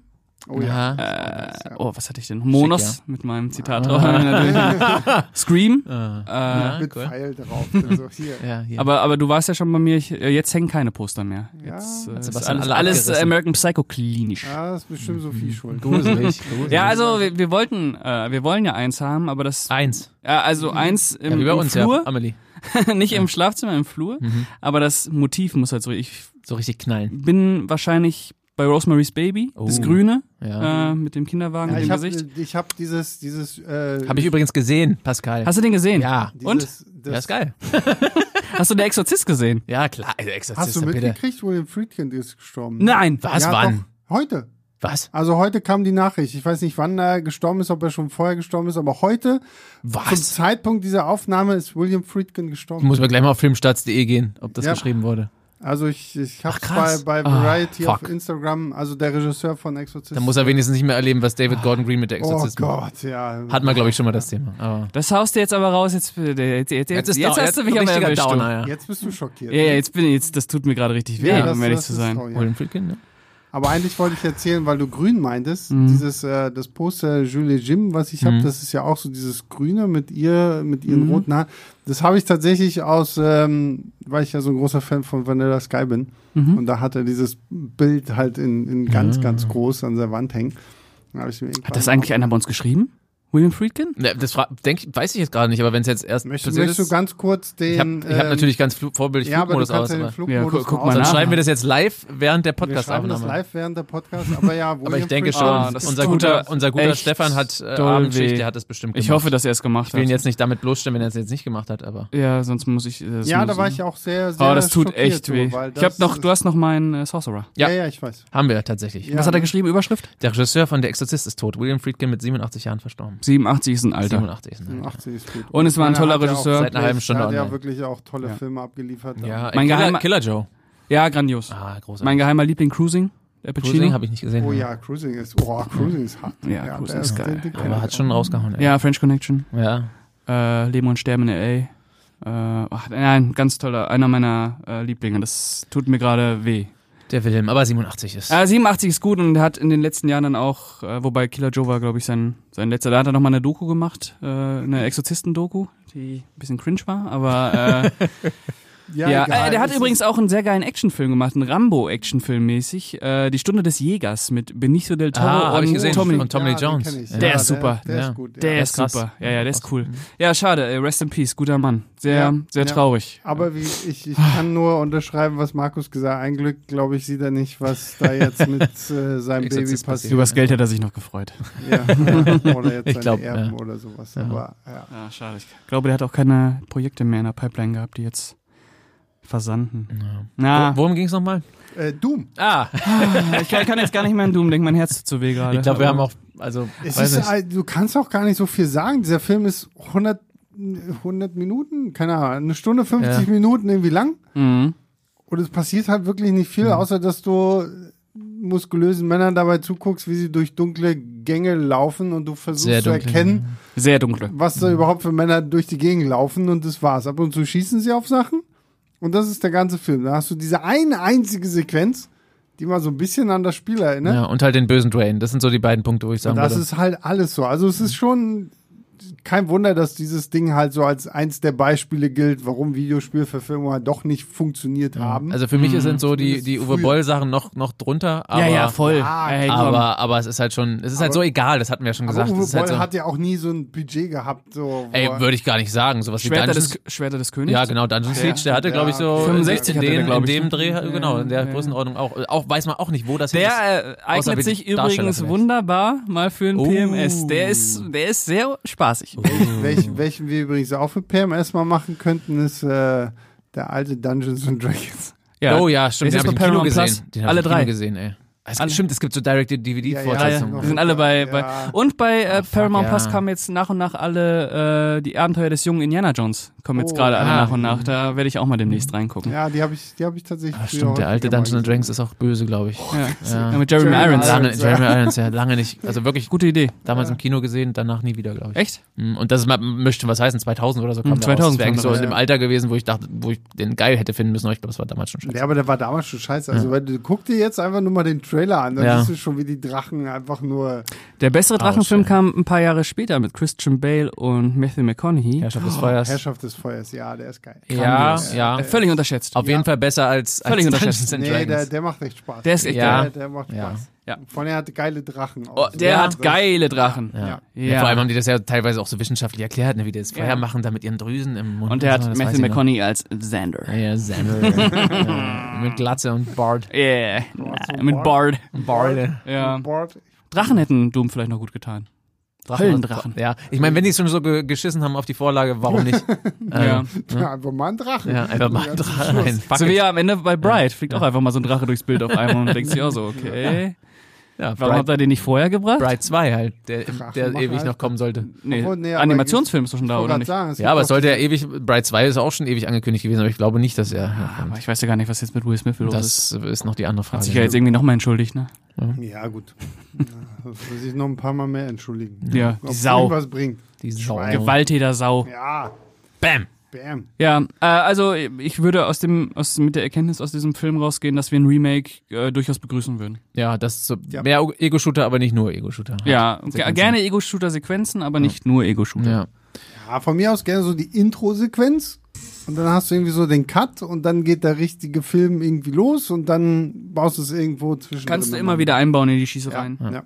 Speaker 1: Oh ja.
Speaker 3: Ja.
Speaker 2: Äh, oh, was hatte ich denn? Monos
Speaker 3: Schick, Ah.
Speaker 2: mit meinem Zitat drauf. Natürlich. Scream.
Speaker 3: Äh.
Speaker 2: Äh,
Speaker 3: Ja,
Speaker 1: Mit
Speaker 3: cool.
Speaker 1: Pfeil drauf. Also hier.
Speaker 3: Ja, hier.
Speaker 2: Aber, aber du warst ja schon bei mir, ich, äh, jetzt hängen keine Poster mehr.
Speaker 1: Ja.
Speaker 2: Jetzt äh,
Speaker 1: Hat
Speaker 2: ist
Speaker 3: Sebastian
Speaker 2: alles,
Speaker 3: Also alle
Speaker 2: alles
Speaker 3: abgerissen. Ah.
Speaker 2: American Psycho klinisch.
Speaker 1: Ja, das ist bestimmt Sophie schuld.
Speaker 3: gruselig.
Speaker 2: Ja, also wir, wir wollten, äh, wir wollen ja eins haben, aber das,
Speaker 3: Eins.
Speaker 2: äh, also eins im,
Speaker 3: Ah. Mhm. Ja, wie bei
Speaker 2: im
Speaker 3: uns, ja. Mhm.
Speaker 2: Flur,
Speaker 3: Amelie.
Speaker 2: nicht im Schlafzimmer, im Flur, aber das Motiv muss halt so, ich
Speaker 3: So richtig knallen.
Speaker 2: bin wahrscheinlich bei Rosemary's Baby, das
Speaker 3: Oh.
Speaker 2: Grüne,
Speaker 3: Ja.
Speaker 2: äh, mit dem Kinderwagen,
Speaker 1: Ja,
Speaker 2: mit
Speaker 1: ich
Speaker 2: dem
Speaker 1: habe
Speaker 2: Gesicht.
Speaker 1: hab dieses, dieses, äh,
Speaker 3: Habe ich übrigens gesehen, Pascal.
Speaker 2: Hast du den gesehen?
Speaker 3: ja.
Speaker 2: Und?
Speaker 1: dieses,
Speaker 3: Das ja,
Speaker 1: das,
Speaker 3: ist geil.
Speaker 2: Hast du den Exorzist gesehen?
Speaker 3: Ja, klar. Also Exorzist,
Speaker 1: Hast du
Speaker 3: bitte.
Speaker 1: mitgekriegt, William Friedkin ist gestorben?
Speaker 2: Nein.
Speaker 3: Was,
Speaker 1: Ja,
Speaker 3: wann?
Speaker 1: Doch, heute.
Speaker 3: Was?
Speaker 1: Also heute kam die Nachricht. Ich weiß nicht, wann er gestorben ist, ob er schon vorher gestorben ist, aber heute, zum
Speaker 3: Was?
Speaker 1: Zeitpunkt dieser Aufnahme, ist William Friedkin
Speaker 3: Ich
Speaker 1: gestorben.
Speaker 3: muss mal gleich mal auf filmstarts.de gehen, ob das
Speaker 1: Ja.
Speaker 3: geschrieben wurde.
Speaker 1: Also ich, ich habe
Speaker 3: Ach, krass.
Speaker 1: bei, bei Variety
Speaker 3: Ah,
Speaker 1: auf
Speaker 3: fuck.
Speaker 1: Instagram, also der Regisseur von Exorzist.
Speaker 3: Dann muss er wenigstens nicht mehr erleben, was David Gordon Green mit der
Speaker 1: oh
Speaker 3: Exorzist macht.
Speaker 1: Gott, ja.
Speaker 3: Hatten wir, glaube ich, schon mal das Thema. Aber
Speaker 2: Das haust du jetzt aber raus, jetzt, jetzt, jetzt, jetzt, jetzt,
Speaker 3: Down-
Speaker 2: hast du mich aber
Speaker 3: richtiger
Speaker 2: erwischt. du.
Speaker 3: Downer, ja.
Speaker 1: Jetzt bist du schockiert.
Speaker 2: Ja, ja, jetzt bin ich, jetzt, das tut mir gerade richtig weh,
Speaker 1: das-
Speaker 2: um ehrlich
Speaker 1: das
Speaker 2: zu
Speaker 1: ist
Speaker 2: sein.
Speaker 1: traurig.
Speaker 3: William Friedkin, ne?
Speaker 1: Aber eigentlich wollte ich erzählen, weil du grün meintest,
Speaker 3: Mhm.
Speaker 1: dieses äh, das Poster Jules Jim, was ich habe, das ist ja auch so dieses Grüne mit ihr, mit
Speaker 3: Mhm.
Speaker 1: ihren roten Haaren. Das habe ich tatsächlich aus, ähm, weil ich ja so ein großer Fan von Vanilla Sky bin.
Speaker 3: Mhm.
Speaker 1: Und da hat er dieses Bild halt in, in
Speaker 3: Ah.
Speaker 1: ganz, ganz groß an der Wand hängen. Dann hab ich mir
Speaker 2: Hat das eigentlich einer bei uns geschrieben? William
Speaker 1: Genau.
Speaker 2: Friedkin?
Speaker 3: Ne, Das fra- denk, weiß ich jetzt gerade nicht, aber wenn es jetzt erst
Speaker 1: möchtest,
Speaker 3: passiert
Speaker 1: möchtest du
Speaker 3: ist-
Speaker 1: ganz kurz den.
Speaker 3: ich habe ich hab
Speaker 1: ähm,
Speaker 3: natürlich ganz flu- vorbildlich
Speaker 1: ja, aber du
Speaker 3: Flugmodus
Speaker 1: kannst
Speaker 3: aus.
Speaker 1: ja den
Speaker 3: Aber
Speaker 1: Flugmodus
Speaker 2: Ja, guck- guck
Speaker 1: mal
Speaker 2: mal
Speaker 3: dann
Speaker 2: nach.
Speaker 3: schreiben wir das jetzt live während der
Speaker 1: Wir schreiben das
Speaker 3: Podcast-Aufnahme.
Speaker 1: live während der Podcast, aber ja,
Speaker 3: Aber ich
Speaker 1: William
Speaker 3: denke
Speaker 1: Friedkin-
Speaker 3: schon,
Speaker 2: Ah, das
Speaker 3: unser,
Speaker 2: tut
Speaker 3: guter,
Speaker 2: echt
Speaker 3: unser guter Stefan hat äh,
Speaker 2: doll
Speaker 3: Abendschicht,
Speaker 2: weh.
Speaker 3: der hat das bestimmt gemacht.
Speaker 2: Ich hoffe, dass er es gemacht
Speaker 3: Ich will ihn
Speaker 2: hat.
Speaker 3: jetzt nicht damit bloßstellen, wenn er es jetzt nicht gemacht hat, aber
Speaker 2: Ja, sonst muss ich. äh, Das
Speaker 1: Ja,
Speaker 2: muss
Speaker 1: da war ich auch sehr, sehr.
Speaker 2: Oh, das tut
Speaker 1: schockiert
Speaker 2: echt
Speaker 1: so,
Speaker 2: weh.
Speaker 1: weil
Speaker 2: Ich hab
Speaker 1: das
Speaker 2: noch,
Speaker 1: ist-
Speaker 2: du hast noch meinen äh, Sorcerer.
Speaker 1: Ja, ja, ich weiß.
Speaker 3: haben wir tatsächlich.
Speaker 1: Ja.
Speaker 2: Was hat er geschrieben? Überschrift?
Speaker 3: Der Regisseur von Der Exorzist ist tot. William Friedkin mit 87 Jahren verstorben. ne?
Speaker 2: 87 ist ein Alter.
Speaker 3: 87 ist ein Alter.
Speaker 1: 80 Um ist gut.
Speaker 2: Und es war ein
Speaker 1: Meiner
Speaker 2: toller
Speaker 1: hat ja auch
Speaker 2: Regisseur.
Speaker 1: wirklich-
Speaker 3: Seit einer halben Stunde
Speaker 1: der hat ja
Speaker 3: online.
Speaker 1: wirklich auch tolle
Speaker 2: Ja.
Speaker 1: Filme abgeliefert. Oh
Speaker 3: Ja,
Speaker 2: Mein
Speaker 3: mein Killer,
Speaker 2: geheimer-
Speaker 3: Killer Joe.
Speaker 2: Ja, grandios.
Speaker 3: Ah, großartig.
Speaker 2: Mein geheimer Liebling Cruising, der Pacino.
Speaker 3: Cruising habe ich nicht gesehen. ne?
Speaker 1: Oh ja, Cruising ist, oh, Cruising ist hart.
Speaker 2: Ja, Cruising
Speaker 1: der
Speaker 2: ist geil.
Speaker 1: den- den kenn
Speaker 3: Aber
Speaker 1: ich
Speaker 3: hat
Speaker 1: auch.
Speaker 3: schon rausgehauen. Ey.
Speaker 2: ja, French Connection.
Speaker 3: ja.
Speaker 2: Äh, Leben und Sterben in L.A. Äh, ach, nein, ganz toller, einer meiner äh, Lieblinge. Das tut mir gerade weh.
Speaker 3: Der Film, aber 87 ist.
Speaker 2: Äh, 87 ist gut und hat in den letzten Jahren dann auch, äh, wobei Killer Joe war, glaube ich, sein, sein letzter. Da hat er nochmal eine Doku gemacht, äh, eine Exorzisten-Doku, die ein bisschen cringe war, aber äh, Ja,
Speaker 1: egal.
Speaker 2: äh, der hat
Speaker 1: Es
Speaker 2: übrigens auch einen sehr geilen Actionfilm gemacht, einen Rambo-Actionfilm mäßig. Äh, die Stunde des Jägers mit Benicio del Toro
Speaker 3: Ah, hab
Speaker 2: und
Speaker 3: ich gesehen.
Speaker 2: Tommy.
Speaker 3: Und Tommy
Speaker 1: den
Speaker 3: Jones.
Speaker 1: kenn ich.
Speaker 3: Der
Speaker 2: ist super.
Speaker 1: Der, der
Speaker 3: Ja.
Speaker 1: ist gut.
Speaker 2: Der
Speaker 1: Ja.
Speaker 2: ist
Speaker 3: krass.
Speaker 2: super. Ja, ja, der ist
Speaker 3: Krass.
Speaker 2: cool. Ja, schade. äh, Rest in Peace, guter Mann. Sehr,
Speaker 1: Ja,
Speaker 2: sehr
Speaker 1: ja.
Speaker 2: traurig.
Speaker 1: Aber wie, ich, ich kann nur unterschreiben, was Markus gesagt hat. Ein Glück, glaube ich, sieht er nicht, was da jetzt mit äh, seinem Baby
Speaker 3: Exorzismus
Speaker 1: passiert.
Speaker 3: passiert.
Speaker 2: Übers Geld hat er sich noch gefreut.
Speaker 1: Ja, ja. Oder jetzt
Speaker 3: Ich
Speaker 1: seine
Speaker 3: glaub,
Speaker 1: Erben
Speaker 3: ja.
Speaker 1: oder sowas.
Speaker 3: Ja.
Speaker 1: Aber ja.
Speaker 2: Ja, Ah, schade. Ich glaube, der hat auch keine Projekte mehr in der Pipeline gehabt, die jetzt versanden.
Speaker 3: Ja.
Speaker 2: Na,
Speaker 3: Wo- Worum ging es nochmal?
Speaker 1: Äh, Doom.
Speaker 3: Ah,
Speaker 2: ich kann, kann jetzt gar nicht mehr an Doom denken, mein Herz tut so weh gerade.
Speaker 3: ich glaube, wir haben auch, also,
Speaker 1: Es
Speaker 3: weiß
Speaker 1: ist,
Speaker 3: nicht.
Speaker 1: äh, du kannst auch gar nicht so viel sagen. Dieser Film ist 100, 100 Minuten, keine Ahnung, eine Stunde 50 Minuten irgendwie lang.
Speaker 2: Mhm.
Speaker 1: Und es passiert halt wirklich nicht
Speaker 3: Mhm.
Speaker 1: viel, außer dass du muskulösen Männern dabei zuguckst, wie sie durch dunkle Gänge laufen und du versuchst
Speaker 3: Sehr
Speaker 1: zu
Speaker 3: dunkle Mhm.
Speaker 1: erkennen,
Speaker 2: Sehr dunkle.
Speaker 1: was da überhaupt für Männer durch die Gegend laufen und das war's. Ab und zu schießen sie auf Sachen und das ist der ganze Film. Da hast du diese eine einzige Sequenz, die mal so ein bisschen an das Spiel erinnert.
Speaker 3: Ja, und halt den bösen Dwayne. Das sind so die beiden Punkte, wo ich sagen
Speaker 1: ne? Das
Speaker 3: würde.
Speaker 1: ist halt alles so. Also es
Speaker 3: Mhm.
Speaker 1: ist schon kein Wunder, dass dieses Ding halt so als eins der Beispiele gilt, warum Videospielverfilmungen halt doch nicht funktioniert haben.
Speaker 3: also für mich sind so die, die
Speaker 1: Zumindest
Speaker 3: Uwe
Speaker 1: früher.
Speaker 3: Boll-Sachen noch, noch drunter. Aber,
Speaker 2: Mhm. ja, ja, voll.
Speaker 1: Ja,
Speaker 2: Ey, komm.
Speaker 3: aber, aber es ist halt schon, es ist halt
Speaker 1: Aber-
Speaker 3: so egal, das hatten wir ja schon
Speaker 1: aber
Speaker 3: gesagt.
Speaker 1: Uwe
Speaker 3: es ist halt
Speaker 1: Boll
Speaker 3: so,
Speaker 1: hat ja auch nie so ein Budget gehabt. So, wo
Speaker 3: ey,
Speaker 1: er-
Speaker 3: würde ich gar nicht sagen. Sowas wie
Speaker 2: Schwerter,
Speaker 3: Dungeons.
Speaker 2: des, Schwerter des Königs?
Speaker 3: Ja, genau, Dungeon Siege, der hatte,
Speaker 1: Ja.
Speaker 3: glaube ich, so
Speaker 2: 65
Speaker 3: in,
Speaker 2: hatte der,
Speaker 3: den, in
Speaker 2: glaub ich,
Speaker 3: dem
Speaker 2: ne?
Speaker 3: Dreh, genau, in der
Speaker 2: Ja, ja.
Speaker 3: Größenordnung auch. Auch weiß man auch nicht, wo das hin ist.
Speaker 2: Der äh,
Speaker 3: Außer
Speaker 2: eignet
Speaker 3: wie
Speaker 2: sich
Speaker 3: die Darsteller
Speaker 2: übrigens
Speaker 3: vielleicht.
Speaker 2: wunderbar mal für einen
Speaker 3: Oh.
Speaker 2: PMS. Der ist, der ist sehr spaßig.
Speaker 1: Welch, welchen wir übrigens auch für PMS mal machen könnten, ist äh, der alte Dungeons and Dragons.
Speaker 3: oh ja, stimmt,
Speaker 2: Der ist
Speaker 3: den habe ich im
Speaker 2: jetzt bei
Speaker 3: Kino
Speaker 2: Paramount Plus.
Speaker 3: gesehen. Den hab
Speaker 2: Alle
Speaker 3: ich im Kino
Speaker 2: drei.
Speaker 3: gesehen, ey. Es,
Speaker 2: Alle-
Speaker 3: Stimmt, es gibt so Directed
Speaker 1: Ja,
Speaker 2: Ja,
Speaker 3: DVD-Fortsetzungen.
Speaker 2: die sind alle bei,
Speaker 1: Ja.
Speaker 2: bei und bei äh,
Speaker 3: Also. Ah, fuck,
Speaker 2: Paramount
Speaker 3: ja.
Speaker 2: Plus kamen jetzt nach und nach alle äh, die Abenteuer des jungen Indiana Jones kommen jetzt
Speaker 1: Oh,
Speaker 2: gerade alle
Speaker 3: ah.
Speaker 2: nach und nach. Da werde ich auch mal demnächst reingucken. Ja.
Speaker 1: Ja, die habe ich, die hab ich tatsächlich.
Speaker 3: Ah,
Speaker 1: früher
Speaker 3: stimmt, der alte
Speaker 1: häufiger mal Oh,
Speaker 3: Dungeons and
Speaker 1: gesehen.
Speaker 3: Dragons ist auch böse, glaube ich.
Speaker 2: Ja. mit Jeremy
Speaker 1: Jeremy Irons.
Speaker 2: Irons. Lange.
Speaker 3: Lange, Jeremy Irons, ja, lange nicht. Also wirklich gut,
Speaker 2: Gute Idee.
Speaker 3: damals im Kino gesehen, danach nie wieder, glaube ich.
Speaker 2: Echt?
Speaker 3: Mm, Und das ist mal, möchte was heißen, 2000 oder so kam
Speaker 2: Hm,
Speaker 3: der raus.
Speaker 2: 2000
Speaker 3: Das wäre
Speaker 2: kam
Speaker 3: eigentlich so
Speaker 2: der
Speaker 3: in dem
Speaker 1: raus,
Speaker 3: Alter gewesen, wo ich dachte, wo ich den geil hätte finden müssen, aber ich glaube, das war damals schon scheiße.
Speaker 1: Ja, aber der war damals schon scheiße. Also, weil du guck dir jetzt einfach nur mal den Trailer an, dann
Speaker 3: Ja.
Speaker 1: siehst du schon, wie die Drachen einfach nur.
Speaker 2: Der bessere Drachenfilm
Speaker 3: Autsch,
Speaker 2: kam ein paar Jahre später mit Christian Bale und Matthew McConaughey.
Speaker 3: Herrschaft des Feuers.
Speaker 1: Herrschaft des Feuers, ja, der ist geil.
Speaker 3: Ja,
Speaker 2: Grandios.
Speaker 3: ja.
Speaker 2: Äh, Völlig unterschätzt.
Speaker 3: Auf jeden Fall besser als, als
Speaker 2: Völlig unterschätzt.
Speaker 3: Dungeons and
Speaker 1: Nee, der,
Speaker 3: Dragons.
Speaker 1: der macht echt Spaß.
Speaker 2: Der ist echt
Speaker 1: ja.
Speaker 3: Ja.
Speaker 1: Der, der macht
Speaker 3: Ja.
Speaker 1: Spaß.
Speaker 2: Ja.
Speaker 1: Von er hat geile Drachen.
Speaker 2: Oh,
Speaker 1: auch. Also
Speaker 2: der
Speaker 1: Ja,
Speaker 2: hat
Speaker 1: das-
Speaker 2: geile Drachen.
Speaker 1: Ja.
Speaker 2: Ja.
Speaker 3: Ja, vor allem haben die das ja teilweise auch so wissenschaftlich erklärt, ne, wie die das Feuer
Speaker 2: Ja.
Speaker 3: machen, da mit ihren Drüsen im Mund.
Speaker 2: Und der
Speaker 3: so,
Speaker 2: hat
Speaker 3: das weiß
Speaker 2: Matthew
Speaker 3: ich noch.
Speaker 2: McConaughey als Xander.
Speaker 3: Ja, ja, Samuel. mit Glatze und Bart.
Speaker 2: Yeah.
Speaker 1: so
Speaker 2: mit Bard.
Speaker 3: Bart.
Speaker 2: Ja.
Speaker 1: Board.
Speaker 2: Drachen hätten Doom vielleicht noch gut getan. Höllendrachen.
Speaker 3: Ja, ich meine, wenn die schon so ge geschissen haben auf die Vorlage, warum nicht?
Speaker 2: Ja.
Speaker 1: Ja, einfach mal ein Drachen.
Speaker 3: Ja, einfach mal
Speaker 1: Ja,
Speaker 3: einen Drachen rein. Fuck
Speaker 2: So
Speaker 3: it.
Speaker 2: wie ja am Ende bei Bright fliegt auch einfach mal so ein Drache durchs Bild auf einmal und denkt sich auch so, okay,
Speaker 3: ja,
Speaker 2: warum habt
Speaker 3: Bright,
Speaker 2: ihr den nicht vorher gebracht?
Speaker 3: Bright 2 halt, der,
Speaker 1: Drachen
Speaker 3: der
Speaker 1: machen
Speaker 3: ewig
Speaker 1: halt.
Speaker 3: noch kommen sollte.
Speaker 2: Nee,
Speaker 1: Obwohl, nee, aber
Speaker 2: Animationsfilm ist doch schon da,
Speaker 1: wollte
Speaker 2: oder
Speaker 1: grad
Speaker 2: nicht?
Speaker 1: sagen, es gibt
Speaker 3: Ja, aber es
Speaker 1: doch-
Speaker 3: sollte ja ewig, Bright 2 ist auch schon ewig angekündigt gewesen, aber ich glaube nicht, dass er. noch kommt.
Speaker 2: Aber ich weiß ja gar nicht, was jetzt mit Will Smith los ist.
Speaker 3: Das ist noch die andere
Speaker 2: Ah, Hat
Speaker 3: Frage.
Speaker 2: sich ja jetzt irgendwie nochmal entschuldigt, ne?
Speaker 1: Ja, gut. Ja, das muss ich noch ein paar Mal mehr entschuldigen.
Speaker 2: Ja,
Speaker 1: Ob
Speaker 2: die Sau.
Speaker 1: irgendwas bringt.
Speaker 3: die Sau.
Speaker 2: Gewalttäter Sau.
Speaker 1: Ja,
Speaker 3: Bam!
Speaker 1: bam.
Speaker 2: Ja, äh, also ich würde aus dem, aus, mit der Erkenntnis aus diesem Film rausgehen, dass wir ein Remake äh, durchaus begrüßen würden.
Speaker 3: Ja, das ist so
Speaker 1: Ja.
Speaker 3: mehr Ego-Shooter, aber nicht nur Ego-Shooter.
Speaker 2: Ja, ge-
Speaker 3: Sequenzen.
Speaker 2: gerne Ego-Shooter-Sequenzen, aber nicht nur Ego-Shooter.
Speaker 3: Ja.
Speaker 1: Ja, von mir aus gerne so die Intro-Sequenz. Und dann hast du irgendwie so den Cut und dann geht der richtige Film irgendwie los und dann baust du es irgendwo zwischen.
Speaker 2: Kannst du immer wieder einbauen in die Schießereien.
Speaker 1: Ja, ja.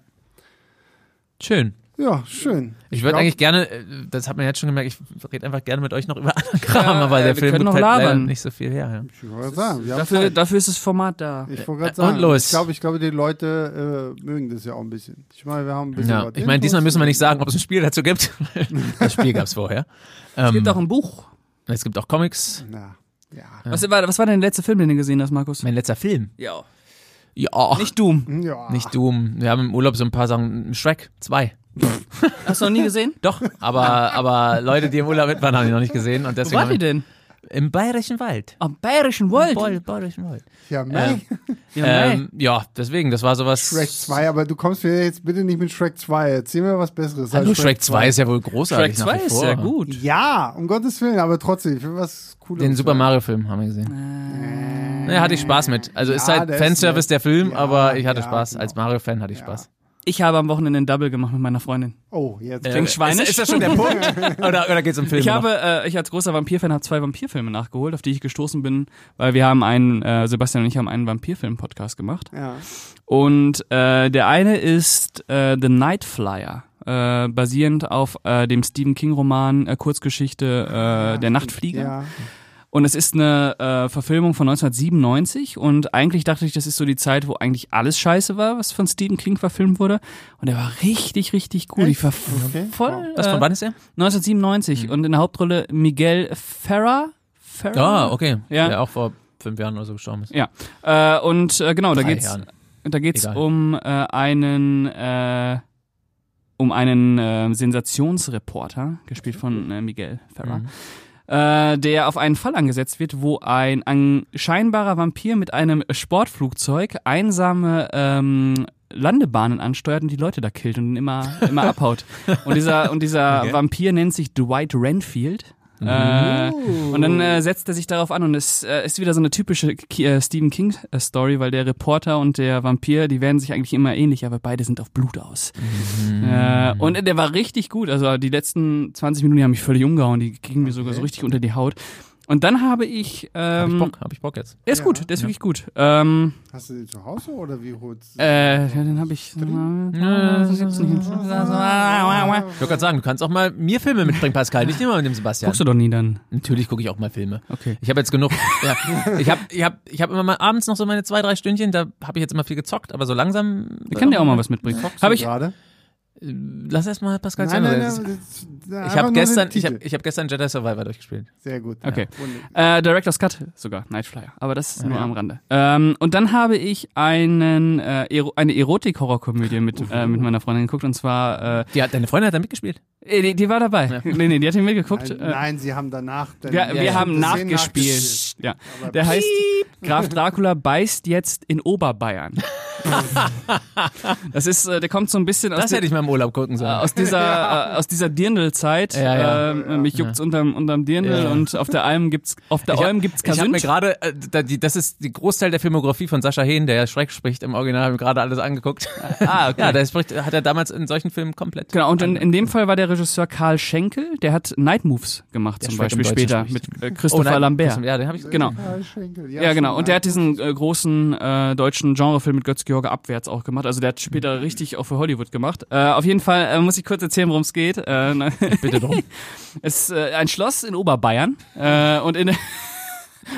Speaker 3: Schön.
Speaker 1: ja, schön.
Speaker 3: Ich würde
Speaker 1: glaub-
Speaker 3: eigentlich gerne, äh, das hat man jetzt schon gemerkt, ich rede einfach gerne mit euch noch über anderen Kram,
Speaker 2: Ja,
Speaker 3: aber
Speaker 2: äh,
Speaker 3: der
Speaker 2: wir
Speaker 3: Film
Speaker 2: können
Speaker 3: gibt
Speaker 2: noch
Speaker 3: halt leider
Speaker 2: labern.
Speaker 3: nicht so viel her.
Speaker 1: Ich wollte sagen, wir haben
Speaker 2: Dafür, dafür ist das Format da.
Speaker 1: Ich wollte gerade
Speaker 3: Äh, und
Speaker 1: sagen,
Speaker 3: los.
Speaker 1: ich glaube, ich glaube, die Leute äh, mögen das ja auch ein bisschen. Ich meine, wir haben ein
Speaker 3: Ja,
Speaker 1: bisschen
Speaker 3: ja.
Speaker 1: was
Speaker 3: ich meine, diesmal
Speaker 1: Infos.
Speaker 3: müssen wir nicht sagen, ob es ein Spiel dazu gibt. das Spiel gab es vorher.
Speaker 2: Es gibt
Speaker 3: Ähm,
Speaker 2: auch ein Buch.
Speaker 3: es gibt auch Comics.
Speaker 1: Na, ja.
Speaker 2: Was war, was war denn der letzte Film, den du gesehen hast, Markus?
Speaker 3: Mein letzter Film.
Speaker 2: Ja.
Speaker 3: Ja, Hm, nicht,
Speaker 2: Nicht Doom.
Speaker 1: ja.
Speaker 3: Doom. Wir haben im Urlaub so ein paar Sachen. Shrek 2.
Speaker 2: Hast du noch nie gesehen?
Speaker 3: Doch, aber, aber Leute, die im Urlaub mit waren, haben ihn noch nicht gesehen. Und
Speaker 2: Wo
Speaker 3: deswegen
Speaker 2: war die denn?
Speaker 3: haben- Im Bayerischen Wald.
Speaker 2: Am Bayerischen Wald.
Speaker 3: Im Bayerischen Wald.
Speaker 1: ja, mei.
Speaker 2: Ja, nein.
Speaker 3: Ähm, ja, deswegen, das war sowas.
Speaker 1: Shrek 2, aber du kommst mir jetzt bitte nicht mit Shrek 2. Erzähl mir was Besseres. Also,
Speaker 3: Hallo, Shrek 2 ist ja wohl großartig.
Speaker 2: Shrek
Speaker 3: nach
Speaker 2: 2
Speaker 3: wie
Speaker 2: ist
Speaker 3: vor.
Speaker 2: sehr gut.
Speaker 1: Ja, um Gottes Willen, aber trotzdem, ich will was Cooles.
Speaker 3: Den Super Mario-Film haben wir gesehen. Naja, hatte ich Spaß mit. Also ist
Speaker 1: Äh. Ja,
Speaker 3: halt
Speaker 1: der ist
Speaker 3: Fanservice
Speaker 1: nett.
Speaker 3: der Film,
Speaker 1: Ja,
Speaker 3: aber ich hatte
Speaker 1: ja,
Speaker 3: Spaß.
Speaker 1: genau.
Speaker 3: Als Mario-Fan hatte ich
Speaker 1: Ja.
Speaker 3: Spaß.
Speaker 2: Ich habe am Wochenende einen Double gemacht mit meiner Freundin.
Speaker 1: Oh, jetzt.
Speaker 2: Klingt schweinisch.
Speaker 3: Ist, ist das schon der Punkt? Oder, oder geht's um Filme?
Speaker 2: Ich
Speaker 1: Genau.
Speaker 2: habe, äh, ich als großer Vampirfan habe zwei Vampirfilme nachgeholt, auf die ich gestoßen bin, weil wir haben einen, äh, Sebastian und ich haben einen Vampirfilm-Podcast gemacht.
Speaker 1: Ja.
Speaker 2: Und äh, der eine ist äh, The Night Flyer, äh, basierend auf äh, dem Stephen King-Roman äh, Kurzgeschichte äh, Der Nachtflieger.
Speaker 1: Ja.
Speaker 2: Und es ist eine äh, Verfilmung von 1997 und eigentlich dachte ich, das ist so die Zeit, wo eigentlich alles scheiße war, was von Stephen King verfilmt wurde. Und er war richtig, richtig cool. Ich war f-
Speaker 1: Okay.
Speaker 2: voll.
Speaker 3: das von
Speaker 2: äh,
Speaker 3: wann ist er?
Speaker 2: 1997
Speaker 3: Mhm.
Speaker 2: und in der Hauptrolle Miguel Ferrer. Ferrer?
Speaker 3: Ah, okay.
Speaker 2: Ja.
Speaker 3: Der auch vor fünf Jahren oder so gestorben ist.
Speaker 2: Ja. Äh, und äh, genau, da
Speaker 3: Drei
Speaker 2: geht's,
Speaker 3: Jahren.
Speaker 2: da geht's
Speaker 3: Egal.
Speaker 2: um äh, einen äh, um einen äh, Sensationsreporter, gespielt
Speaker 3: Mhm.
Speaker 2: von äh, Miguel Ferrer, äh, der auf einen Fall angesetzt wird, wo ein, ein scheinbarer Vampir mit einem Sportflugzeug einsame ähm, Landebahnen ansteuert und die Leute da killt und immer, immer abhaut. Und dieser, und dieser Vampir nennt sich Dwight Renfield. Äh, und dann äh, setzt er sich darauf an und es äh, ist wieder so eine typische Ki äh, Stephen King äh, Story, weil der Reporter und der Vampir, die werden sich eigentlich immer ähnlich, aber beide sind auf Blut aus. Äh, und äh, der war richtig gut. Also die letzten 20 Minuten die haben mich völlig umgehauen, die gingen mir sogar so richtig unter die Haut. Und dann habe ich,
Speaker 3: Hab ich
Speaker 2: ähm,
Speaker 3: Bock, hab ich Bock jetzt.
Speaker 2: der ist gut, der ist wirklich gut. Ähm,
Speaker 1: Hast du den zu Hause oder wie holst du?
Speaker 2: äh, ja, dann habe ich. Das gibt's nicht.
Speaker 3: Ich wollte gerade sagen, du kannst auch mal mir Filme mitbringen, Pascal, nicht immer mit dem Sebastian.
Speaker 2: Guckst du doch nie dann.
Speaker 3: Natürlich gucke ich auch mal Filme.
Speaker 2: Okay.
Speaker 3: Ich habe jetzt genug. ja, ich habe ich hab, ich hab immer mal abends noch so meine zwei, drei Stündchen, da habe ich jetzt immer viel gezockt, aber so langsam. äh,
Speaker 2: Ich kann dir auch mal was mitbringen. Habe ich
Speaker 1: gerade?
Speaker 3: Lass erst mal Pascal zu
Speaker 1: Nein,
Speaker 3: Ende.
Speaker 1: nein,
Speaker 3: Das ist-
Speaker 1: nein. das-
Speaker 3: Ich
Speaker 1: einfach
Speaker 3: habe
Speaker 1: nur
Speaker 3: gestern,
Speaker 1: den
Speaker 3: ich hab,
Speaker 1: Titel.
Speaker 3: ich hab gestern Jedi Survivor durchgespielt.
Speaker 1: Sehr gut.
Speaker 2: Okay.
Speaker 1: Ja.
Speaker 2: Äh, Director's Cut sogar, Nightflyer. Aber das ist nur am Rande. Ähm, und dann habe ich einen, äh, Ero eine Erotik-Horrorkomödie mit, äh, mit meiner Freundin geguckt. Und zwar, äh,
Speaker 3: Die hat, deine Freundin hat da mitgespielt.
Speaker 2: äh, die, die war dabei. Nee, nee, die hat ihn mitgeguckt.
Speaker 1: Nein,
Speaker 2: Äh,
Speaker 1: nein, sie haben danach. dann-
Speaker 2: wir, wir
Speaker 3: ja,
Speaker 2: haben
Speaker 1: das sehen
Speaker 2: nachgespielt. Ja.
Speaker 1: Aber
Speaker 2: Der heißt Graf Dracula beißt jetzt in Oberbayern. das ist, äh, der kommt so ein bisschen aus
Speaker 3: Das hätte ich mal im Urlaub gucken sollen.
Speaker 2: aus dieser, äh, aus dieser Dirndl-Zeit.
Speaker 3: Ja, ja.
Speaker 2: ähm, mich juckt's unterm, unterm Dirndl
Speaker 3: Ja.
Speaker 2: und auf der Alm gibt's, auf der Alm gibt's
Speaker 3: Ich habe mir
Speaker 2: Kasünd.
Speaker 3: gerade, äh, da die- das ist die Großteil der Filmografie von Sascha Hehn, der ja Schreck spricht im Original, habe ich mir gerade alles angeguckt.
Speaker 2: Ah, okay.
Speaker 3: Ja, der spricht, hat er damals in solchen Filmen komplett.
Speaker 2: Genau, und in, in dem Fall war der Regisseur Karl Schenkel, der hat Night Moves gemacht, zum
Speaker 3: Schreck
Speaker 2: Beispiel
Speaker 3: im Deutschen
Speaker 2: später
Speaker 3: spricht.
Speaker 2: mit äh,
Speaker 3: Oh,
Speaker 2: Christopher
Speaker 3: nein,
Speaker 2: Lambert.
Speaker 3: Ja, den habe ich
Speaker 2: Genau.
Speaker 1: Karl Schenkel.
Speaker 2: Ja, genau.
Speaker 1: schon,
Speaker 2: Und der
Speaker 1: nein.
Speaker 2: hat diesen äh, großen äh, deutschen Genrefilm mit Götz-George abwärts auch gemacht. Also der hat später richtig auch für Hollywood gemacht. Äh, auf jeden Fall äh, muss ich kurz erzählen, worum es geht. Äh, ne-
Speaker 3: Bitte drum.
Speaker 2: es ist äh, ein Schloss in Oberbayern äh, und in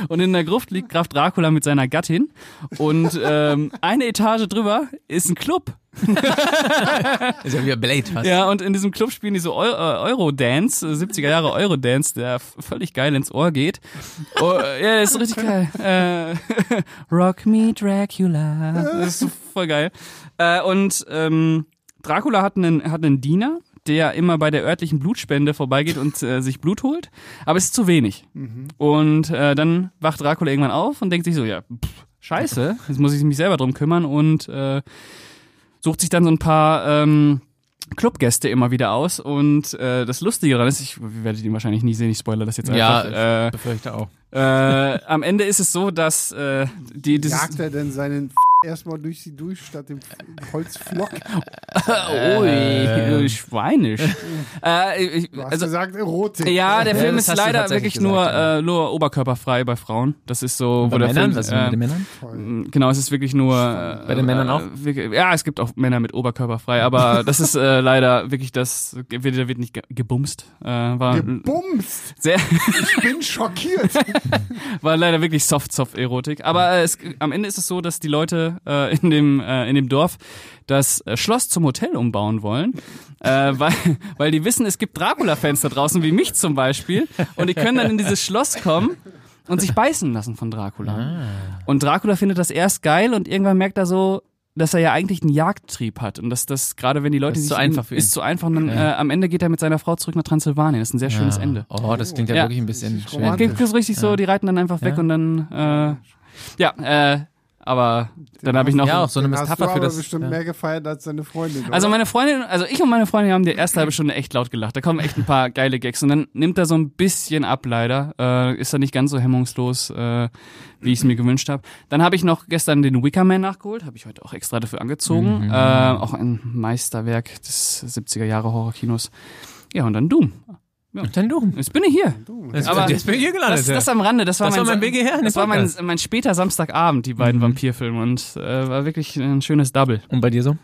Speaker 2: Und in der Gruft liegt Graf Dracula mit seiner Gattin. Und ähm, eine Etage drüber ist ein Club.
Speaker 3: Ist ja wie Blade fast.
Speaker 2: Ja, und in diesem Club spielen die so Eu- äh, Eurodance, äh, 70er Jahre Eurodance, der f- völlig geil ins Ohr geht. Oh, äh, ja, das ist richtig geil. Äh, Rock me Dracula. Das ist so voll geil. Äh, und ähm, Dracula hat einen, hat einen Diener, der immer bei der örtlichen Blutspende vorbeigeht und äh, sich Blut holt. Aber es ist zu wenig. Und äh, dann wacht Dracula irgendwann auf und denkt sich so, ja, pff, scheiße, jetzt muss ich mich selber drum kümmern und äh, sucht sich dann so ein paar ähm, Clubgäste immer wieder aus. Und äh, das Lustige daran ist, ich werde ihn wahrscheinlich nie sehen, ich spoilere das jetzt
Speaker 3: Ja,
Speaker 2: einfach. äh,
Speaker 3: Befürchte auch.
Speaker 2: äh, am Ende ist es so, dass äh, die, dieses,
Speaker 1: Jagt er denn seinen F erstmal durch sie durch statt dem F- Holzflock?
Speaker 2: Ui, äh, schweinisch. äh, ich,
Speaker 1: Du hast
Speaker 2: also,
Speaker 1: gesagt Erotik.
Speaker 2: ja, der
Speaker 3: Ja,
Speaker 2: Film
Speaker 3: äh, das
Speaker 2: ist
Speaker 3: hast du
Speaker 2: leider
Speaker 3: tatsächlich
Speaker 2: wirklich
Speaker 3: gesagt,
Speaker 2: nur,
Speaker 3: ja.
Speaker 2: äh, nur oberkörperfrei bei Frauen. Das ist so, wo
Speaker 3: Bei
Speaker 2: der
Speaker 3: Männern? Ähm,
Speaker 2: Film.
Speaker 3: Was ist
Speaker 2: äh,
Speaker 3: mit den Männern?
Speaker 1: Toll.
Speaker 2: Genau, es ist wirklich nur. Äh,
Speaker 3: Bei den Männern auch?
Speaker 2: Äh, wirklich- ja, es gibt auch Männer mit Oberkörper frei, aber das ist äh, leider wirklich das. Da wird, wird nicht ge- gebumst. Äh, war,
Speaker 1: Gebumst!
Speaker 2: sehr,
Speaker 1: Ich bin schockiert.
Speaker 2: war leider wirklich Soft-Soft-Erotik. Aber äh, es, am Ende ist es so, dass die Leute äh, in, dem, äh, in dem Dorf das äh, Schloss zum Hotel umbauen wollen, äh, weil, weil die wissen, es gibt Dracula-Fans da draußen, wie mich zum Beispiel. Und die können dann in dieses Schloss kommen. Und sich beißen lassen von Dracula.
Speaker 3: Ah.
Speaker 2: Und Dracula findet das erst geil und irgendwann merkt er so, dass er ja eigentlich einen Jagdtrieb hat und dass das gerade wenn die Leute
Speaker 3: Das ist
Speaker 2: sich
Speaker 3: zu einfach für ihn.
Speaker 2: ist zu einfach und dann, äh, am Ende geht er mit seiner Frau zurück nach Transsilvanien. Das ist ein sehr schönes Ende.
Speaker 3: Oh, das klingt ja,
Speaker 2: Ja.
Speaker 3: wirklich ein bisschen
Speaker 1: Das ist
Speaker 3: schwer.
Speaker 1: romantisch.
Speaker 2: Geht es richtig so, die reiten dann einfach weg und dann, äh, ja, äh, Aber dann habe ich noch.
Speaker 3: Ja, auch so eine
Speaker 1: Den hast du
Speaker 3: Metapher für
Speaker 1: aber
Speaker 3: das.
Speaker 1: bestimmt mehr gefeiert als deine Freundin.
Speaker 2: Also
Speaker 1: oder?
Speaker 2: meine Freundin, also ich und meine Freundin haben die erste halbe Stunde echt laut gelacht. Da kommen echt ein paar geile Gags und dann nimmt er so ein bisschen ab leider. Äh, ist er nicht ganz so hemmungslos, äh, wie ich es mir gewünscht habe. Dann habe ich noch gestern den Wickerman nachgeholt, habe ich heute auch extra dafür angezogen. Äh, auch ein Meisterwerk des 70er Jahre Horrorkinos. Ja, und dann Doom.
Speaker 3: Dann du.
Speaker 2: Jetzt bin ich hier.
Speaker 3: Jetzt,
Speaker 2: Aber-
Speaker 3: jetzt bin ich hier gelandet.
Speaker 2: Das, das am Rande, das war
Speaker 3: Das
Speaker 2: mein,
Speaker 3: war mein Weg hierher in den
Speaker 2: das war mein,
Speaker 3: Podcast. Mhm.
Speaker 2: mein später Samstagabend, die beiden Vampirfilme und äh, war wirklich ein schönes Double.
Speaker 3: Und bei dir so?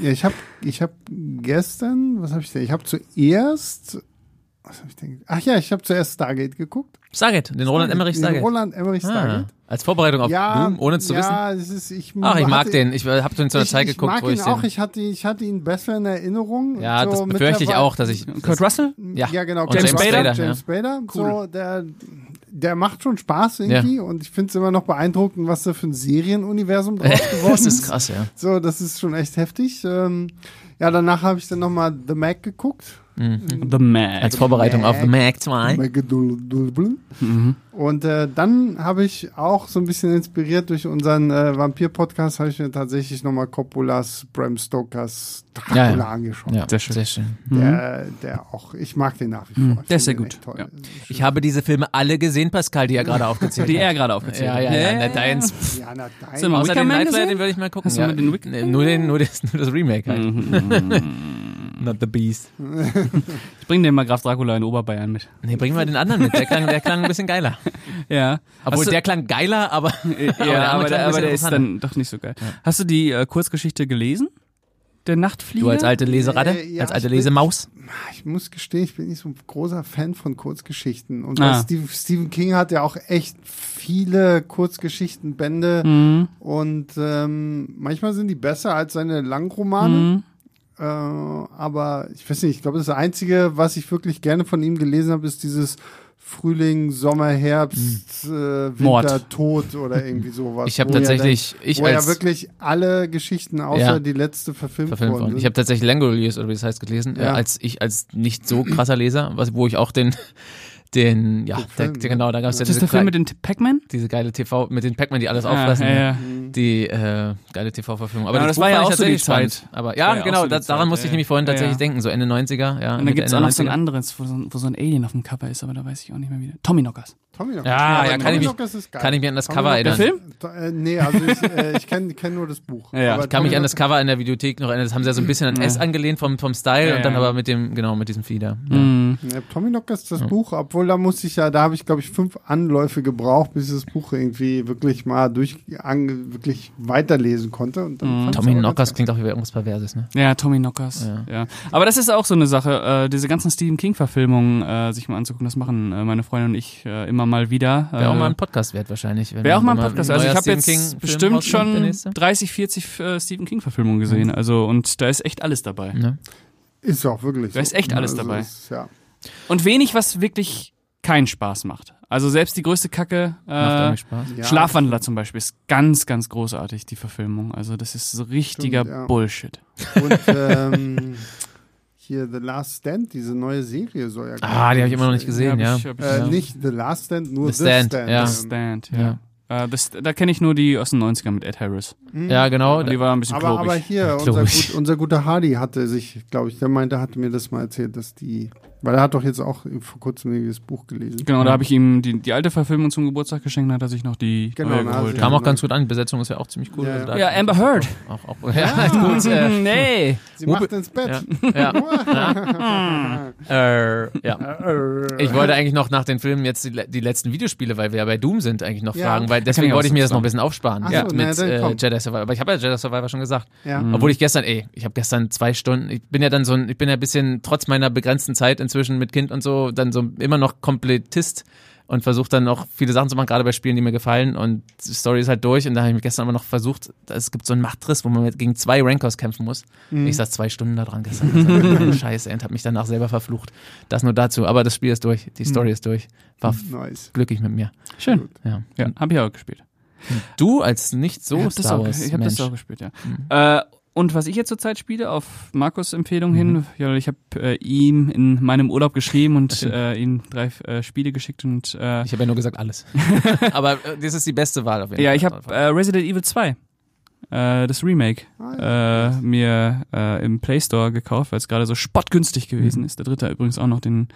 Speaker 1: Ja, ich habe ich hab gestern, was habe ich denn? Ich habe zuerst, was habe ich denn? Ach ja, ich habe zuerst Stargate geguckt.
Speaker 3: Stargate, den Roland Emmerich
Speaker 1: Den
Speaker 3: Stargate.
Speaker 1: Roland Emmerich
Speaker 3: Ah,
Speaker 1: Stargate.
Speaker 3: als Vorbereitung auf
Speaker 1: Ja,
Speaker 3: Doom, ohne zu
Speaker 1: ja,
Speaker 3: wissen.
Speaker 1: Es ist, ich
Speaker 3: Ach, ich mag
Speaker 1: hatte-
Speaker 3: den. Ich äh, habe den zu einer
Speaker 1: ich-
Speaker 3: Zeit
Speaker 1: ich
Speaker 3: geguckt,
Speaker 1: mag
Speaker 3: wo ich
Speaker 1: ihn auch.
Speaker 3: den.
Speaker 1: Ich hatte, ich hatte ihn besser in Erinnerung.
Speaker 3: Ja,
Speaker 1: so
Speaker 3: das befürchte ich
Speaker 1: mittlerweile-
Speaker 3: auch, dass ich.
Speaker 2: Kurt Russell?
Speaker 1: Ja,
Speaker 3: Ja.
Speaker 1: genau.
Speaker 3: Und James
Speaker 1: Kurt Russell,
Speaker 3: Spader,
Speaker 1: James
Speaker 3: ja.
Speaker 1: Spader.
Speaker 2: Cool.
Speaker 1: So, der, der macht schon Spaß irgendwie und ich finde es immer noch beeindruckend, was da für ein Serienuniversum draus geworden
Speaker 3: Das ist krass, ja.
Speaker 1: So, das ist schon echt heftig. Ähm, ja, danach habe ich dann nochmal The Mac geguckt.
Speaker 3: Mhm.
Speaker 2: The Man.
Speaker 3: Als Vorbereitung auf The Mac 2.
Speaker 1: Mac-a-doodle-doodle.
Speaker 2: Mhm.
Speaker 1: Und äh, dann habe ich auch so ein bisschen inspiriert durch unseren äh, Vampir-Podcast, habe ich mir tatsächlich nochmal Coppolas, Bram Stokers Dracula
Speaker 3: Ja, ja.
Speaker 1: angeschaut.
Speaker 3: Ja,
Speaker 2: Sehr schön.
Speaker 3: Sehr schön.
Speaker 1: Der, der auch, ich mag den nach wie vor. Ich
Speaker 2: Mhm. Der
Speaker 1: find
Speaker 2: ist sehr
Speaker 1: den
Speaker 2: gut.
Speaker 1: echt toll.
Speaker 2: Ja.
Speaker 3: Ich habe diese Filme alle gesehen, Pascal, die er gerade aufgezählt
Speaker 2: Die
Speaker 3: hat.
Speaker 2: er gerade aufgezählt
Speaker 3: Ja,
Speaker 2: hat. Ne?
Speaker 3: ja, ja, na, deins.
Speaker 1: Ja, na, dein,
Speaker 2: Sind wir-
Speaker 3: Außer
Speaker 2: Wickerman
Speaker 3: den Night Rider,
Speaker 2: gesehen?
Speaker 3: den würde ich mal gucken.
Speaker 2: Hast du mal den Wick-
Speaker 3: Nee, nur, den, nur, das, nur das
Speaker 2: Mhm,
Speaker 3: Remake halt. Not the Beast.
Speaker 2: Ich bring dir mal Graf Dracula in Oberbayern mit.
Speaker 3: Nee, bringen wir den anderen mit. Der klang, der klang ein bisschen geiler.
Speaker 2: Ja.
Speaker 3: Obwohl, der klang geiler, aber
Speaker 2: ja,
Speaker 3: Oh, der andere
Speaker 2: aber,
Speaker 3: klang
Speaker 2: der,
Speaker 3: ein
Speaker 2: aber der
Speaker 3: bisschen
Speaker 2: ist dann doch nicht so geil. Hast du die äh, Kurzgeschichte gelesen? Der Nachtflieger?
Speaker 3: du als alte Leseratte,
Speaker 1: Äh, ja,
Speaker 3: als alte
Speaker 1: ich bin-
Speaker 3: Lesemaus.
Speaker 1: Ah, ich muss gestehen, ich bin nicht so ein großer Fan von Kurzgeschichten. Und
Speaker 2: Ah.
Speaker 1: Steve, Stephen King hat ja auch echt viele Kurzgeschichtenbände.
Speaker 2: Mhm.
Speaker 1: Und ähm, manchmal sind die besser als seine
Speaker 2: Mhm.
Speaker 1: Langromane. Äh, aber ich weiß nicht, ich glaube, das Einzige, was ich wirklich gerne von ihm gelesen habe, ist dieses Frühling, Sommer, Herbst, äh, Winter,
Speaker 2: Mhm. Mord.
Speaker 1: Tod oder irgendwie sowas.
Speaker 3: Ich habe
Speaker 1: wo er
Speaker 3: tatsächlich,
Speaker 1: Dann,
Speaker 3: ich
Speaker 1: wo ja
Speaker 3: als
Speaker 1: wirklich alle Geschichten außer
Speaker 3: Ja.
Speaker 1: die letzte verfilmt,
Speaker 3: verfilmt worden.
Speaker 1: sind.
Speaker 3: Ich habe tatsächlich Langoliers oder wie das heißt gelesen, äh,
Speaker 1: Ja.
Speaker 3: als ich als nicht so krasser Leser, was, wo ich auch den, den,
Speaker 1: Den
Speaker 3: ja, der,
Speaker 1: Film,
Speaker 3: der, genau, da gab es ja
Speaker 2: Das ist
Speaker 3: diese,
Speaker 2: der Film mit
Speaker 3: geile,
Speaker 2: dem T- Pac-Man?
Speaker 3: diese geile TV mit den Pac-Man, die alles auffressen. ne?
Speaker 2: Ja, ja, ja.
Speaker 3: Die äh, geile TV-Verfilmung. Aber
Speaker 2: Ja,
Speaker 3: das, war ja auch so die Zeit. Aber ja,
Speaker 2: war ja auch
Speaker 3: genau,
Speaker 2: so die
Speaker 3: da, daran
Speaker 2: Zeit,
Speaker 3: musste ich
Speaker 2: ja,
Speaker 3: nämlich vorhin
Speaker 2: ja.
Speaker 3: tatsächlich
Speaker 2: Ja,
Speaker 3: denken, so Ende 90er. Ja,
Speaker 2: Und dann
Speaker 3: Mitte,
Speaker 2: gibt's auch
Speaker 3: Ende
Speaker 2: noch so ein
Speaker 3: 90er.
Speaker 2: anderes, wo so, ein- wo so ein Alien auf dem Cover ist, aber da weiß ich auch nicht mehr wieder. Tommy Knockers.
Speaker 1: Tommy Knockers.
Speaker 3: Ja,
Speaker 1: aber
Speaker 3: ja, kann
Speaker 1: Tommy
Speaker 3: ich mich-
Speaker 1: Knockers ist geil.
Speaker 3: Kann ich mir an das
Speaker 1: Tommy
Speaker 3: Cover
Speaker 1: Knockers-
Speaker 3: erinnern.
Speaker 2: Film?
Speaker 1: To- Äh, nee, also ich, äh, ich kenne kenn nur das Buch.
Speaker 2: Ja, ja.
Speaker 1: Aber
Speaker 2: Ich
Speaker 3: Kann mich
Speaker 1: Tommy
Speaker 3: an das
Speaker 1: Knockers-
Speaker 3: Cover in der Videothek noch erinnern. Das haben sie ja so ein bisschen an S angelehnt vom, vom Style
Speaker 2: Ja,
Speaker 3: und dann
Speaker 2: ja. Mhm.
Speaker 3: aber mit dem, genau, mit diesem Flieder. Ja.
Speaker 1: Ja, Tommy Knockers ist das Buch, obwohl da musste ich ja, da habe ich glaube ich fünf Anläufe gebraucht, bis ich das Buch irgendwie wirklich mal durch, ange, wirklich weiterlesen konnte. Und dann fand ich's
Speaker 3: Mhm. Tommy
Speaker 1: aber ganz
Speaker 3: Knockers
Speaker 1: geil.
Speaker 3: klingt auch wie irgendwas Perverses, ne?
Speaker 2: Ja, Tommy Knockers. Ja. Aber das ist auch so eine Sache, äh, diese ganzen Stephen King-Verfilmungen äh, sich mal anzugucken, das machen äh, meine Freundin und ich äh, immer mal wieder.
Speaker 3: Wäre auch
Speaker 2: Äh,
Speaker 3: mal ein Podcast wert wahrscheinlich. wenn
Speaker 2: Wäre auch mal ein
Speaker 3: wenn
Speaker 2: Podcast.
Speaker 3: ein
Speaker 2: Also ich
Speaker 3: neuer
Speaker 2: habe
Speaker 3: Stephen
Speaker 2: jetzt
Speaker 3: King-Film
Speaker 2: bestimmt
Speaker 3: rauskommt, der
Speaker 2: schon
Speaker 3: nächste. Mhm.
Speaker 2: 30, 40 äh, Stephen King Verfilmungen gesehen. Also und da ist echt alles dabei.
Speaker 3: Ne?
Speaker 1: Ist ja auch wirklich. Also
Speaker 2: Da ist echt alles dabei.
Speaker 1: Ist, ja.
Speaker 2: Und wenig, was wirklich keinen Spaß macht. Also selbst die größte Kacke.
Speaker 3: Macht
Speaker 2: Äh,
Speaker 3: irgendwie Spaß.
Speaker 1: Ja.
Speaker 2: Schlafwandler zum Beispiel ist ganz, ganz großartig, die Verfilmung. Also das ist so richtiger
Speaker 1: Stimmt, ja.
Speaker 2: Bullshit.
Speaker 1: Und ähm, hier The Last Stand, diese neue Serie soll ja.
Speaker 3: Ah, die habe ich immer noch nicht gesehen, ja.
Speaker 2: hab ich- hab ich-
Speaker 1: Äh,
Speaker 3: Ja.
Speaker 1: Nicht The Last Stand, nur The,
Speaker 3: The Stand, ja.
Speaker 1: Ähm,
Speaker 2: Stand, ja. Äh, das, da kenne ich nur die aus den 90ern mit Ed Harris.
Speaker 3: Ja, genau.
Speaker 2: Die war ein bisschen
Speaker 1: Hm. Aber, aber
Speaker 2: klobig.
Speaker 1: hier, unser,
Speaker 3: Klobig.
Speaker 1: gut, unser guter Hardy hatte sich, glaube ich, der meinte, hatte mir das mal erzählt, dass die, weil er hat doch jetzt auch vor kurzem irgendwie das Buch gelesen.
Speaker 2: Genau, da habe ich ihm die, die alte Verfilmung zum Geburtstag geschenkt, hat er sich noch die
Speaker 1: Genau,
Speaker 2: neue
Speaker 1: na,
Speaker 2: geholt.
Speaker 1: also-
Speaker 2: ja.
Speaker 3: Kam auch ganz gut an. Die Besetzung ist ja auch ziemlich cool.
Speaker 1: Ja,
Speaker 3: Also da-
Speaker 2: Ja, Amber Heard.
Speaker 3: Auch, auch, ja, gut. Äh,
Speaker 2: nee.
Speaker 1: Sie
Speaker 3: Wobei-
Speaker 1: macht ins Bett.
Speaker 3: ja. Äh, ja. Ich wollte eigentlich noch nach den Filmen jetzt die, le- die letzten Videospiele, weil wir ja bei Doom sind, eigentlich noch
Speaker 1: Ja.
Speaker 3: fragen, weil
Speaker 2: kann
Speaker 3: deswegen
Speaker 2: ich auch
Speaker 3: wollte ich mir das
Speaker 2: zusammen.
Speaker 3: noch ein bisschen aufsparen
Speaker 1: Ach
Speaker 3: ja,
Speaker 1: so, na,
Speaker 3: mit
Speaker 1: dann
Speaker 3: äh,
Speaker 1: komm.
Speaker 3: Jedi Survivor. Aber ich habe ja Jedi Survivor schon gesagt.
Speaker 1: Ja.
Speaker 2: Mhm.
Speaker 3: Obwohl ich gestern, ey, ich habe gestern zwei Stunden, ich bin ja dann so ein, ich bin ja ein bisschen trotz meiner begrenzten Zeit inzwischen mit Kind und so, dann so immer noch Komplettist und versuche dann noch viele Sachen zu machen, gerade bei Spielen, die mir gefallen und die Story ist halt durch und da habe ich mich gestern aber noch versucht, es gibt so einen Machtriss, wo man mit, gegen zwei Rankers kämpfen muss.
Speaker 2: Mhm.
Speaker 3: Ich saß zwei Stunden da dran gestern. Also, Scheiße, und habe mich danach selber verflucht. Das nur dazu, aber das Spiel ist durch,
Speaker 2: Mhm.
Speaker 3: die Story ist durch. War f-
Speaker 1: Nice.
Speaker 3: glücklich mit mir.
Speaker 2: Schön.
Speaker 3: Ja.
Speaker 2: Ja, habe ich auch gespielt.
Speaker 3: Du als nicht so
Speaker 2: ich hab das
Speaker 3: Star
Speaker 2: auch,
Speaker 3: Wars
Speaker 2: Ich habe das
Speaker 3: Mensch.
Speaker 2: auch gespielt, ja. Äh, Und was ich jetzt zurzeit spiele, auf Markus Empfehlung hin, ja, ich habe äh, ihm in meinem Urlaub geschrieben und äh, ihm drei äh, Spiele geschickt und äh,
Speaker 3: Ich habe ja nur gesagt alles. Aber äh, das ist die beste Wahl auf jeden
Speaker 2: ja,
Speaker 3: Fall.
Speaker 2: ich habe äh, Resident Evil 2, äh, das Remake,
Speaker 1: Ah,
Speaker 2: äh, mir äh, im Play Store gekauft, weil es gerade so spottgünstig
Speaker 3: Mhm.
Speaker 2: gewesen ist. Der dritte übrigens auch noch, den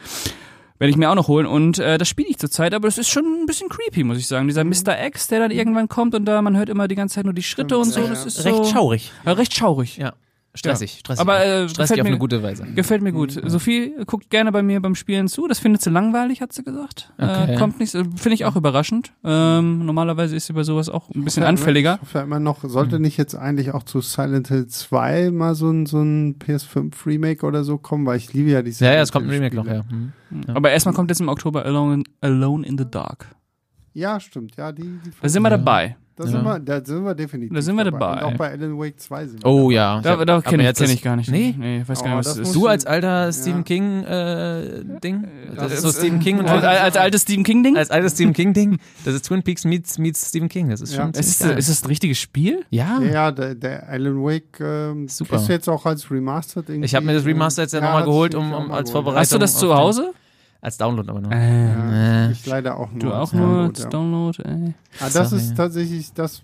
Speaker 2: werde ich mir auch noch holen. Und äh, das spiele ich zurzeit, aber es ist schon ein bisschen creepy, muss ich sagen.
Speaker 3: Mhm.
Speaker 2: Dieser Mr. X, der dann irgendwann kommt und da man hört immer die ganze Zeit nur die Schritte und so. Das ist
Speaker 3: recht
Speaker 2: so,
Speaker 3: schaurig.
Speaker 2: Ja, recht schaurig.
Speaker 3: Ja. Stressig, stressig.
Speaker 2: Aber, äh, gefällt
Speaker 3: stressig auf
Speaker 2: mir-
Speaker 3: eine gute Weise.
Speaker 2: Gefällt mir
Speaker 3: Mhm.
Speaker 2: gut. Sophie guckt gerne bei mir beim Spielen zu. Das findet sie langweilig, hat sie gesagt.
Speaker 3: Okay.
Speaker 2: Äh, kommt nicht, so- finde ich auch überraschend. Ähm, normalerweise ist sie bei sowas auch ein bisschen
Speaker 3: ne?
Speaker 1: Vielleicht-
Speaker 2: anfälliger.
Speaker 1: Ich hoffe ja immer noch, sollte
Speaker 3: Mhm.
Speaker 1: nicht jetzt eigentlich auch zu Silent Hill 2 mal so ein, so ein PS5 Remake oder so kommen, weil ich liebe ja diese.
Speaker 3: Ja, ja, es kommt ein Remake noch, ja. Mhm.
Speaker 2: Aber erstmal kommt jetzt im Oktober Alone, Alone in the Dark.
Speaker 1: Ja, stimmt. Ja, die, die
Speaker 2: Da sind wir
Speaker 3: Ja.
Speaker 2: dabei.
Speaker 1: da, sind wir, da sind wir definitiv.
Speaker 2: Da sind wir dabei.
Speaker 1: Und auch bei Alan Wake 2 sind wir.
Speaker 3: Oh ja. Ich
Speaker 2: Da,
Speaker 3: hab-
Speaker 2: da
Speaker 3: hab
Speaker 2: kenne
Speaker 3: mir
Speaker 2: ich,
Speaker 3: jetzt
Speaker 2: kenn
Speaker 3: das-
Speaker 2: ich gar nicht.
Speaker 3: Nee?
Speaker 2: Nee, ich weiß
Speaker 1: Oh,
Speaker 2: gar nicht, was
Speaker 1: das
Speaker 2: das
Speaker 1: muss-
Speaker 2: ist.
Speaker 3: Du als alter Stephen King äh, Ding, das ist so Stephen King und
Speaker 2: als, als altes Stephen King-Ding?
Speaker 3: als altes Stephen King Ding, das ist Twin Peaks meets meets Stephen King, das ist
Speaker 1: Ja.
Speaker 3: schon
Speaker 2: Es ist,
Speaker 3: ziemlich
Speaker 2: ist das ein richtiges Spiel?
Speaker 3: geil.
Speaker 1: Ja,
Speaker 3: ja.
Speaker 1: ja, der, der Alan Wake ähm,
Speaker 3: Super.
Speaker 1: ist jetzt auch als Remastered irgendwie.
Speaker 3: Ich hab mir das Remastered jetzt ja nochmal
Speaker 1: das
Speaker 3: geholt,
Speaker 1: hab ich
Speaker 3: um-
Speaker 1: auch
Speaker 3: um-
Speaker 1: mal
Speaker 3: als
Speaker 1: geholt,
Speaker 3: Vorbereitung.
Speaker 2: Hast du das
Speaker 3: auf
Speaker 2: zu
Speaker 3: den-
Speaker 2: Hause?
Speaker 3: als Download aber noch.
Speaker 2: Äh,
Speaker 1: Ja.
Speaker 3: Äh,
Speaker 1: Ich leider auch nur.
Speaker 2: du auch
Speaker 1: als
Speaker 2: nur
Speaker 1: Download,
Speaker 2: als
Speaker 1: ja.
Speaker 2: Download? Ey.
Speaker 1: Ah, das
Speaker 3: Sorry.
Speaker 1: ist tatsächlich das.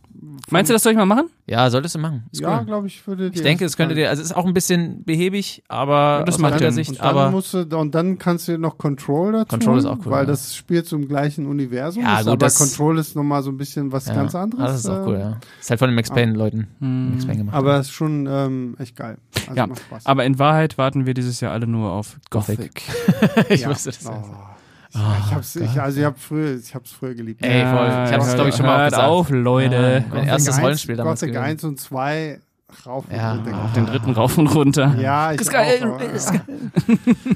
Speaker 2: Meinst du, das soll ich mal machen?
Speaker 3: Ja, solltest du machen. Ist
Speaker 1: Ja,
Speaker 3: cool.
Speaker 1: glaube ich, würde dir.
Speaker 3: Ich denke, es könnte dir, also es ist auch ein bisschen behäbig, aber
Speaker 2: Ja, das
Speaker 3: aus
Speaker 2: macht
Speaker 3: meiner
Speaker 2: Sinn.
Speaker 3: Sicht,
Speaker 1: und dann
Speaker 3: aber
Speaker 1: musst du, und dann kannst du noch Control dazu.
Speaker 3: Control ist
Speaker 1: holen,
Speaker 3: auch cool,
Speaker 1: Weil
Speaker 3: ja.
Speaker 1: das spielt zum gleichen Universum.
Speaker 3: Ja,
Speaker 1: ist,
Speaker 3: gut,
Speaker 1: aber
Speaker 3: das-
Speaker 1: Control ist nochmal so ein bisschen was
Speaker 3: ja.
Speaker 1: ganz anderes.
Speaker 3: Ah, Das ist auch cool,
Speaker 1: äh,
Speaker 3: ja. Ist halt von den Max Payne Leuten.
Speaker 2: Hm.
Speaker 3: Max Payne gemacht.
Speaker 1: Aber ist schon ähm, echt geil. Also
Speaker 2: Ja,
Speaker 1: macht Spaß.
Speaker 2: Aber in Wahrheit warten wir dieses Jahr alle nur auf Gothic.
Speaker 3: ich
Speaker 1: ja.
Speaker 3: wusste das.
Speaker 1: Oh.
Speaker 3: ja.
Speaker 1: Ich, ich hab's, ich, also ich habe früher, ich hab's früher geliebt.
Speaker 3: Ey, voll. Ich hab's,
Speaker 2: hört-
Speaker 3: glaub ich, schon mal auch
Speaker 2: hört
Speaker 3: gesagt.
Speaker 2: auf, Leute.
Speaker 3: mein erstes
Speaker 1: eins-
Speaker 3: Rollenspiel damals
Speaker 1: Gothic
Speaker 3: gewesen.
Speaker 1: 1 und 2 rauf und
Speaker 3: Ja.
Speaker 1: runter.
Speaker 2: Auf den dritten rauf und runter.
Speaker 1: Ja, ich
Speaker 2: Ist geil,
Speaker 1: auch, aber,
Speaker 2: ist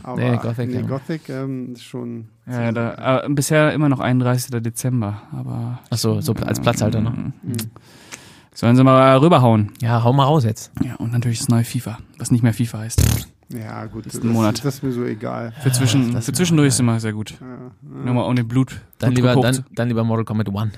Speaker 1: aber
Speaker 3: Nee,
Speaker 1: nee,
Speaker 3: Gothic,
Speaker 1: Gothic,
Speaker 3: ja.
Speaker 1: ähm, ist schon
Speaker 2: Ja, da, äh, bisher immer noch 31. Dezember, aber ähm,
Speaker 3: Ach so, so als
Speaker 1: Hm.
Speaker 3: Platzhalter ne? noch.
Speaker 2: sollen sie mal rüberhauen.
Speaker 3: Ja, hau mal raus jetzt.
Speaker 2: Ja, und natürlich das neue FIFA, was nicht mehr FIFA heißt.
Speaker 1: ja gut, das,
Speaker 2: ein Monat.
Speaker 1: das ist mir so egal.
Speaker 3: Ah,
Speaker 2: Für, zwischen, für zwischendurch ist immer sehr gut.
Speaker 1: Ja, ja.
Speaker 2: Nur mal ohne Blut.
Speaker 3: Dann
Speaker 2: Blut
Speaker 3: lieber,
Speaker 2: geguckt.
Speaker 3: dann, dann lieber Mortal Kombat One.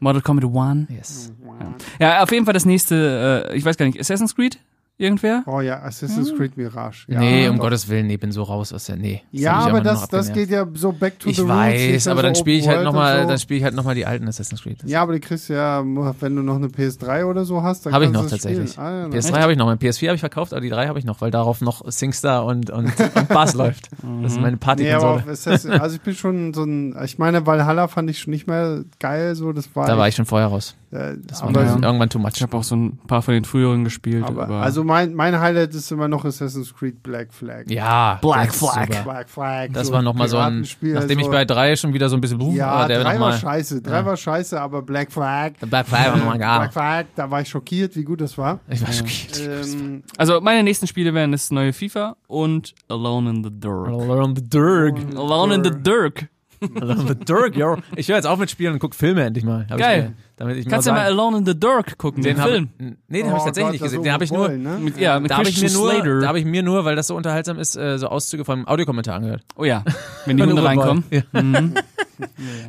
Speaker 2: Mortal Kombat One.
Speaker 3: Yes.
Speaker 1: Hm.
Speaker 2: Ja, auf jeden Fall das nächste, äh, ich weiß gar nicht, Assassin's Creed? Irgendwer?
Speaker 1: Oh ja, Assassin's Creed Mirage. Ja,
Speaker 3: nee, um
Speaker 1: doch.
Speaker 3: Gottes Willen, nee, bin so raus aus der. Nee. Das
Speaker 1: Ja,
Speaker 3: hat
Speaker 1: aber
Speaker 3: mich auch
Speaker 1: das,
Speaker 3: noch
Speaker 1: das geht
Speaker 3: abgenervt.
Speaker 1: ja so back to the
Speaker 3: Ich
Speaker 1: roots. ist
Speaker 3: weiß,
Speaker 1: ja
Speaker 3: aber
Speaker 1: so
Speaker 3: dann spiele ich
Speaker 1: Open
Speaker 3: halt
Speaker 1: World
Speaker 3: nochmal,
Speaker 1: und
Speaker 3: dann spiele ich halt noch mal die alten Assassin's Creed.
Speaker 1: Ja, aber die kriegst du ja, wenn du noch eine PS3 oder so hast, dann
Speaker 3: Habe ich
Speaker 1: kannst
Speaker 3: noch
Speaker 1: du das
Speaker 3: tatsächlich.
Speaker 1: Spielen. Ah, ja,
Speaker 3: PS3 habe ich noch, mein PS4 habe ich verkauft, aber die drei habe ich noch, weil darauf noch SingStar und, und, und Bass läuft. Das ist meine
Speaker 1: Mhm. Nee, aber
Speaker 3: Partykonsole.
Speaker 1: auf Assassin, also ich bin schon so ein, ich meine, Valhalla fand ich schon nicht mehr geil, so das war.
Speaker 3: da war
Speaker 1: echt,
Speaker 3: ich schon vorher raus.
Speaker 1: Äh,
Speaker 3: Das war
Speaker 1: aber,
Speaker 2: ja.
Speaker 3: irgendwann too
Speaker 2: Ich
Speaker 3: much.
Speaker 2: habe auch so ein paar von den früheren gespielt.
Speaker 1: aber,
Speaker 2: Aber,
Speaker 1: also mein, mein Highlight ist immer noch Assassin's Creed Black Flag.
Speaker 3: Ja.
Speaker 2: Black
Speaker 3: das ist
Speaker 2: Flag.
Speaker 3: super.
Speaker 1: Black Flag.
Speaker 3: Das war nochmal so ein,
Speaker 1: Piratenspiel,
Speaker 3: nachdem ich
Speaker 1: so-
Speaker 3: bei drei schon wieder so ein bisschen, uh,
Speaker 1: ja,
Speaker 3: aber der
Speaker 1: drei
Speaker 3: noch
Speaker 1: war
Speaker 3: mal,
Speaker 1: scheiße, drei war scheiße, aber Black Flag.
Speaker 3: Black Flag war nochmal gar.
Speaker 1: Black Flag, da war ich schockiert, wie gut das war.
Speaker 3: Ich war schockiert.
Speaker 1: Ähm,
Speaker 2: also meine nächsten Spiele wären das neue FIFA und Alone in the Dark.
Speaker 3: Alone the Dirk.
Speaker 2: Alone in the Dark.
Speaker 1: Oh.
Speaker 3: Alone the Dirk, yo. Ich höre jetzt auf mit Spielen und guck Filme endlich mal. Hab
Speaker 2: Geil.
Speaker 3: Ich, mir- damit ich
Speaker 2: Kannst du
Speaker 3: mal
Speaker 2: mal
Speaker 3: sagen,
Speaker 2: Alone in the Dark gucken, den,
Speaker 3: den hab-
Speaker 2: Film?
Speaker 3: Nee, den habe ich
Speaker 1: oh
Speaker 3: tatsächlich
Speaker 1: Gott,
Speaker 3: nicht
Speaker 1: das
Speaker 3: gesehen.
Speaker 1: ist
Speaker 3: Den habe ich nur,
Speaker 1: Uwe Boll, ne?
Speaker 2: Mit, ja, mit
Speaker 3: da habe ich
Speaker 2: Christian
Speaker 3: mir nur, da
Speaker 2: Slater.
Speaker 3: habe ich mir nur, weil das so unterhaltsam ist, äh, so Auszüge vom Audiokommentar angehört.
Speaker 2: oh ja, wenn die
Speaker 3: Von
Speaker 2: Hunde
Speaker 3: Uwe Boll.
Speaker 2: reinkommen.
Speaker 3: Ja.
Speaker 2: Mhm.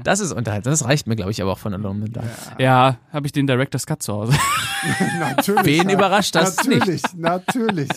Speaker 3: Das ist unterhaltsam. Das reicht mir, glaube ich, aber auch von Alone in the Dark.
Speaker 2: Ja, habe ich den Director's Cut zu Hause.
Speaker 1: Natürlich.
Speaker 3: Wen überrascht das
Speaker 1: natürlich,
Speaker 3: nicht?
Speaker 1: Natürlich,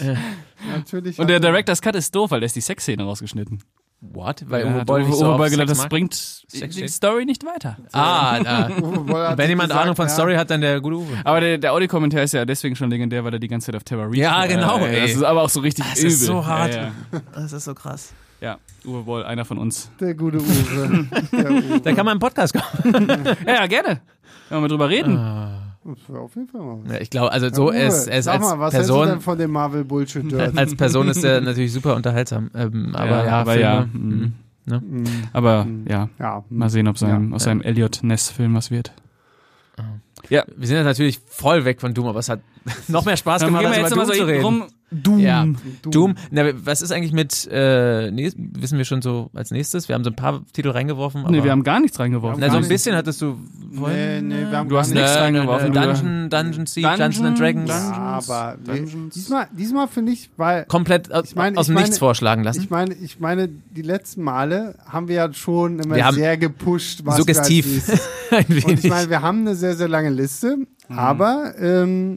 Speaker 1: natürlich.
Speaker 2: Und der
Speaker 1: natürlich.
Speaker 2: Director's Cut ist doof, weil da ist die Sexszene rausgeschnitten.
Speaker 3: What? Weil
Speaker 2: Ja,
Speaker 3: Uwe
Speaker 2: hat
Speaker 3: Boll nicht so auf
Speaker 2: gedacht,
Speaker 3: Sex
Speaker 2: das
Speaker 3: mag?
Speaker 2: bringt die
Speaker 3: Sexy.
Speaker 2: Story nicht weiter.
Speaker 3: Ah, da.
Speaker 1: Uwe Boll hat
Speaker 3: Wenn
Speaker 1: sich
Speaker 3: jemand
Speaker 1: gesagt,
Speaker 3: Ahnung von
Speaker 1: ja,
Speaker 3: Story hat, dann der gute Uwe.
Speaker 2: Aber der, der Audiokommentar ist ja deswegen schon legendär, weil er die ganze Zeit auf Terror Reach
Speaker 3: Ja,
Speaker 2: war.
Speaker 3: genau,
Speaker 2: Äh, Das
Speaker 3: ey. Ah,
Speaker 2: ist aber auch so richtig
Speaker 3: Das
Speaker 2: übel.
Speaker 3: ist so hart.
Speaker 2: Ja, ja.
Speaker 3: Das ist so krass.
Speaker 2: ja, Uwe Boll, einer von uns.
Speaker 1: Der gute Uwe. der Uwe.
Speaker 3: Da kann man im Podcast kommen.
Speaker 2: Ja, ja gerne. Wenn wir mal drüber reden.
Speaker 3: Ah,
Speaker 1: Das war auf jeden Fall mal was.
Speaker 3: Ja, ich glaube, also so
Speaker 1: Uwe,
Speaker 3: es, es
Speaker 1: sag
Speaker 3: als
Speaker 1: mal, was hältst du denn
Speaker 3: Person
Speaker 1: von dem Marvel Bullshit Dirt?
Speaker 3: als Person ist der natürlich super unterhaltsam. Ähm, aber ja,
Speaker 2: aber ja.
Speaker 3: Filme, mhm.
Speaker 2: mhm. Aber ja,
Speaker 1: Hm, ja, hm.
Speaker 2: mal sehen, ob seinem,
Speaker 1: Ja.
Speaker 2: aus seinem Elliot Ness-Film was wird.
Speaker 3: Wir sind ja natürlich voll weg von Doom, aber es hat noch mehr Spaß
Speaker 2: Dann
Speaker 3: gemacht,
Speaker 2: gehen wir
Speaker 3: als
Speaker 2: jetzt
Speaker 3: über
Speaker 2: immer
Speaker 3: Doom
Speaker 2: so
Speaker 3: zu
Speaker 2: eben
Speaker 3: reden.
Speaker 2: rum. Doom.
Speaker 3: Ja.
Speaker 1: Doom.
Speaker 3: Doom. Na, was ist eigentlich mit, äh, nee, wissen wir schon so als nächstes? Wir haben so ein paar Titel reingeworfen. Aber
Speaker 2: Nee, wir haben gar nichts reingeworfen.
Speaker 3: na, so ein
Speaker 1: nicht.
Speaker 3: bisschen hattest du
Speaker 1: Nee, nee, wir haben
Speaker 2: Du hast
Speaker 1: gar
Speaker 2: nichts
Speaker 1: nicht-
Speaker 3: Äh,
Speaker 2: reingeworfen.
Speaker 3: äh, Dungeon, Dungeon Siege, Dungeons and Dragons.
Speaker 1: Ja,
Speaker 2: Dungeons,
Speaker 1: aber wir,
Speaker 2: Dungeons.
Speaker 1: diesmal, diesmal finde ich, weil
Speaker 3: Komplett aus,
Speaker 1: Ich meine,
Speaker 3: aus
Speaker 1: ich
Speaker 3: dem Nichts
Speaker 1: meine-
Speaker 3: vorschlagen lassen.
Speaker 1: ich meine, ich meine, die letzten Male haben wir ja schon immer
Speaker 3: Wir haben
Speaker 1: sehr gepusht, was
Speaker 3: suggestiv.
Speaker 1: Wir als nächstes-
Speaker 3: Ein
Speaker 1: Und
Speaker 3: wenig.
Speaker 1: ich meine, wir haben eine sehr, sehr lange Liste, aber ähm,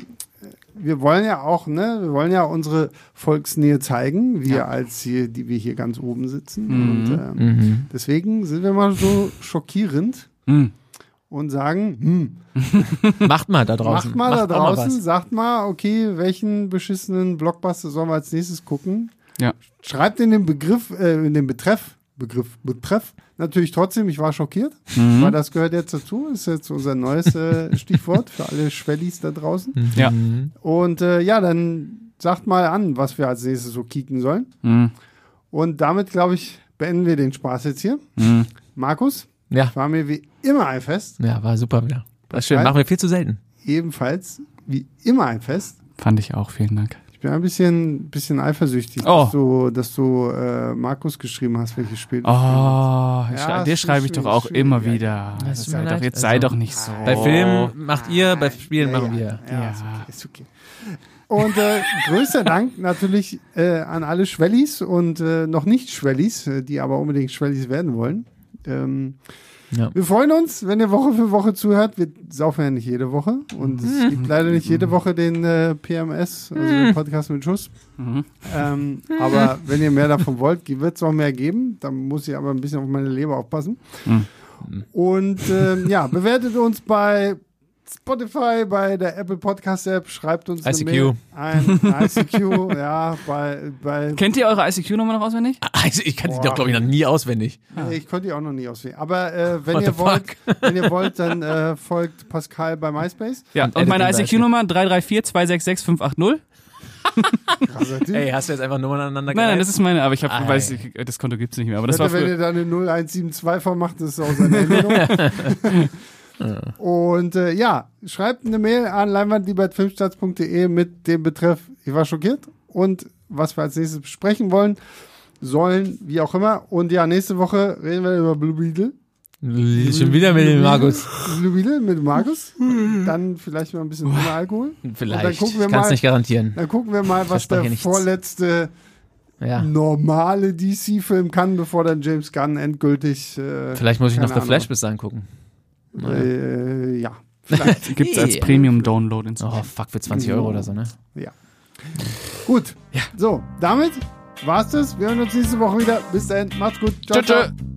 Speaker 1: wir wollen ja auch, ne, wir wollen ja unsere Volksnähe zeigen, wir
Speaker 2: Ja.
Speaker 1: als hier, die wir hier ganz oben sitzen. Und, ähm,
Speaker 3: Mhm.
Speaker 1: Deswegen sind wir mal so schockierend
Speaker 2: Mhm.
Speaker 1: und sagen, hm,
Speaker 3: Macht mal da draußen.
Speaker 1: macht mal da
Speaker 3: auch
Speaker 1: draußen, sagt mal, okay, welchen beschissenen Blockbuster sollen wir als nächstes gucken?
Speaker 2: Ja.
Speaker 1: Schreibt in den Begriff, äh, in den Betreff, Begriff, Betreff, natürlich trotzdem, ich war schockiert, weil das gehört jetzt dazu, ist jetzt unser neues äh, Stichwort für alle Schwellis da draußen.
Speaker 2: Ja.
Speaker 3: Mhm.
Speaker 1: Und äh, ja, dann sagt mal an, was wir als nächstes so kicken sollen.
Speaker 2: Mhm.
Speaker 1: Und damit, glaube ich, beenden wir den Spaß jetzt hier.
Speaker 2: Mhm.
Speaker 1: Markus,
Speaker 3: Ja.
Speaker 1: war mir wie immer ein Fest,
Speaker 3: ja, war super wieder. Das ist schön.
Speaker 1: Nein.
Speaker 3: Machen wir viel zu selten.
Speaker 1: ebenfalls wie immer ein Fest.
Speaker 2: Fand ich auch, vielen Dank.
Speaker 1: Ich bin ein bisschen, bisschen eifersüchtig,
Speaker 2: Oh.
Speaker 1: dass du, dass du äh, Markus geschrieben hast, welches Spiel.
Speaker 2: Oh, ich schrei
Speaker 1: ist
Speaker 2: dir schreibe ich
Speaker 1: schwierig,
Speaker 2: doch auch
Speaker 1: schwierig,
Speaker 2: immer
Speaker 1: ja.
Speaker 2: wieder.
Speaker 3: Es tut
Speaker 2: sei
Speaker 3: mir
Speaker 2: doch,
Speaker 3: leid,
Speaker 2: jetzt sei
Speaker 3: also-
Speaker 2: doch nicht so.
Speaker 3: Bei Filmen macht ihr, bei Spielen
Speaker 1: Oh. ja,
Speaker 3: machen wir.
Speaker 1: ja, Ja,
Speaker 2: Ja.
Speaker 1: Ist, okay, ist okay. Und äh, größter Dank natürlich äh, an alle Schwellis und äh, noch nicht Schwellis, äh, die aber unbedingt Schwellis werden wollen. Ähm,
Speaker 3: Ja.
Speaker 1: Wir freuen uns, wenn ihr Woche für Woche zuhört. Wir saufen ja nicht jede Woche und
Speaker 3: Mhm.
Speaker 1: es gibt leider nicht jede Woche den äh, PMS, also den Podcast mit Schuss.
Speaker 2: Mhm.
Speaker 1: Ähm, aber wenn ihr mehr davon wollt, wird es auch mehr geben. Da muss ich aber ein bisschen auf meine Leber aufpassen.
Speaker 2: Mhm.
Speaker 1: Und ähm, ja, bewertet uns bei Spotify, bei der Apple Podcast App, schreibt uns
Speaker 3: ICQ.
Speaker 1: eine Mail. Ein ICQ, ja, bei, bei
Speaker 2: Kennt ihr eure ICQ-Nummer noch auswendig?
Speaker 3: Also ich kann die
Speaker 1: Boah.
Speaker 3: doch, glaube ich, noch nie auswendig.
Speaker 1: Nee, ich konnte die auch noch nie auswählen. Aber äh, wenn
Speaker 3: What
Speaker 1: ihr
Speaker 3: the
Speaker 1: wollt, wenn ihr wollt, dann äh, folgt Pascal bei MySpace.
Speaker 2: Ja, und,
Speaker 3: Und
Speaker 2: meine
Speaker 3: die bei
Speaker 2: ICQ-Nummer 334266580.
Speaker 1: Krasser Typ.
Speaker 3: Ey, hast du jetzt einfach Nummern aneinander
Speaker 2: Nein, nein, das ist meine, aber ich
Speaker 3: Ei.
Speaker 2: hab, weiß, ich, das Konto gibt's nicht mehr, aber das war
Speaker 1: Bitte, wenn
Speaker 2: früher.
Speaker 1: ihr da eine 0172 vormacht, ist es auch seine Erinnerung. Und äh, ja, schreibt eine Mail an leinwandliebertfilmstarts.de mit dem Betreff Ich war schockiert und was wir als nächstes besprechen wollen, sollen, wie auch immer. Und ja, nächste Woche reden wir über Blue Beetle.
Speaker 3: L-
Speaker 1: Hm.
Speaker 3: Schon wieder mit dem Markus.
Speaker 1: Blue Beetle mit Markus. Dann vielleicht mal ein bisschen ohne Alkohol.
Speaker 3: Vielleicht.
Speaker 1: dann gucken wir
Speaker 3: ich kann es
Speaker 1: mal-
Speaker 3: nicht garantieren.
Speaker 1: Dann gucken wir mal, was der
Speaker 3: Verspreche nichts.
Speaker 1: vorletzte
Speaker 3: Ja.
Speaker 1: Hm. normale DC-Film kann, bevor dann James Gunn endgültig. Äh,
Speaker 3: Vielleicht muss ich
Speaker 1: Keine
Speaker 3: noch The
Speaker 1: Ahnung.
Speaker 3: Flash bis dahin gucken.
Speaker 1: äh, ja, vielleicht.
Speaker 2: Gibt's als
Speaker 3: Ja.
Speaker 2: Premium-Download ins
Speaker 3: Oh, fuck, für 20 Euro oder so, ne?
Speaker 1: gut. So, damit war's das. Wir hören uns nächste Woche wieder. Bis dahin. Macht's gut. Ciao, ciao. ciao.
Speaker 2: Tschö, tschö.